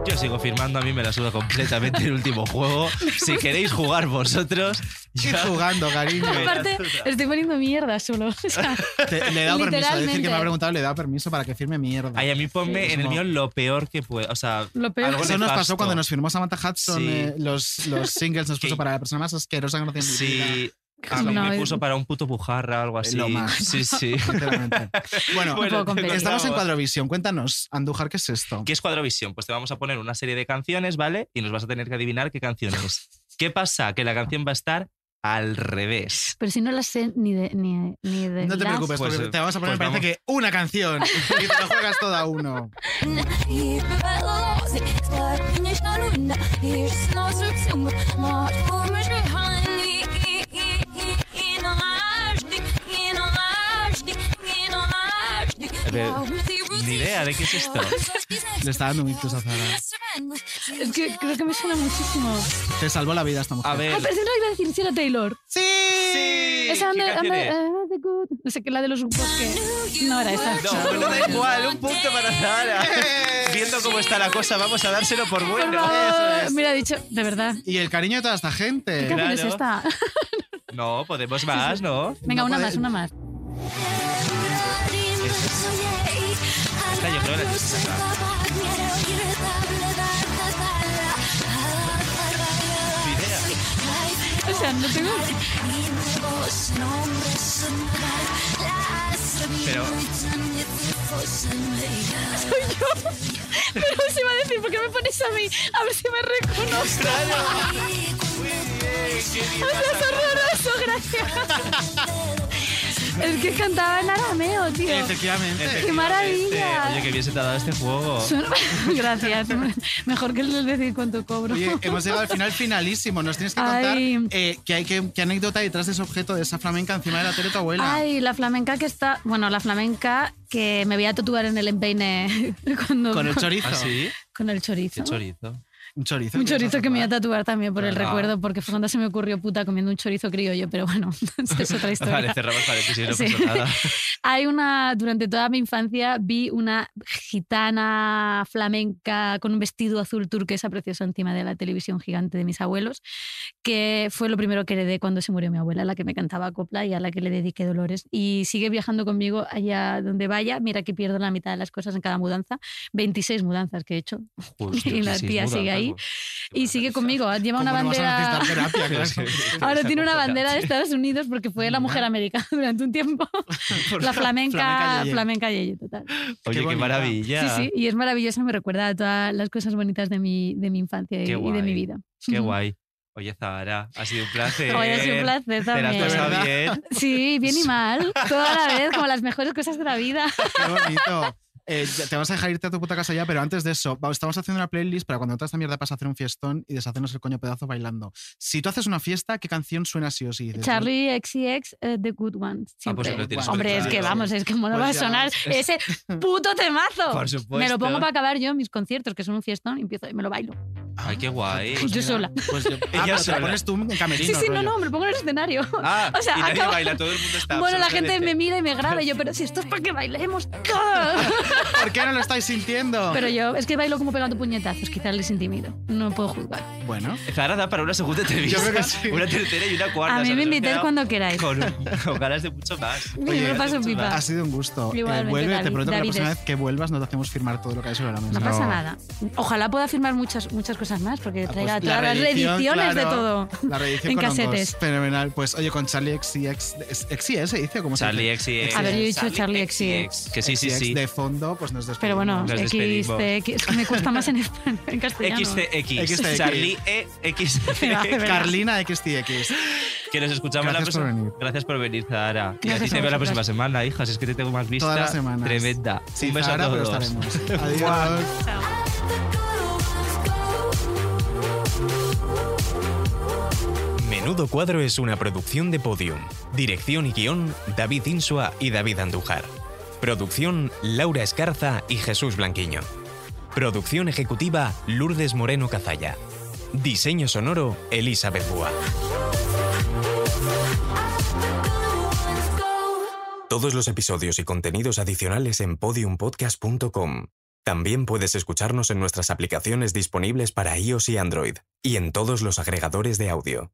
Speaker 3: Yo sigo firmando, a mí me la suda completamente el último juego. Si queréis jugar vosotros,
Speaker 4: Sigue
Speaker 3: ya.
Speaker 4: jugando, cariño.
Speaker 6: Aparte, estoy poniendo mierda solo. o sea,
Speaker 4: Te- le he dado permiso. a decir que me ha
Speaker 6: Literalmente.
Speaker 4: preguntado, le he dado permiso para que firme mierda.
Speaker 3: Ay, a mí ponme en el mío lo peor que pueda. O sea,
Speaker 6: Lo peor.
Speaker 3: algo
Speaker 4: Eso nos
Speaker 3: nefasto.
Speaker 4: pasó cuando nos firmó Samantha Hudson.
Speaker 3: Sí.
Speaker 4: eh, los, los singles nos puso
Speaker 3: Que-
Speaker 4: para la persona más asquerosa que no tiene
Speaker 3: Sí. A mí
Speaker 6: No, eh.
Speaker 3: me
Speaker 6: es-
Speaker 3: puso para un puto bujarra o algo así.
Speaker 4: Lo más.
Speaker 3: Sí, sí.
Speaker 4: Sinceramente. Bueno,
Speaker 6: Bueno, puedo competir.
Speaker 4: estamos
Speaker 3: cuadrovisión.
Speaker 4: en Cuadrovisión. Cuéntanos, Andújar, ¿qué es esto?
Speaker 3: ¿Qué es Cuadrovisión? Pues te vamos a poner una serie de canciones, ¿vale? Y nos vas a tener que adivinar qué canción es. ¿Qué pasa? Que la canción va a estar al revés.
Speaker 6: pero si no las sé ni de... Ni, ni de
Speaker 4: No te
Speaker 6: las-
Speaker 4: preocupes,
Speaker 3: Pues,
Speaker 4: porque te vamos a poner,
Speaker 3: pues
Speaker 4: parece que una canción. Y te lo juegas todo a uno.
Speaker 3: Pero, ni idea de qué es esto.
Speaker 4: Le está dando un ictus a Zara.
Speaker 6: Es que creo que me suena muchísimo. Ah,
Speaker 4: Te salvó la vida esta mujer.
Speaker 3: A ver.
Speaker 6: Ay, pensé que iba a decir Sarah Taylor.
Speaker 4: ¡Sí!
Speaker 3: Sí,
Speaker 6: Esa
Speaker 3: ¿qué
Speaker 6: under,
Speaker 3: canción
Speaker 6: under-
Speaker 3: es?
Speaker 6: eh, the good. No sé qué, la de los bosques. No era esa.
Speaker 3: No, bueno, da igual, un punto para Zara. Viendo cómo está la cosa, vamos a dárselo por
Speaker 6: Por
Speaker 3: bueno.
Speaker 6: favor. Mira, he dicho, de verdad.
Speaker 4: Y el cariño de toda esta
Speaker 6: ¿Qué
Speaker 4: gente.
Speaker 6: canción es
Speaker 3: claro.
Speaker 6: esta?
Speaker 3: No, podemos más, ¿no?
Speaker 6: Venga,
Speaker 4: No
Speaker 6: una
Speaker 4: puede-
Speaker 6: más, una más.
Speaker 3: Esta yo creo que la tienes que sacar. Ni idea.
Speaker 6: O sea, no tengo.
Speaker 3: Pero
Speaker 6: Soy yo. Pero se iba a decir, ¿por qué me pones a mí? A ver si me reconozco. Hola, es horroroso, gracias. Es que cantaba en arameo, tío.
Speaker 4: Efectivamente.
Speaker 3: efectivamente,
Speaker 6: maravilla!
Speaker 3: Oye, que bien se te ha dado este juego.
Speaker 6: Suena- Gracias. Mejor que el decir cuánto cobro.
Speaker 4: Oye, hemos llegado al final finalísimo. Nos tienes que contar
Speaker 6: Ay.
Speaker 4: eh, qué, hay, qué, qué anécdota hay detrás de ese objeto, de esa flamenca encima de la tele de tu abuela.
Speaker 6: Ay, la flamenca que está. Bueno, la flamenca que me voy a tatuar en el empeine cuando-
Speaker 4: Con el chorizo.
Speaker 3: ¿Ah, sí?
Speaker 6: con el chorizo.
Speaker 3: Qué chorizo.
Speaker 4: Un chorizo.
Speaker 6: Un chorizo que me voy a tatuar también por el
Speaker 3: Claro.
Speaker 6: recuerdo, porque fue cuando se me ocurrió puta comiendo un chorizo criollo, pero bueno, es otra historia.
Speaker 3: Vale, cerramos paréntesis, no
Speaker 6: Sí.
Speaker 3: pasa nada.
Speaker 6: Hay una, durante toda mi infancia vi una gitana flamenca con un vestido azul turquesa precioso encima de la televisión gigante de mis abuelos, que fue lo primero que heredé cuando se murió mi abuela, la que me cantaba copla y a la que le dediqué dolores. Y sigue viajando conmigo allá donde vaya, mira que pierdo la mitad de las cosas en cada mudanza, 26 mudanzas que he hecho,
Speaker 3: Justo,
Speaker 6: Y la
Speaker 3: sí, sí,
Speaker 6: tía
Speaker 3: muda,
Speaker 6: sigue ahí.
Speaker 3: algo. Qué
Speaker 6: y sigue
Speaker 3: maravilla.
Speaker 6: conmigo, lleva
Speaker 4: ¿Cómo
Speaker 6: una
Speaker 4: no vas a
Speaker 6: bandera...
Speaker 4: necesitar terapia, claro?
Speaker 3: Sí, sí,
Speaker 6: Ahora
Speaker 3: sí,
Speaker 6: tiene una
Speaker 3: acojonante.
Speaker 6: bandera de Estados Unidos porque fue la mujer americana durante un tiempo.
Speaker 4: flamenca
Speaker 6: La flamenca,
Speaker 4: yeye.
Speaker 6: flamenca yeye, total.
Speaker 3: Oye,
Speaker 4: Qué
Speaker 3: qué,
Speaker 4: bonita.
Speaker 3: maravilla.
Speaker 6: Sí, sí, y es maravillosa, me recuerda a todas las cosas bonitas de mi, de mi infancia y,
Speaker 3: Qué
Speaker 6: y de mi
Speaker 3: guay.
Speaker 6: vida.
Speaker 3: Qué guay. Oye, Zahara, ha sido un placer.
Speaker 6: Hoy ha sido un placer
Speaker 3: ¿Te la has
Speaker 6: también.
Speaker 3: pasado
Speaker 4: ¿Verdad?
Speaker 3: bien?
Speaker 6: Sí, bien y mal, toda la vez, como las mejores cosas de la vida.
Speaker 4: Qué bonito. Eh, ya- te vas a dejar irte a tu puta casa ya, pero antes de eso, va- estamos haciendo una playlist para cuando toda esta mierda pasa a hacer un fiestón y deshacernos el coño pedazo bailando. Si tú haces una fiesta, ¿qué canción suena sí o sí? Dices,
Speaker 6: Charlie XCX, eh, The Good Ones, siempre.
Speaker 3: Ah, pues lo tienes
Speaker 6: Hombre, es que
Speaker 3: claro.
Speaker 6: vamos, es que mono
Speaker 4: Pues
Speaker 6: va a
Speaker 4: ya,
Speaker 6: sonar ese puto temazo.
Speaker 3: Por supuesto.
Speaker 6: Me lo pongo para acabar yo mis conciertos, que son un fiestón, y empiezo y me lo bailo.
Speaker 3: Ay, qué guay.
Speaker 6: Ah. Yo sola.
Speaker 4: Pues yo- ah,
Speaker 3: Ella
Speaker 4: pero te
Speaker 3: sola.
Speaker 4: lo pones tú en camerino.
Speaker 6: Sí, sí, no,
Speaker 4: rollo.
Speaker 6: no, me lo pongo en el escenario.
Speaker 3: Ah,
Speaker 6: O sea,
Speaker 3: y nadie
Speaker 6: acaba-
Speaker 3: baila, todo el mundo está
Speaker 6: Bueno, la gente me
Speaker 3: absolutamente-
Speaker 6: mira y me graba y yo, pero si esto es para que bailemos.
Speaker 4: ¿Por qué no lo estáis sintiendo?
Speaker 6: Pero yo, es que bailo como pegando puñetazos, quizás les intimido. No puedo juzgar.
Speaker 4: Bueno,
Speaker 3: Zahara da para una segunda entrevista.
Speaker 4: Yo creo que sí.
Speaker 3: Una tercera y una cuarta.
Speaker 6: A mí
Speaker 3: ¿sabes?
Speaker 6: me
Speaker 3: he
Speaker 6: invitáis
Speaker 3: quedado
Speaker 6: cuando queráis.
Speaker 3: Con, con ganas de mucho más.
Speaker 6: Yo me lo paso
Speaker 3: mucho
Speaker 6: pipa.
Speaker 3: más.
Speaker 4: ha sido un gusto. Eh,
Speaker 6: Igualmente,
Speaker 4: vuelve, te
Speaker 6: David-
Speaker 4: prometo que la
Speaker 6: Davides.
Speaker 4: próxima vez que vuelvas no te hacemos firmar todo lo que hay sobre la mesa.
Speaker 6: No pasa nada. Ojalá pueda firmar muchas, muchas cosas más, porque
Speaker 4: Ah, pues
Speaker 6: traiga todas las
Speaker 4: reedición,
Speaker 6: reediciones de
Speaker 4: claro.
Speaker 6: todo.
Speaker 4: La reedición
Speaker 6: En
Speaker 4: con hongos.
Speaker 6: casetes.
Speaker 4: Fenomenal. Pues oye, con Charlie XCX. ¿XCX se dice? ¿Cómo se dice?
Speaker 3: Charlie XCX.
Speaker 6: A ver, yo he dicho Charlie
Speaker 3: XCX. Que sí, sí,
Speaker 4: XCX
Speaker 3: sí.
Speaker 4: De fondo, pues nos despedimos.
Speaker 6: Pero bueno,
Speaker 3: Nos
Speaker 6: X,
Speaker 3: despedimos.
Speaker 6: T, X, es que me cuesta más en, español, en castellano.
Speaker 3: XCX.
Speaker 4: XCX.
Speaker 3: Charlie E.
Speaker 6: hace
Speaker 3: XCX.
Speaker 6: ver-
Speaker 4: Carlina XCX.
Speaker 3: Que nos escuchamos la
Speaker 4: Gracias por
Speaker 3: próxima.
Speaker 4: venir.
Speaker 3: Gracias por venir, Zahara. Y a ti
Speaker 6: Gracias
Speaker 3: te
Speaker 6: a
Speaker 3: veo la próxima
Speaker 6: vosotras.
Speaker 3: semana, hijas. Es que te tengo más vista.
Speaker 4: Todas las semanas.
Speaker 3: Tremenda.
Speaker 4: Sí,
Speaker 3: Un beso
Speaker 4: Zahara,
Speaker 3: a
Speaker 4: pero
Speaker 3: todos.
Speaker 4: estaremos. Adiós.
Speaker 12: Menudo Cuadro es una producción de Podium. Dirección y guión, David Insua y David Andújar. Producción, Laura Escarza y Jesús Blanquiño. Producción ejecutiva, Lourdes Moreno Cazalla. Diseño sonoro, Elizabeth Búa. Todos los episodios y contenidos adicionales en podiumpodcast.com. También puedes escucharnos en nuestras aplicaciones disponibles para iOS y Android, y en todos los agregadores de audio.